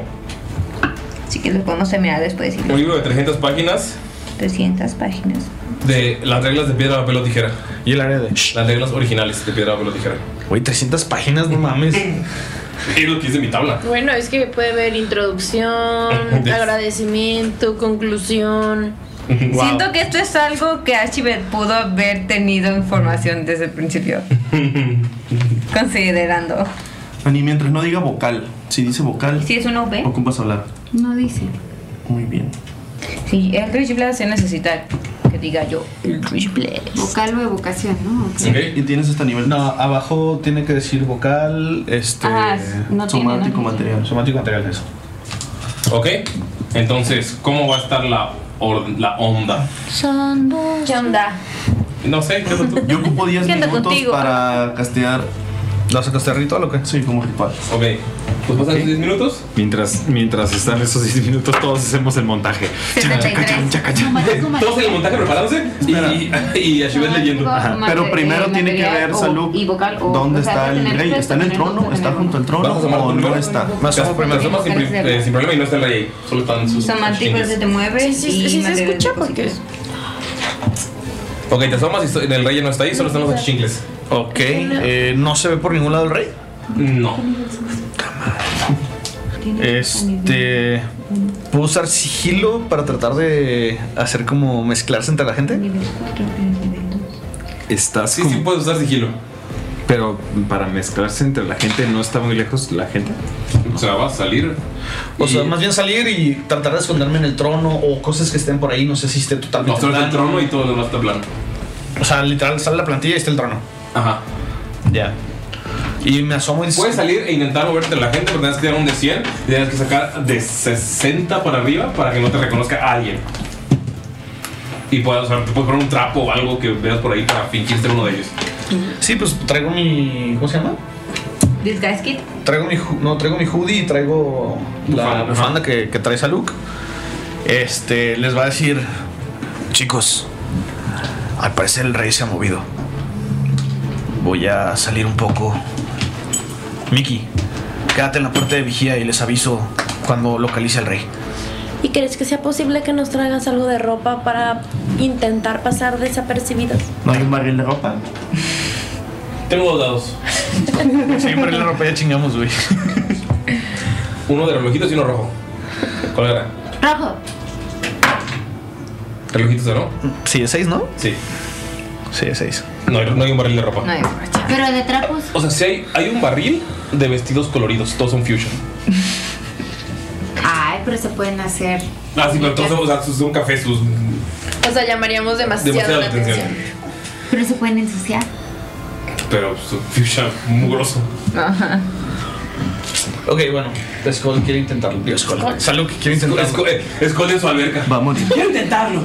J: Así que los podemos terminar después.
D: Un libro de 300 páginas
J: 300 páginas.
D: de las reglas de piedra, papel o tijera. ¿Y el área de? Las reglas originales de piedra, papel o tijera.
K: Güey, 300 páginas, no mames.
D: Es lo que hice en mi tabla.
T: Bueno, es que puede ver introducción,
D: Des-
T: agradecimiento, conclusión.
J: Siento que esto es algo que Archibald pudo haber tenido información desde el principio. Considerando.
K: Ni mientras no diga vocal. Si dice vocal,
J: Si es una V,
K: ocupas hablar.
G: no dice.
K: Muy bien.
J: Sí, el Rich Blast se necesita que diga yo. El Rich Blast.
G: Vocal o evocación, ¿no?
K: ¿Y tienes hasta nivel?
L: No, abajo tiene que decir vocal, este.
G: Ah, no tiene, no somático tiene.
K: material.
L: Somático material, eso.
D: Ok, entonces, ¿cómo va a estar la, or- la onda?
M: Son dos.
I: ¿Qué onda?
D: No sé, ¿qué tú?
K: Yo ocupo 10
I: ¿Qué onda
K: minutos
I: contigo?
K: para castear.
L: ¿Lo vas a castear ritual o qué?
K: Sí, como ritual.
D: Ok. Pues pasan 10 minutos.
H: Mientras, mientras están esos 10 minutos, todos hacemos el montaje.
D: Todos en el montaje preparándose y, y, y Ashibet leyendo.
K: Pero primero tiene que ver, salud. ¿Dónde
D: o sea,
K: está
D: vas a
K: el
D: tener
K: rey?
D: que
K: ¿Está en el trono? ¿Está junto al trono?
D: Vas a asomar
K: ¿O
D: tu libro.
K: no está?
D: Te asomas primero. sin, pri- eh, sin problema y no está el rey ahí. Solo están sus.
J: Somántico
D: chingues.
J: se te mueve.
T: Sí, sí,
J: y
T: sí, se
J: materiales
T: escucha
J: porque.
D: Ok, te asomas y so- el rey ya no está ahí, solo están los chichingles.
L: Ok, eh, ¿no se ve por ningún lado el rey?
D: No.
L: Este. ¿Puedo usar sigilo para tratar de hacer como mezclarse entre la gente?
H: Estás
D: Sí, sí, puedes usar sigilo.
H: Pero para mezclarse entre la gente, ¿no está muy lejos la gente?
D: O sea, va a salir.
L: O sea, más bien salir y tratar de esconderme en el trono o cosas que estén por ahí. No sé si esté
D: No,
L: totalmente.
D: solo está el
L: plano.
D: trono y todo lo demás está plano.
L: O sea, literal, sale la plantilla y está el trono.
D: Ajá.
L: Ya. Y me asomo y
D: Puedes salir e intentar moverte de la gente, pero tienes que tirar un de 100 y tienes que sacar de 60 para arriba para que no te reconozca alguien. Y puedas, o sea, te puedes poner un trapo o algo que veas por ahí para fingir ser uno de ellos.
L: Sí, pues traigo mi. ¿Cómo se llama?
J: Disguise kit.
L: Traigo mi, ju- no, traigo mi hoodie y traigo la bufanda que, que traes a Luke. Este, les va a decir, chicos, al parecer el rey se ha movido. Voy a salir un poco. Mickey, quédate en la puerta de vigía y les aviso cuando localice al rey.
I: ¿Y crees que sea posible que nos traigas algo de ropa para intentar pasar desapercibidas?
K: ¿No hay un barril de ropa?
D: Tengo dos dados.
L: Siempre la ropa ya chingamos, güey.
D: Uno de relojitos y uno rojo. ¿Cuál era?
G: Rojo.
D: ¿Relojitos o no?
L: Sí, es 6, ¿no?
D: Sí.
L: Sí, es 6.
D: No, hay- no hay un barril de ropa.
G: Pero de trapos.
D: O sea, sí hay, hay un barril de vestidos coloridos, todos son fusion.
G: Ay, pero se pueden hacer.
D: Ah, sí, pero todos son, o sea, sus- son cafés, sus
T: O sea, llamaríamos demasiado,
D: demasiada
T: la atención.
D: atención.
G: Pero se pueden ensuciar.
D: Pero su fusion mugroso.
J: Ajá.
L: Ok, bueno, Skull quiere intentarlo. Digo, Skull. Salud, quiere intentarlo.
D: Esconde en su alberca. Va
K: a morir.
D: Quiero intentarlo.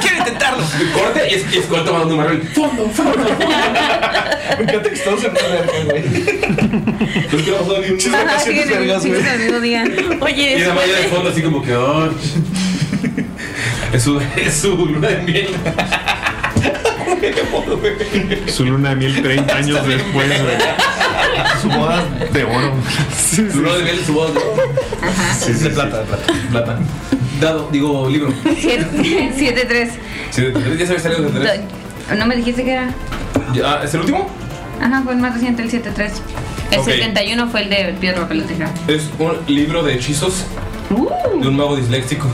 D: Quiero intentarlo. Corte y, es- y Skull tomando un barril. Fondo, fondo.
L: Me encanta que estamos en una alberca, güey.
D: Los que vamos a dar un chisme
J: Ajá, sí, sí, sí, sí, amigo, digan.
D: Y
J: Oye,
D: la malla de fondo así como que. "Ay". Es su, es su luna de miel.
H: Su luna de miel 30 años después, güey.
K: Su boda de oro.
D: Su luna de miel, su boda de de plata, de plata. Plata. Dado, digo, libro.
J: 7-3.
D: Sí, ya se había salido de tres.
J: ¿No me dijiste que era?
D: Ya, ¿Es el último?
J: Ajá, fue el más reciente, el 7-3. El
D: Ok.
J: 71 fue el de piedra, papel o tijera.
D: Es un libro de hechizos de un mago disléxico.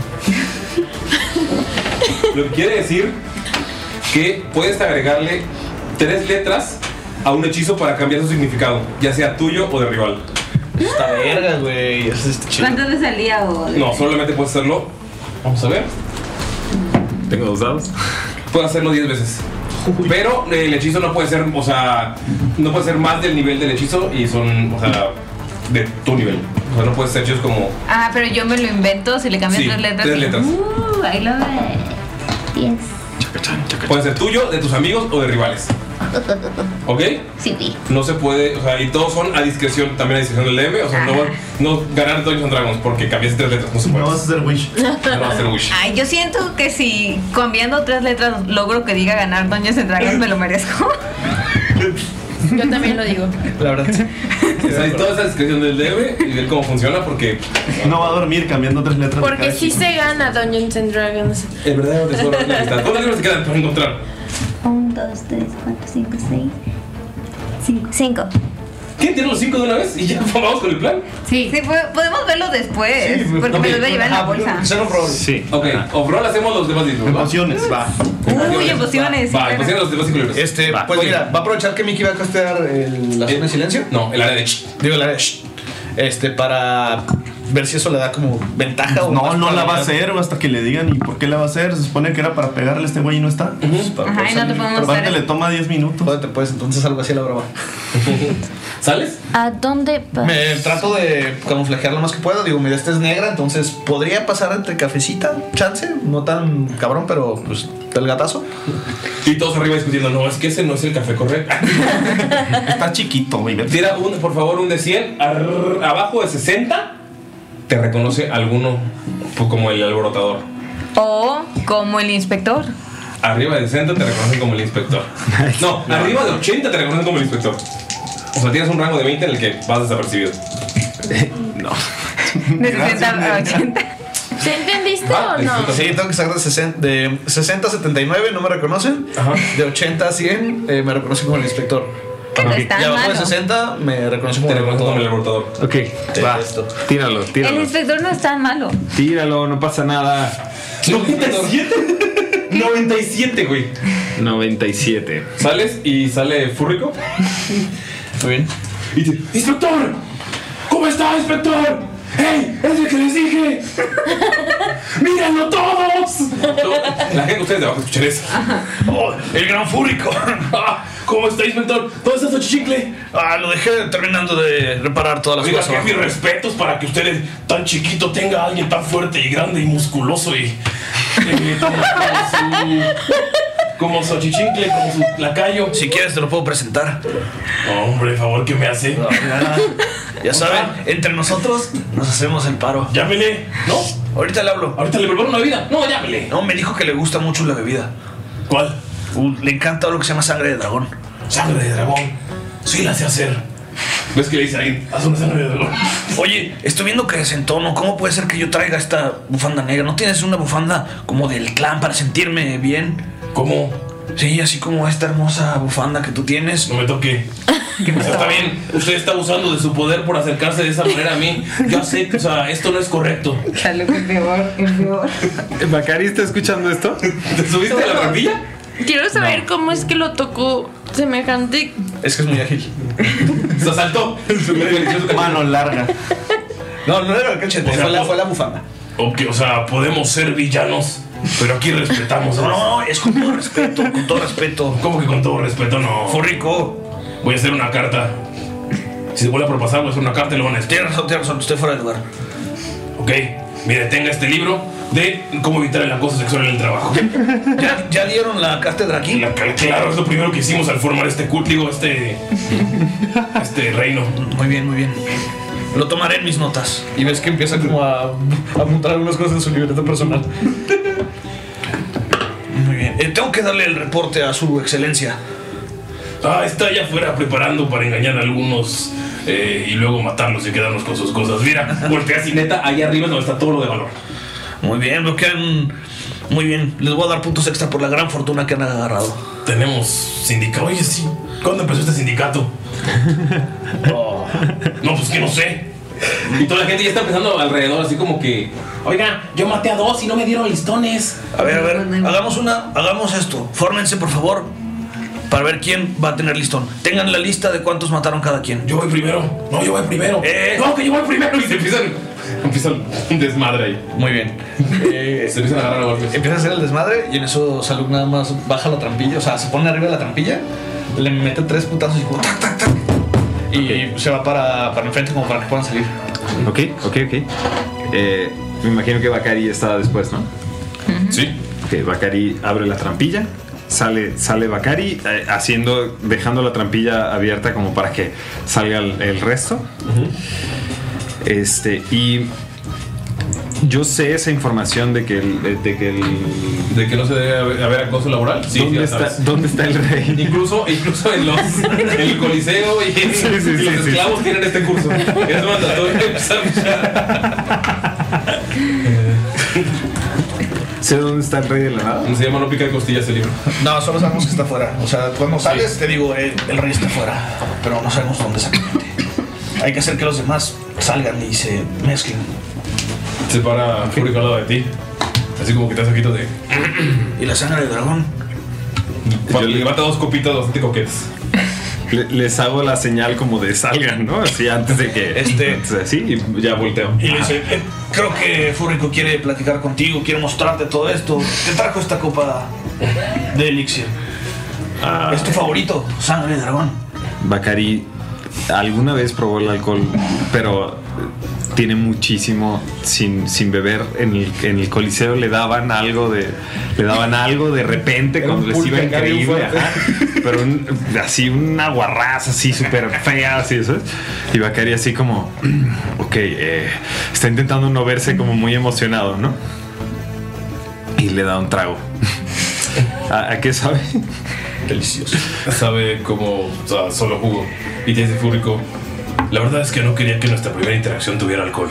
D: Lo que quiere decir que puedes agregarle tres letras a un hechizo para cambiar su significado, ya sea tuyo o de rival. Está verga, güey.
J: ¿Cuánto te salía o
D: No, solamente puedes hacerlo. Vamos a ver. Tengo dos dados. Puedo hacerlo 10 veces. Pero eh, el hechizo no puede ser, o sea, no puede ser más del nivel del hechizo y son, o sea, de tu nivel. O sea, no puedes ser hechizos como.
J: Ah, pero yo me lo invento si le cambias
D: Sí,
J: tres letras.
D: tres
J: y-
D: letras.
J: Uh, ahí lo ve.
D: Puede ser tuyo, de tus amigos o de rivales. ¿Ok?
U: Sí.
D: No se puede, o sea, y todos son a discreción, también a discreción del DM, o sea, no, no ganar Dungeons and Dragons porque cambiaste tres letras, no se puede. No vas a hacer Wish. No vas a hacer Wish.
J: Ay, yo siento que si cambiando tres letras logro que diga ganar Doña Centrales, me lo merezco.
I: Yo también lo digo.
D: La verdad. O sea, y toda esa discreción del DM y ver cómo funciona porque. No va a dormir cambiando tres letras.
I: Porque sí se gana Dungeons and Dragons.
D: En verdad, no tesoro es la amistad. ¿Cuántos libros te quedan para encontrar?
M: 1, 2, 3, 4, 5, 6, 5. 5.
D: ¿Qué? ¿Tienes los cinco de una vez? Y ya pues, vamos con el plan.
J: Sí. po- podemos verlo después.
D: Sí, pues,
J: porque me
D: ok.
J: los voy a llevar en la
D: Ah,
J: bolsa.
D: Sí. Ok, overall hacemos los demás libros. Emociones, pues, va.
J: Uy, pues, emociones.
D: Va, pues, emociones los demás libros.
F: Este, pues mira, va a aprovechar que Mickey va a castear el, la zona de silencio.
D: No, el área de
F: Digo, el área de shh. Este, para ver si eso le da como ventaja o
K: No,
F: más
K: no la va a
F: probabilidad.
K: hacer hasta que le digan y por qué la va a hacer. Se supone que era para pegarle a este güey y no está.
J: Ajá, y no te podemos
K: Aparte
J: hacer-
K: le toma 10 minutos.
F: Jódete, pues entonces algo así a la brava.
D: ¿Sales?
M: ¿A dónde vas?
F: Me trato de camuflajear lo más que pueda. Digo, mira, esta es negra, entonces podría pasar entre cafecita, chance. No tan cabrón, pero pues del gatazo.
D: Y todos arriba discutiendo, no, es que ese no es el café correcto. Está chiquito, güey. Tira un, por favor, un de 100. Ar- abajo de 60, te reconoce alguno pues, como el alborotador.
J: O como el inspector.
D: Arriba de 60 te reconocen como el inspector. No, arriba de 80 te reconocen como el inspector. O sea, tienes un rango de 20 en el que vas desapercibido. no.
J: De 60 a
L: Ah,
J: 80.
F: ¿Sí entendiste
D: o no?
F: Sí, tengo que sacar de 60, de 60 a 79, no me reconocen. De 80 a 100, eh, me reconocen como el inspector.
J: Que no
F: Ajá.
J: está
F: y abajo de
J: malo.
F: 60, me reconocen como el
D: abortador.
L: Ok, va. Tíralo,
J: El
L: tíralo.
J: inspector no es tan malo.
L: Tíralo, no pasa nada.
D: 97. 97, güey.
L: 97.
D: Sales y sale Furrico. Muy bien. Y dice, ¡Inspector! ¿Cómo está, inspector? ¡Ey! ¡Es el que les dije! ¡Mírenlo todos! La gente, ustedes de abajo escuchan eso.
P: Oh, el gran fúrico. Ah, ¿Cómo estáis, mentor? ¿Dónde está su chicle? Ah, lo dejé terminando de reparar todas
F: las cosas
P: que
F: abajo.
P: mis respetos para que usted tan chiquito tenga a alguien tan fuerte y grande y musculoso y. eh, como, como su. Como su chichincle, como su lacayo. Si quieres, te lo puedo presentar. Ah, hombre, favor, ¿qué me hace?
F: Ya saben, entre nosotros nos hacemos el paro.
P: Llámele, ¿no?
F: Ahorita le hablo.
P: Ahorita le preparo una bebida. No, llámele.
F: No, me dijo que le gusta mucho la bebida.
P: ¿Cuál?
F: le encanta lo que se llama sangre de dragón.
P: Sangre de dragón. Sí, la sé hacer. ¿Ves que le dice ahí? Haz una sangre de dragón.
F: Oye, estoy viendo que desentono. ¿Cómo puede ser que yo traiga esta bufanda negra? ¿No tienes una bufanda como del clan para sentirme bien?
P: ¿Cómo?
F: Sí, así como esta hermosa bufanda que tú tienes.
P: No me toque. O sea, está bien, usted está abusando de su poder por acercarse de esa manera a mí. Yo sé, o sea, esto no es correcto.
J: Sale que peor, es peor.
L: ¿Bacari está escuchando esto?
D: ¿Te subiste a la barbilla?
I: Quiero saber cómo es que lo tocó semejante.
F: Es que es muy ágil.
D: Se saltó.
F: Mano larga. No, no era el cachete,
P: O sea,
F: fue, la,
P: po-
F: fue la bufanda.
P: Ok, o sea, podemos ser villanos, pero aquí respetamos.
F: No, no, es con todo respeto, con todo respeto.
P: ¿Cómo que con todo respeto? No. Fue rico. Voy a hacer una carta. Si se vuelve a propasar, voy a hacer una carta y lo van a decir. Tienes razón, tienes razón, estoy fuera de lugar. Ok, mire, tenga este libro de cómo evitar el acoso sexual en el trabajo.
F: ¿Ya, ya dieron la cátedra aquí?
P: Claro, es lo primero que hicimos al formar este culto, digo, este. este reino.
F: Muy bien, muy bien. Lo tomaré en mis notas. Y ves que empieza como a, a apuntar algunas cosas en su libreta personal. Muy bien. Eh, tengo que darle el reporte a su excelencia.
P: Ah, está allá afuera preparando para engañar a algunos eh, y luego matarlos y quedarnos con sus cosas. Mira, volteas y neta, ahí arriba es donde está todo lo de valor.
F: Muy bien, lo que han... Muy bien, les voy a dar puntos extra por la gran fortuna que han agarrado.
P: Tenemos sindicato. Oye, sí. ¿Cuándo empezó este sindicato? No, Oh, pues que no sé.
D: Y toda la gente ya está empezando alrededor, así como que. Oiga, yo maté a dos y no me dieron listones.
F: A ver, a ver, hagamos una, hagamos esto. Fórmense, por favor, para ver quién va a tener listón. Tengan la lista de cuántos mataron cada quien.
P: Yo voy primero. No, yo voy primero.
F: Eh,
P: No, que yo voy primero. Y se empiezan. Empiezan un desmadre ahí. Eh,
L: Muy bien.
P: se empiezan a agarrar a golpes.
L: Empieza a hacer el desmadre y en eso Salud nada más baja la trampilla, o sea, se pone arriba de la trampilla, le mete tres putazos y como tac, tac, tac. Y se va para, para enfrente como para que puedan salir.
H: Ok, ok, ok. Eh, me imagino que Bakari está después, ¿no?
P: Sí.
H: Ok, Bakari abre la trampilla. Sale, sale Bakari eh, haciendo, dejando la trampilla abierta como para que salga el, el resto. Este, y yo sé esa información de que el. De, de que, el-
D: De que no se debe haber haber acoso laboral. Sí,
H: ¿Dónde,
D: ya
H: está,
D: sabes.
H: ¿Dónde está el rey?
D: Incluso, incluso en los en el coliseo y, en-
H: Sí, sí,
D: y
H: sí,
D: los
H: sí.
D: esclavos tienen este curso. Es mandatorio empezar
H: ¿Sé dónde está el rey de la nada?
D: Se llama No pica de costillas el libro.
F: No, solo sabemos que está fuera. O sea, cuando sales, te digo, eh, el rey está fuera, pero no sabemos dónde exactamente. Hay que hacer que los demás salgan y se mezclen.
P: Se para Furico al lado de ti. Así como que te hace ojito de.
F: ¿Y la sangre del dragón?
H: Yo
D: le levanta dos copitas bastante coquetas.
H: les hago la señal como de salgan, ¿no? Así antes de que. Este. Así y ya volteo.
P: Ah.
F: Y le dice, eh, creo que Furrico quiere platicar contigo, quiere mostrarte todo esto. Te trajo esta copa
H: Ah.
F: de elixir.
P: Ah.
F: Es tu favorito, sangre de dragón.
H: Bacari alguna vez probó el alcohol, pero eh, tiene muchísimo sin, sin beber. En el, en el coliseo le daban algo de le daban algo de repente cuando les iba
D: pulque acá bien
H: increíble,
D: fuerte.
H: ajá. pero un- así una guarraza así súper fea, así eso. Y Bacari así como, ok, eh, está intentando no verse como muy emocionado, ¿no? Y le da un trago. ¿A, a qué sabe?
P: Delicioso. Sabe como o sea, solo jugo. Y te dice Furrico. La verdad es que no quería que nuestra primera interacción tuviera alcohol.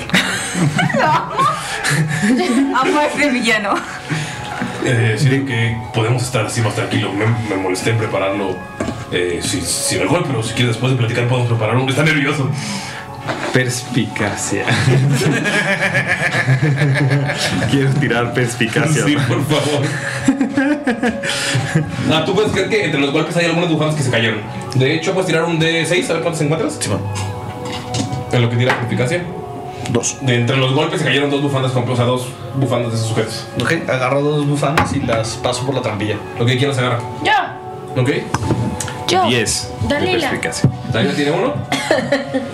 J: Amo a este villano.
P: Eh, siento que podemos estar así más tranquilos. Me, me molesté en prepararlo eh, sin, sin alcohol, pero si quieres después de platicar podemos preparar uno. Está nervioso.
H: Perspicacia. Quiero tirar perspicacia.
D: Sí, por favor. Ah, tú puedes creer que entre los golpes hay algunos dibujantes que se cayeron. De hecho, puedes tirar un D6, a ver cuántos encuentras. En lo que tira eficacia.
F: Dos.
D: De entre los golpes se cayeron dos bufandas, con- o sea, dos bufandas de esos sujetos.
L: Ok, agarro dos bufandas y las paso por la trampilla.
D: Ok, ¿quién las agarra?
I: Yo,
D: Ok.
I: yo.
H: 10.
I: Dalila.
D: ¿Dalila tiene uno?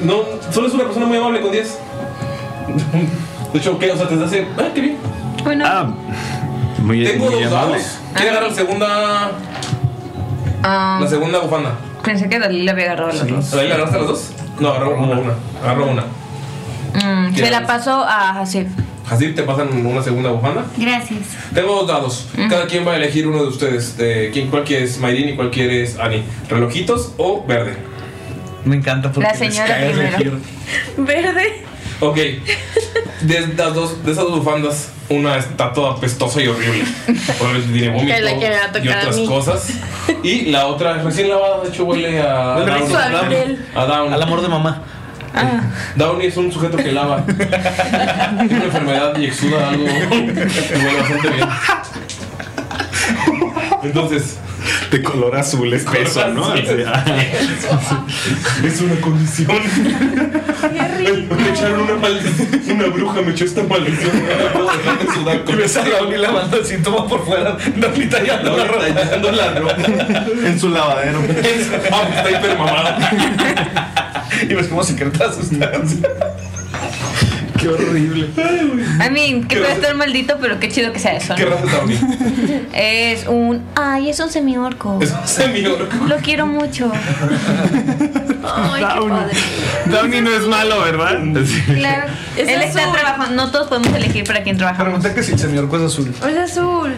D: No, solo es una persona muy amable con 10. De hecho, ¿qué? O sea, te hace. Ah, qué bien.
J: Bueno.
H: Muy,
D: Tengo
H: muy
D: dos
H: amable.
D: dados. ¿Quién agarra la segunda,
J: Ah,
D: la segunda bufanda?
J: pensé que Dalila había agarrado los dos.
D: ¿Dalila agarraste las dos? No, agarró una. una. Agarró una.
J: Mm, se la paso a Hasif.
D: Hasib, te pasan una segunda bufanda.
G: Gracias.
D: Tengo dos dados. Cada quien va a elegir uno de ustedes. De quién, cuál quieres Mayrin y cuál quieres Ani. ¿Relojitos o verde?
L: Me encanta
D: porque La les señora cae primero. elegir.
T: Verde.
D: Ok. De, las dos, de esas dos bufandas, una está toda pestosa y horrible. Probablemente tiene vómito
T: Que es la que me va a tocar
D: y
T: a
D: otras
T: mí.
D: cosas. Y la otra es recién lavada, de hecho huele a.
L: Huele
D: Downey.
L: rico, a Gabriel.
D: A Downey.
L: Al amor de mamá.
T: Ah.
D: Downey es un sujeto que lava. Tiene una enfermedad y exuda algo. que Huele bastante bien. Entonces.
H: De color azul espeso, ¿no?
D: Sí.
H: Así, ah.
P: Es una condición. Me echaron una maldición. Una bruja me echó esta maldición. No la puedo dejar de sudar con
L: Y ves a Raúl y lavando el síntoma por fuera. Raúl y tallando la ropa.
K: En su lavadero.
D: Vamos, está hipermamado.
L: Y ves cómo se queda toda sustancia.
H: Qué horrible.
J: I mean, que puede estar maldito, pero qué chido que sea eso. ¿no?
M: Es un. Ay, es un semiorco.
D: Es un semiorco.
M: Lo quiero mucho.
T: Ay, qué padre.
H: Downey no es malo, ¿verdad?
J: Claro.
T: Es
J: Él está
T: azul.
J: trabajando. No todos podemos elegir para quién trabajamos.
L: Pregunté que si el señor es azul.
T: Es azul.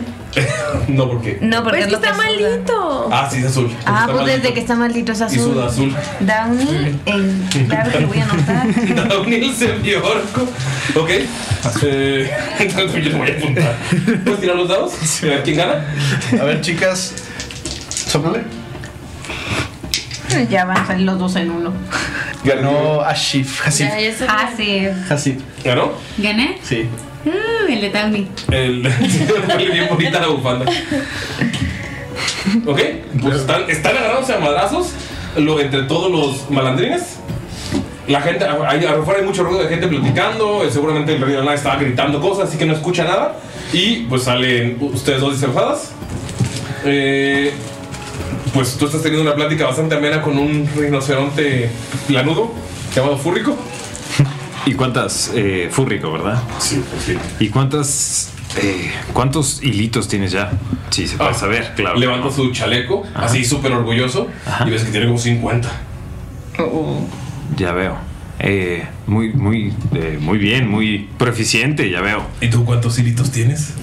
D: No, ¿por qué?
J: No, porque
T: Pues que está malito.
D: Ah, sí, es azul.
J: Ah,
D: Está
J: pues
D: maldito.
J: desde que está maldito es
D: Y suda
J: azul.
D: azul.
J: Downey, eh, claro que lo voy a anotar.
D: Downil semiorco. Ok. Eh, entonces yo le voy a apuntar. ¿Puedes tirar los dados? A ver quién gana.
L: A ver, chicas. Sóplale.
J: Ya van a salir los dos en uno.
L: Ganó Ashif. Así.
J: Ah, sí.
L: Así.
D: ¿Ganó?
G: ¿Gané?
L: Sí.
G: Uh, el de Tawny.
D: El, huele bien bonita la bufanda. Ok, pues están, están agarrándose a madrazos lo- entre todos los malandrines. La gente, hay- afuera hay mucho ruido de gente platicando. eh, Seguramente el rey de la nada estaba gritando cosas, así que no escucha nada. Y pues salen ustedes dos disfrazadas. Eh, pues tú estás teniendo una plática bastante amena con un rinoceronte lanudo llamado Fúrrico.
H: ¿Y cuántas? Eh, fúrrico, ¿verdad?
D: Sí, pues sí.
H: ¿Y cuántas? eh, ¿Cuántos hilitos tienes ya? Sí, se
D: Ah.
H: puede saber, claro.
D: Levanta su chaleco, así súper orgulloso. Y ves que tiene como 50.
J: Oh,
H: Ya veo. Eh, muy, muy, eh, muy bien, muy proficiente, ya veo. Eh,
D: ¿Y tú cuántos hilitos tienes?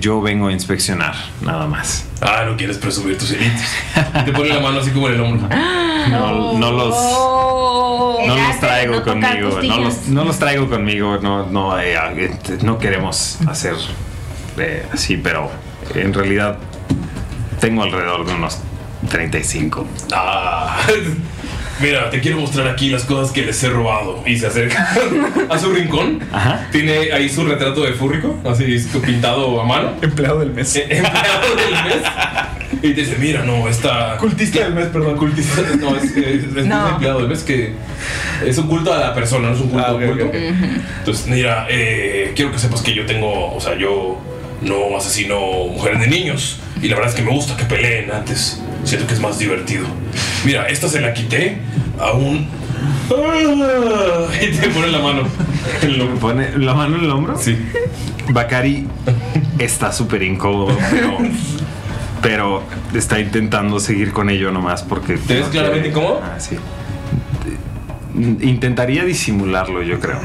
H: yo vengo a inspeccionar, nada más.
D: Ah, no quieres presumir tus hilitos. Y te pone la mano así como en el hombro.
H: No, no los.
I: Oh,
H: No los traigo conmigo, no los, no los traigo conmigo, no, no, eh, eh, no queremos hacer eh, así, pero en realidad tengo alrededor de unos 35.
D: Ah, mira, te quiero mostrar aquí las cosas que les he robado. Y se acerca a su rincón. Tiene ahí su retrato de Fúrrico, así su pintado a mano. Empleado del mes. empleado del mes. Y te dice, mira, no, esta... Cultista del mes, perdón. Cultista, no, es, es- es
P: No.
D: un empleado del mes que es un culto a la persona, no es un culto
K: Ah,
D: a un culto. Entonces, mira, eh, quiero que sepas que yo tengo, o sea, yo no asesino mujeres ni niños. Y la verdad es que me gusta que peleen antes. Siento que es más divertido. Mira, esta se la quité a un... Ah, Y te pone la mano.
H: ¿Pone la mano en el hombro?
D: Sí.
H: Bakari está súper incómodo, pero, pero está intentando seguir con ello nomás porque...
D: ¿Te ves claramente incómodo?
H: Ah, sí. Intentaría disimularlo, yo creo.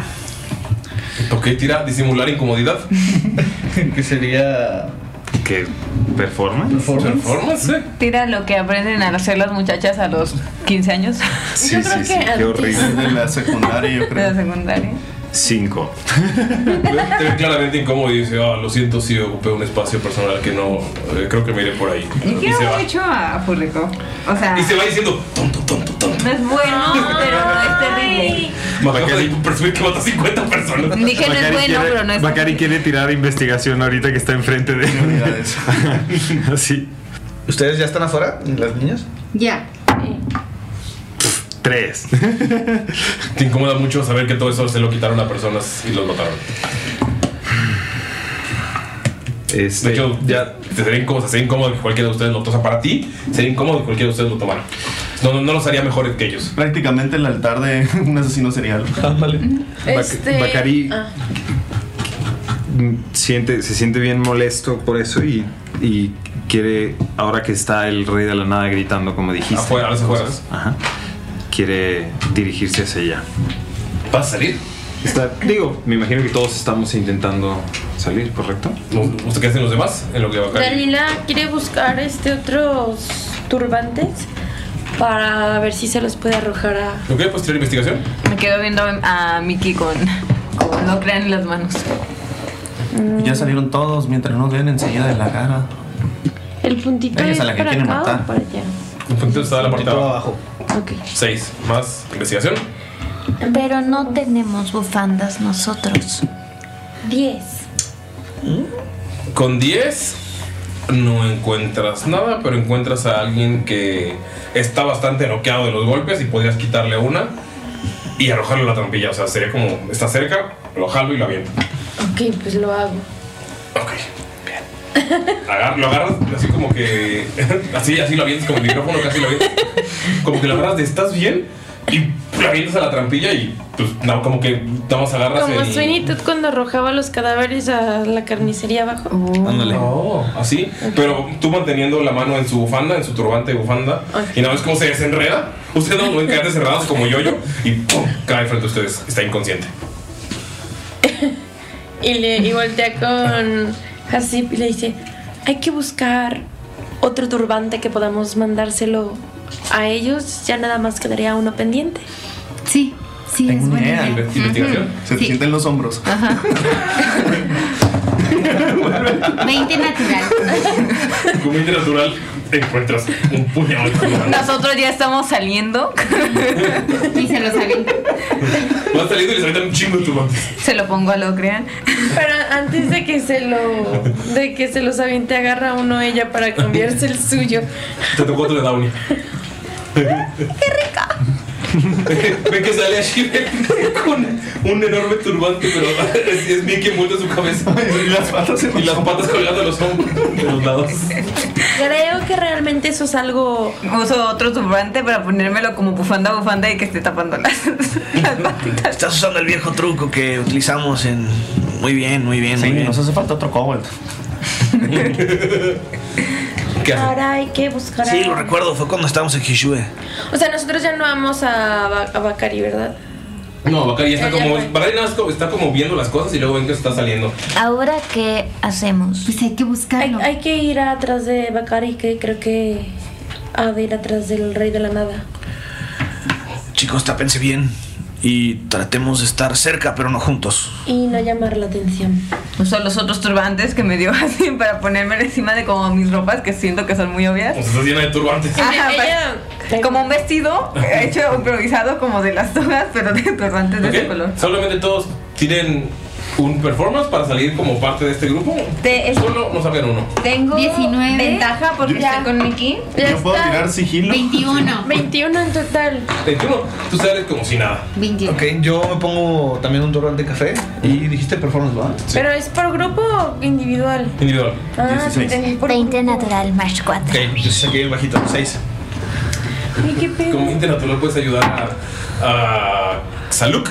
D: Ok, tira disimular incomodidad.
H: ¿Qué sería? ¿Qué? ¿Performance?
D: ¿Performance? eh.
J: Tira lo que aprenden a hacer las muchachas a los 15 años.
H: Sí, sí, sí, qué horrible. De la secundaria, yo
J: De la secundaria.
H: Cinco.
D: Te ve claramente incómodo y dice, ah, lo siento si ocupé un espacio personal que no... eh, creo que me iré por ahí.
J: Yo
D: Y se
J: quiero
D: va.
J: mucho a Furrico. O sea,
D: Y se va diciendo, tonto, tonto, tonto.
J: no es bueno, pero no es terrible.
D: Me acabas de presumir que mata 50 personas.
J: Dije, no es bueno, pero no es-
H: Bakari quiere tirar investigación ahorita que está enfrente de Así.
L: ¿Ustedes ya están afuera, las niñas?
G: Ya.
H: Tres.
D: Te incomoda mucho saber que todo eso se lo quitaron a personas y los mataron. de hecho, Este, ya te sería incómodo, sería incómodo que cualquiera de ustedes lo tomara. Para ti, sería incómodo que cualquiera de ustedes lo tomara. No, no, no los haría mejores que ellos.
K: Prácticamente el altar de un asesino serial.
T: Este,
H: Bacari-
T: ah,
H: mm, siente, se siente bien molesto por eso y, y quiere, ahora que está el rey de la nada gritando como dijiste.
D: Afuera, a las afueras.
H: Ajá. Quiere dirigirse hacia ella.
D: ¿Vas a salir?
H: Está, digo, me imagino que todos estamos intentando salir, ¿correcto?
D: ¿Usted qué hacen los demás? En lo que
I: Dalila quiere buscar este otros turbantes para ver si se los puede arrojar a
D: Ok, pues tirar investigación.
J: Me quedo viendo a Mickey con, con no crean en las manos.
K: Ya salieron todos, mientras nos ven enseguida de la cara.
I: el puntito.
K: Ella es a la
I: es
K: que
I: para
K: quieren
I: acá o
K: matar.
I: para allá.
D: Entonces está la parte de abajo.
I: Ok.
D: 6 más investigación.
M: Pero no tenemos bufandas nosotros. 10.
D: Con 10 no encuentras nada, pero encuentras a alguien que está bastante noqueado de los golpes y podrías quitarle una y arrojarle la trampilla. O sea, sería como, está cerca, lo jalo y lo aviento.
I: Ok, pues lo hago.
D: Agar- lo agarras así como que, así, así lo avientas como el micrófono, casi lo avientas. Como que lo agarras de estás bien y lo avientas a la trampilla y pues no, como que nada más agarras
T: Como
D: el...
T: Sweeney Todd cuando arrojaba los cadáveres a la carnicería abajo.
D: Ándale. así, pero tú manteniendo la mano en su bufanda, en su turbante de bufanda, y nada más como se desenreda, ustedes no ven caer cerrados como yo-yo, y ¡pum! cae frente a ustedes, está inconsciente.
T: Y, le, y voltea con Hasib y le dice, hay que buscar otro turbante que podamos mandárselo a ellos. Ya nada más quedaría uno pendiente.
G: Sí, sí,
K: Tengo
G: es
K: una
G: buena
K: idea.
G: idea.
K: Investigación. Se te sienten los hombros.
G: Ajá.
J: 20 natural.
D: Como natural. encuentras un puñal.
J: Nosotros ya estamos saliendo. y se lo avienta.
D: Van saliendo y les aventan un chingo de tubantes.
J: Se lo pongo a lo crean.
I: Pero antes de que se lo de que se los aviente agarra uno ella para cambiarse el suyo.
D: Te tocó otro de Downey. Ve que sale así con un enorme turbante, pero es, es Mickey envuelto en su cabeza. Y las patas, y las patas colgando de los hombros, de los lados.
J: Creo que realmente eso es algo. Uso otro turbante para ponérmelo como bufanda bufanda y que esté tapando las.
F: Estás usando el viejo truco que utilizamos en. Muy bien, muy bien. muy bien. nos hace falta otro cobalt.
D: ¿Qué
F: hace?
I: Ahora hay que buscar a-
F: Sí, lo recuerdo, fue cuando estábamos en Hishue.
I: O sea, nosotros ya no vamos a, Ba- a Bacari, ¿verdad?
D: No, Bacari está como. Bacari nada más como- está como viendo las cosas y luego ven que está saliendo.
I: Ahora qué hacemos? Pues hay que buscarlo. Hay, que ir atrás de Bacari, que creo que ha de ir atrás del rey de la nada.
F: Chicos, tapense bien y tratemos de estar cerca, pero no juntos.
J: Y no llamar la atención. Uso los otros turbantes que me dio así para ponerme encima de como mis ropas que siento que son muy obvias.
D: Pues está llena de turbantes.
J: Ajá, pues, como un vestido hecho improvisado como de las togas, pero de turbantes de
D: Ok,
J: ese color.
D: Solamente todos tienen un performance para salir como parte de este grupo.
J: Te- es-
D: Solo nos sacan uno.
J: Tengo 19. ventaja porque estoy con Mickey.
D: ¿Yo puedo tirar sigilo?
I: 21. 21 en total.
D: 21. Tú sales como si nada.
I: 21.
H: Ok, yo me pongo también un torrente de café y dijiste performance, ¿verdad?
I: Pero es por grupo o individual.
D: Individual.
I: Ah,
H: 16.
I: 20 natural más 4.
H: Ok, yo saqué el bajito, 6.
D: Como un natural puedes ayudar a, a Saluk,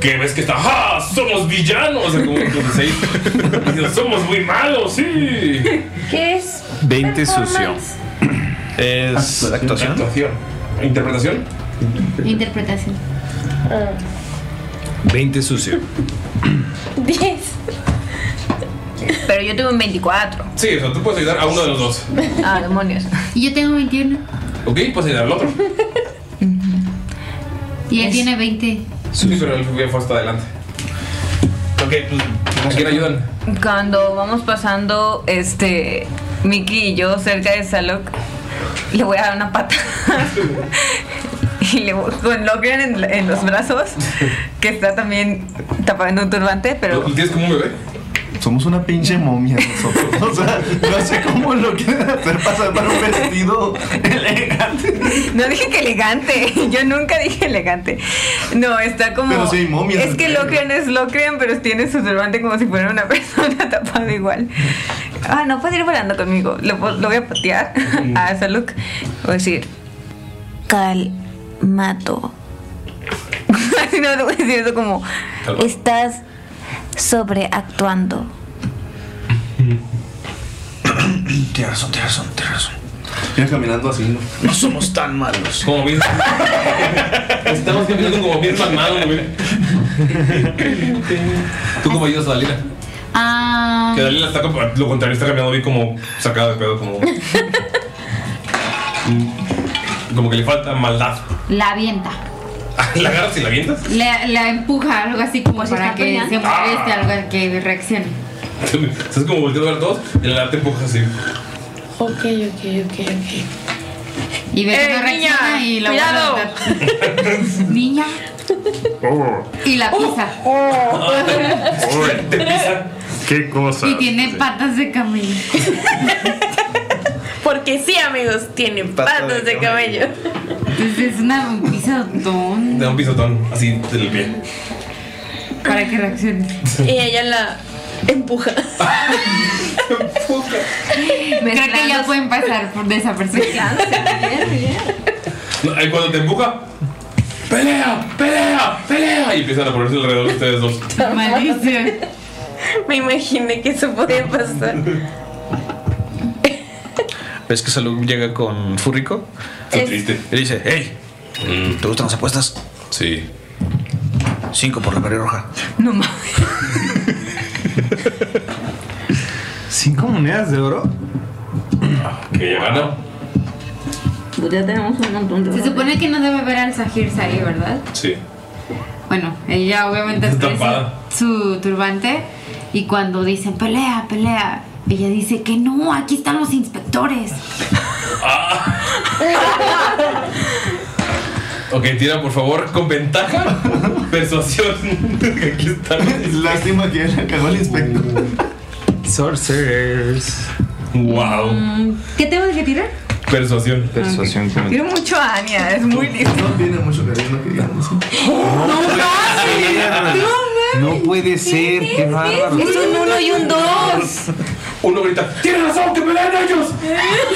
D: que ves que está, ¡ah! ¡Somos villanos! O sea, como que los seis dicen, somos muy malos, sí.
I: ¿Qué es?
L: 20 sucio.
H: Es
D: actuación. ¿Interpretación?
G: Interpretación.
L: 20 sucio.
I: 10.
J: Pero yo tuve un 24.
D: Sí, o sea, tú puedes ayudar a uno de los dos.
J: Ah, demonios.
G: Y yo tengo 21.
D: ¿Ok? Puedes ayudar al otro.
G: Y él tiene 20.
D: Sí, pero él fue- fue hasta adelante. Ok, pues, ¿a quién ayudan?
J: Cuando vamos pasando, este, Mickey y yo cerca de Salok, le voy a dar una pata. y le voy, con Locrian en, en los brazos, que está también tapando un turbante, pero...
D: ¿Tienes como un bebé?
K: Somos una pinche momia nosotros. O sea, no sé cómo lo quieren hacer pasar para un vestido elegante.
J: No dije que elegante, yo nunca dije elegante. No, está como...
K: Pero sí hay momias
J: es que
K: en el
J: Locrian es Locrian, pero tiene su turbante como si fuera una persona tapada igual. Ah, no puede ir volando conmigo. Lo, puedo- lo voy a patear a Saluk. Voy a decir...
M: Calmato.
J: Así no te voy a decir eso como...
M: Estás sobreactuando.
F: Tienes razón, tienes razón, tienes razón.
K: Mira caminando así, ¿no?
F: No somos tan malos.
D: Como bien. Estamos caminando como bien palmados, güey. ¿Tú cómo ayudas a Dalila?
G: Ah.
D: Que Dalila está como- lo contrario, está caminando bien como sacada de pedo, como. Mm, como que le falta maldad.
G: La avienta.
D: ¿La agarras y la avientas?
G: La, la empuja, algo así como para
D: está
G: que
D: peleando.
G: se moleste, algo que reaccione.
D: Estás como volteando a ver todos y la te empujas así.
I: Ok, ok, ok, ok.
G: Y ve que
I: ¡Eh,
G: no reacciona
I: niña!
G: y lo
I: ¡Cuidado!
G: vuelve a aventar. Niña.
D: Oh,
G: Y la
I: Oh,
G: pisa.
L: ¿Qué cosa?
G: y tiene patas de camello.
I: Porque sí, amigos, tienen
D: Patas
I: patas,
D: de
I: de camello.
G: Entonces es una pisadón
D: Da un pisotón así del pie.
G: para que reaccione.
I: Y ella la empuja.
G: Creo que ya pueden pasar por desapercibidas.
D: No, y cuando te empuja, ¡pelea! ¡pelea! ¡pelea! Y empiezan a ponerse alrededor de ustedes dos.
I: Me imaginé que eso podía pasar.
H: ¿Ves que Salud llega con Furrico?
I: Qué
D: triste. Mm.
H: Y dice, hey, ¿te gustan las apuestas?
D: Sí.
H: Cinco por la pared roja.
J: No mames.
L: ¿Cinco monedas de oro?
D: Que ya gana.
G: Pues ya tenemos un montón de. Se supone que no debe ver al Sahir Sari, ¿verdad?
D: Sí.
G: Bueno, ella obviamente
D: Está
G: trae
D: tapada.
G: su, su turbante y cuando dicen pelea, pelea, ella dice que no, aquí están los inspectores.
D: Ah, Ok, tira por favor con ventaja. Persuasión. Aquí está.
K: Lástima que ya cagó el inspector.
H: Sorcerers.
D: Wow.
J: Mm,
L: ¿Qué tengo que tirar?
D: Persuasión.
H: Persuasión.
L: Quiero mucho a Ania, es muy lindo.
K: No tiene mucho carisma que digamos.
G: ¡Oh!
L: ¡No mames!
H: No puede ser, qué bárbaro.
L: Es un uno y un dos.
D: Uno grita, ¡Tienes razón, que pelean ellos!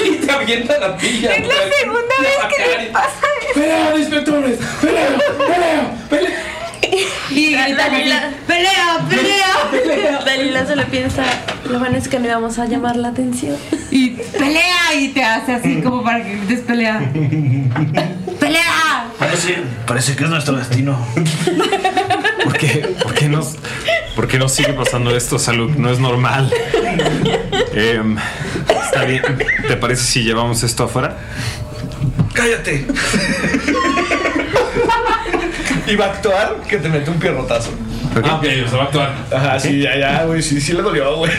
D: Y te avienta la pilla.
L: Es la segunda vez que le pasa eso.
D: ¡Pelea, inspectores! ¡Pelea! ¡Pelea!
I: Y Dalila, pelea,
L: pelea, pelea.
I: Dalila solo piensa, lo bueno es que no íbamos a llamar la atención.
L: Y pelea y te hace así como para que grites pelea. ¡Pelea!
F: Ah,
V: Parece, parece que es nuestro destino.
H: ¿Por qué, por qué nos, por qué nos sigue pasando esto, Salud? No es normal. Em, está bien. ¿Te parece si llevamos esto afuera?
V: ¡Cállate!
F: Y va a actuar que te mete un pierrotazo.
D: Ah, ok, o sea, va a actuar.
F: Ajá, sí, ya, ya, güey. Sí, sí le dolió, güey.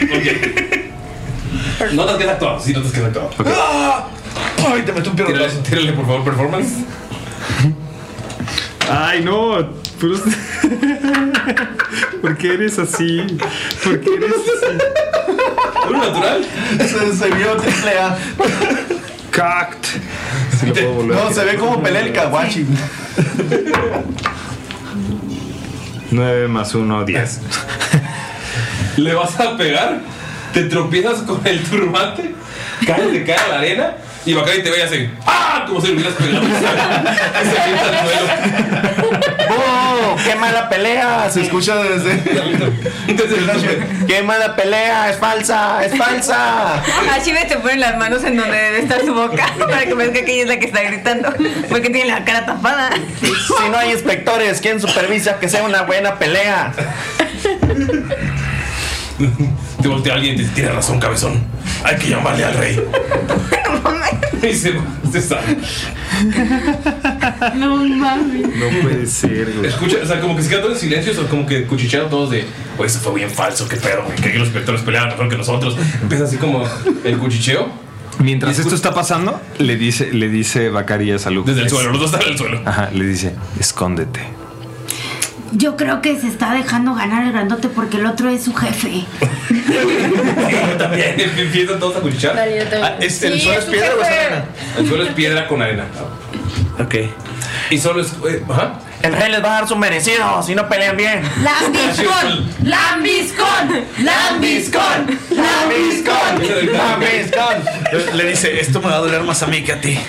D: Notas que es actuado, sí, notas que es actuado.
F: ¡Ah! ¡Ay, te mete un pierrotazo!
D: Tírale, por favor, performance.
H: Ay, no. puros- ¿Por qué eres así? ¿Por qué eres así?
D: ¿Uno natural?
K: Se, se vio triple A.
H: Cact. Si lo puedo volver a
K: No, se
H: tirar.
K: ve como pelea el kawachi.
H: 9 más 1, 10.
D: Le vas a pegar, te tropiezas con el turbante, caes de cara a la arena y Bacari te ve y hace ¡Ah! Como si le hubieras pegado. Y se avienta al suelo.
K: ¡Oh! ¡Qué mala pelea! Se escucha desde. ¡Qué mala pelea! ¡Es falsa! ¡Es falsa!
L: A Chive te ponen las manos en donde debe estar su boca para que veas que aquella es la que está gritando porque tiene la cara tapada.
K: Si no hay inspectores, ¿quién supervisa que sea una buena pelea?
D: Te voltea alguien y te dice, tienes razón, cabezón. Hay que llamarle al rey. y se, se sale.
I: No mames.
H: No puede ser, güey.
D: Escucha, o sea, como que se quedan todos en silencio, o sea, como que cuchichearon todos de, oye, eso fue bien falso, qué pedo, güey, que aquí los inspectores peleaban mejor que nosotros. Empieza así como el cuchicheo.
H: Mientras esto está pasando, le dice, le dice Bacari a Salud.
D: Desde el suelo, los dos están en el suelo.
H: Ajá, le dice, escóndete.
G: Yo creo que se está dejando ganar el grandote porque el otro es su jefe.
D: Yo también. Empiezan todos a cuchichear.
G: Vale, yo también.
D: Ah, ¿es- ¿El
G: Sí,
D: suelo
G: es
D: es
G: un
D: piedra o es
G: jefe.
D: arena? El suelo es piedra con arena.
K: Ok.
D: Y solo es. eh, ajá.
K: El rey les va a dar su merecido si no pelean bien.
G: ¡Lambiscón! ¡Lambiscón! ¡Lambiscón!
K: ¡Lambiscón!
F: Le dice, esto me va a doler más a mí que a ti.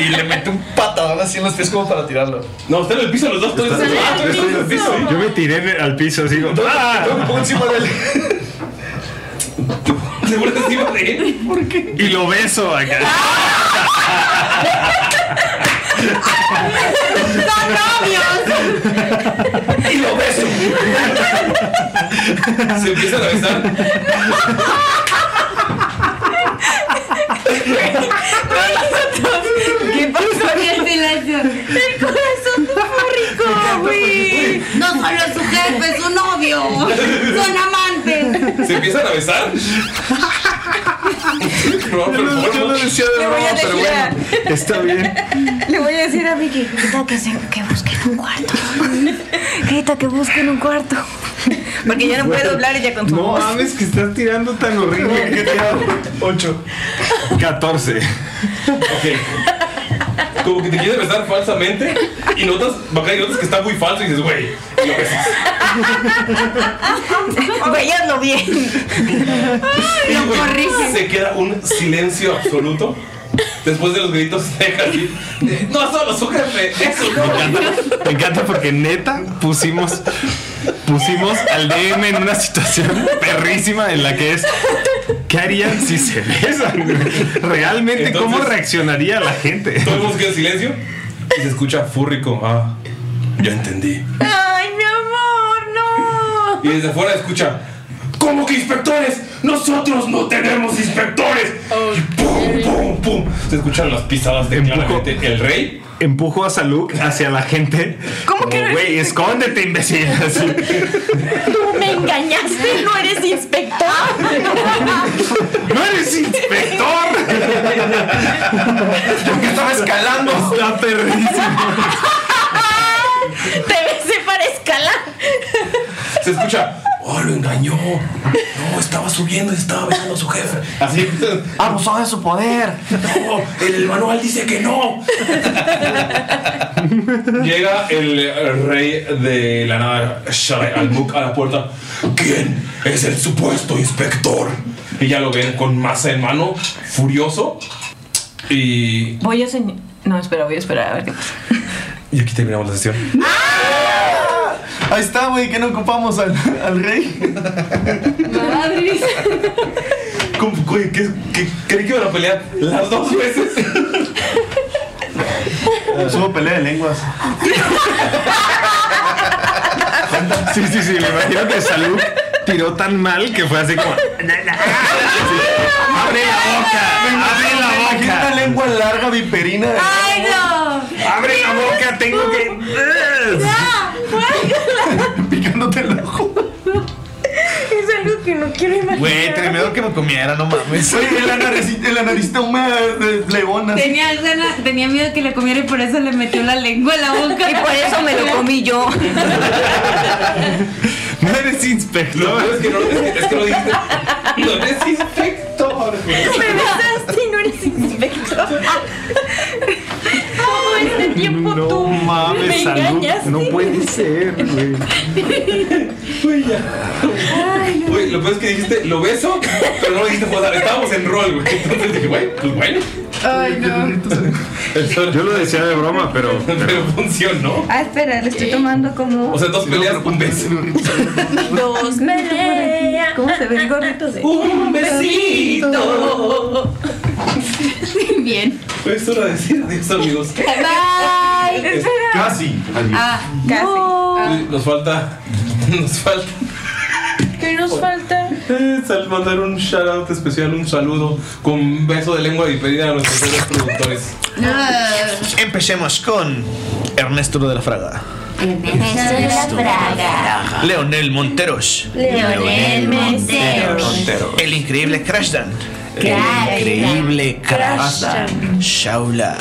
F: y le mete un patadón así en los pies como para tirarlo.
D: No, usted en el piso, los dos todos.
F: Está-
D: Ah,
F: está-
D: estoy en el piso.
H: Yo me tiré al piso así como. ¡Ah!
F: Yo me pongo encima de él.
D: ¿Te pones encima de él?
H: ¿Por qué? Y lo beso acá.
D: Y lo beso. Se empiezan a besar.
L: ¿Qué pasó en el silencio? El corazón de rico, güey. No solo es su jefe, es su novio. Son amantes.
D: Se empiezan a besar.
K: Yo lo, yo lo decía de
L: Le voy
K: broma,
L: a
K: pero
L: decir a-
K: bueno, está bien.
L: Le voy a decir a Vicky, grita que, se- que busquen un cuarto. Grita que busquen un cuarto. Porque ya no puede doblar ella con su
H: No
L: voz.
H: mames, que estás tirando tan horrible. ¿Qué te hago? 8. 14.
D: Ok. Como que te quieres besar falsamente y notas, Bacari, notas que está muy falso y dices, güey, y lo besas.
L: Veanlo bien.
D: Y, güey,
L: corrige.
D: Se queda un silencio absoluto. Después de los gritos de Harry. de, No solo su jefe, eso no.
H: Me encanta porque neta pusimos pusimos al DM en una situación perrísima en la que es ¿qué harían si se besan? Realmente cómo reaccionaría la gente.
D: Todo el mundo se queda en silencio y se escucha fúrrico. Ah, ya entendí.
L: Ay, mi amor, no.
D: Y desde afuera escucha.
P: ¿Cómo que inspectores? Nosotros no tenemos inspectores. Y pum, pum, pum.
D: Se escuchan las pisadas de claramente el rey.
H: Empujo a Saluk hacia la gente. ¿Cómo que? Güey, escóndete, imbécil. Así.
I: Tú me engañaste, no eres inspector.
H: ¡No eres inspector!
F: Porque estaba escalando.
H: Está perrísimo.
I: Ah, Te besé para escalar.
D: Se escucha. Oh, lo engañó. No, estaba subiendo y estaba besando a su jefe. "Ah, Así.
K: Abusó de su poder.
D: No, el manual dice que no. Llega el rey de la nada, Sharai Almuk, a la puerta. ¿Quién es el supuesto inspector? Y ya lo ven con masa en mano, furioso. Y,
J: Voy a señ- No, espera, voy a esperar a ver qué pasa.
D: y aquí terminamos la sesión.
K: Ah. Ahí está, güey, que no ocupamos al, al rey.
D: ¿Cómo, güey, qué, qué- creí que iban a pelear las dos veces.
K: Hubo pelea de lenguas.
H: Sí, sí, sí, me imagino que Salud tiró tan mal que fue así como. ¡Abre la boca! ¡Abre la boca!
K: una lengua larga viperina.
I: ¡Ay, no!
H: ¡Abre la boca! ¡Tengo
K: que. Picándote el ojo.
I: Es algo que no quiero imaginar.
F: Güey, tremendo que me comiera, no mames.
K: Oye, en la naricita, en la naricita húmeda de leona. así.
J: Tenía, gana- tenía miedo que le comiera y por eso le metió la lengua en la boca.
I: Y por eso me lo comí
J: yo.
H: No eres inspector.
D: es que no, es que, es que no dijiste. No eres inspector.
I: Me besaste y no eres inspector. Todo este tiempo tú me
H: Mames, Salud.
I: engañaste.
H: No puede ser, güey.
D: Güey, ya. Güey, lo peor es que dijiste, lo beso, pero no lo dijiste joder. Estábamos en rol, güey. Entonces dije, güey, pues bueno.
J: Ay, no.
H: Yo lo decía de broma, pero.
D: Pero funcionó.
J: Ah, espera, le estoy tomando como.
D: O sea, pues, dos peleas, un beso.
J: Dos peleas. ¿Cómo se ve el gorrito de.?
D: Un besito.
J: Bien.
D: Es hora de decir adiós, amigos.
J: Bye.
D: Es
J: Espera.
D: Casi. adiós.
J: Ah, casi. Ah.
D: Nos falta. Nos falta.
T: ¿Qué nos falta?
D: eh, sal- mandar un shout out especial, un saludo con un beso de lengua viperina a nuestros señores productores.
F: Empecemos con Ernesto de la Fraga.
M: Ernesto de la Praga.
F: Leonel Monteros.
M: Leonel Monteros.
F: El increíble Crashdan.
M: Crashdan.
F: El increíble
M: Crashdan.
F: Crashdan. Shaula.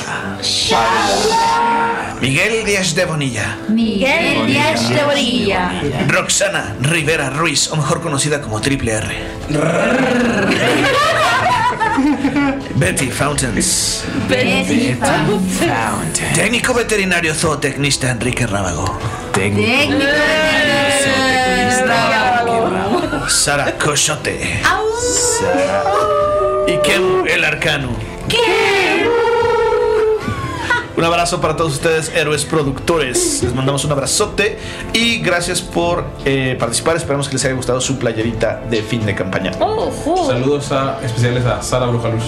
F: Miguel Díaz de Bonilla.
M: Miguel Díaz de Bonilla.
F: Roxana Rivera Ruiz, o mejor conocida como Triple R. Betty Fountains.
M: Betty Fountains.
F: Técnico veterinario zootecnista Enrique Rábago.
M: Técnico veterinario
F: Sara Cochote. Y Kemu el Arcano. Un abrazo para todos ustedes, héroes productores. Les mandamos un abrazote y gracias por eh, participar. Esperamos que les haya gustado su playerita de fin de campaña.
D: Saludos a, especiales a Sara Brujaluz.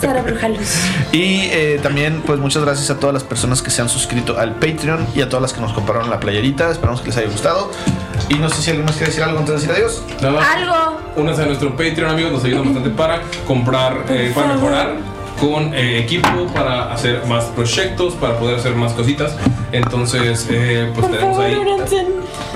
T: Sara Brujaluz.
F: Y eh, también, pues muchas gracias a todas las personas que se han suscrito al Patreon y a todas las que nos compraron la playerita. Esperamos que les haya gustado. Y no sé si alguien más quiere decir algo antes de decir adiós.
D: Algo. Únanse a nuestro Patreon, amigos. Nos ayuda bastante para comprar, eh, para mejorar con eh, equipo, para hacer más proyectos, para poder hacer más cositas. Entonces, eh, pues tenemos ahí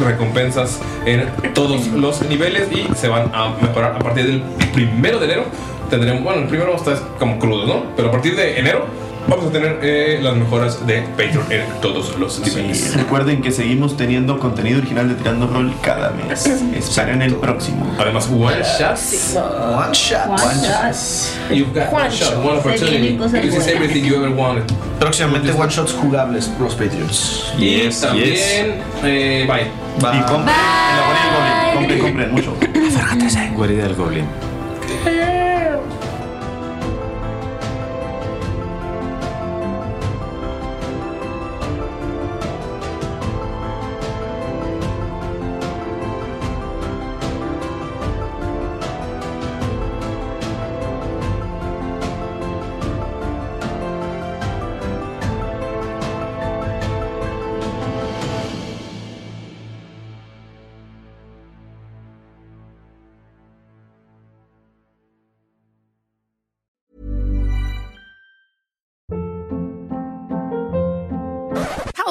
D: recompensas en todos los niveles y se van a mejorar a partir del primero de enero. Tendremos, bueno, el primero está como crudo, ¿no? Pero a partir de enero vamos a tener eh, las mejoras de Patreon en todos los niveles.
K: Recuerden que seguimos teniendo contenido original de Tirando Roll cada mes. Esperen el próximo.
D: Además, one
K: shots.
F: One shots.
K: One
D: You've got one shot, one opportunity. This is everything you ever wanted.
F: Próximamente one shots jugables por los Patreons.
D: Y también, eh, bye.
F: Bye. Y compren.
D: La
K: Compren, compren mucho.
H: Guarida del Goblin.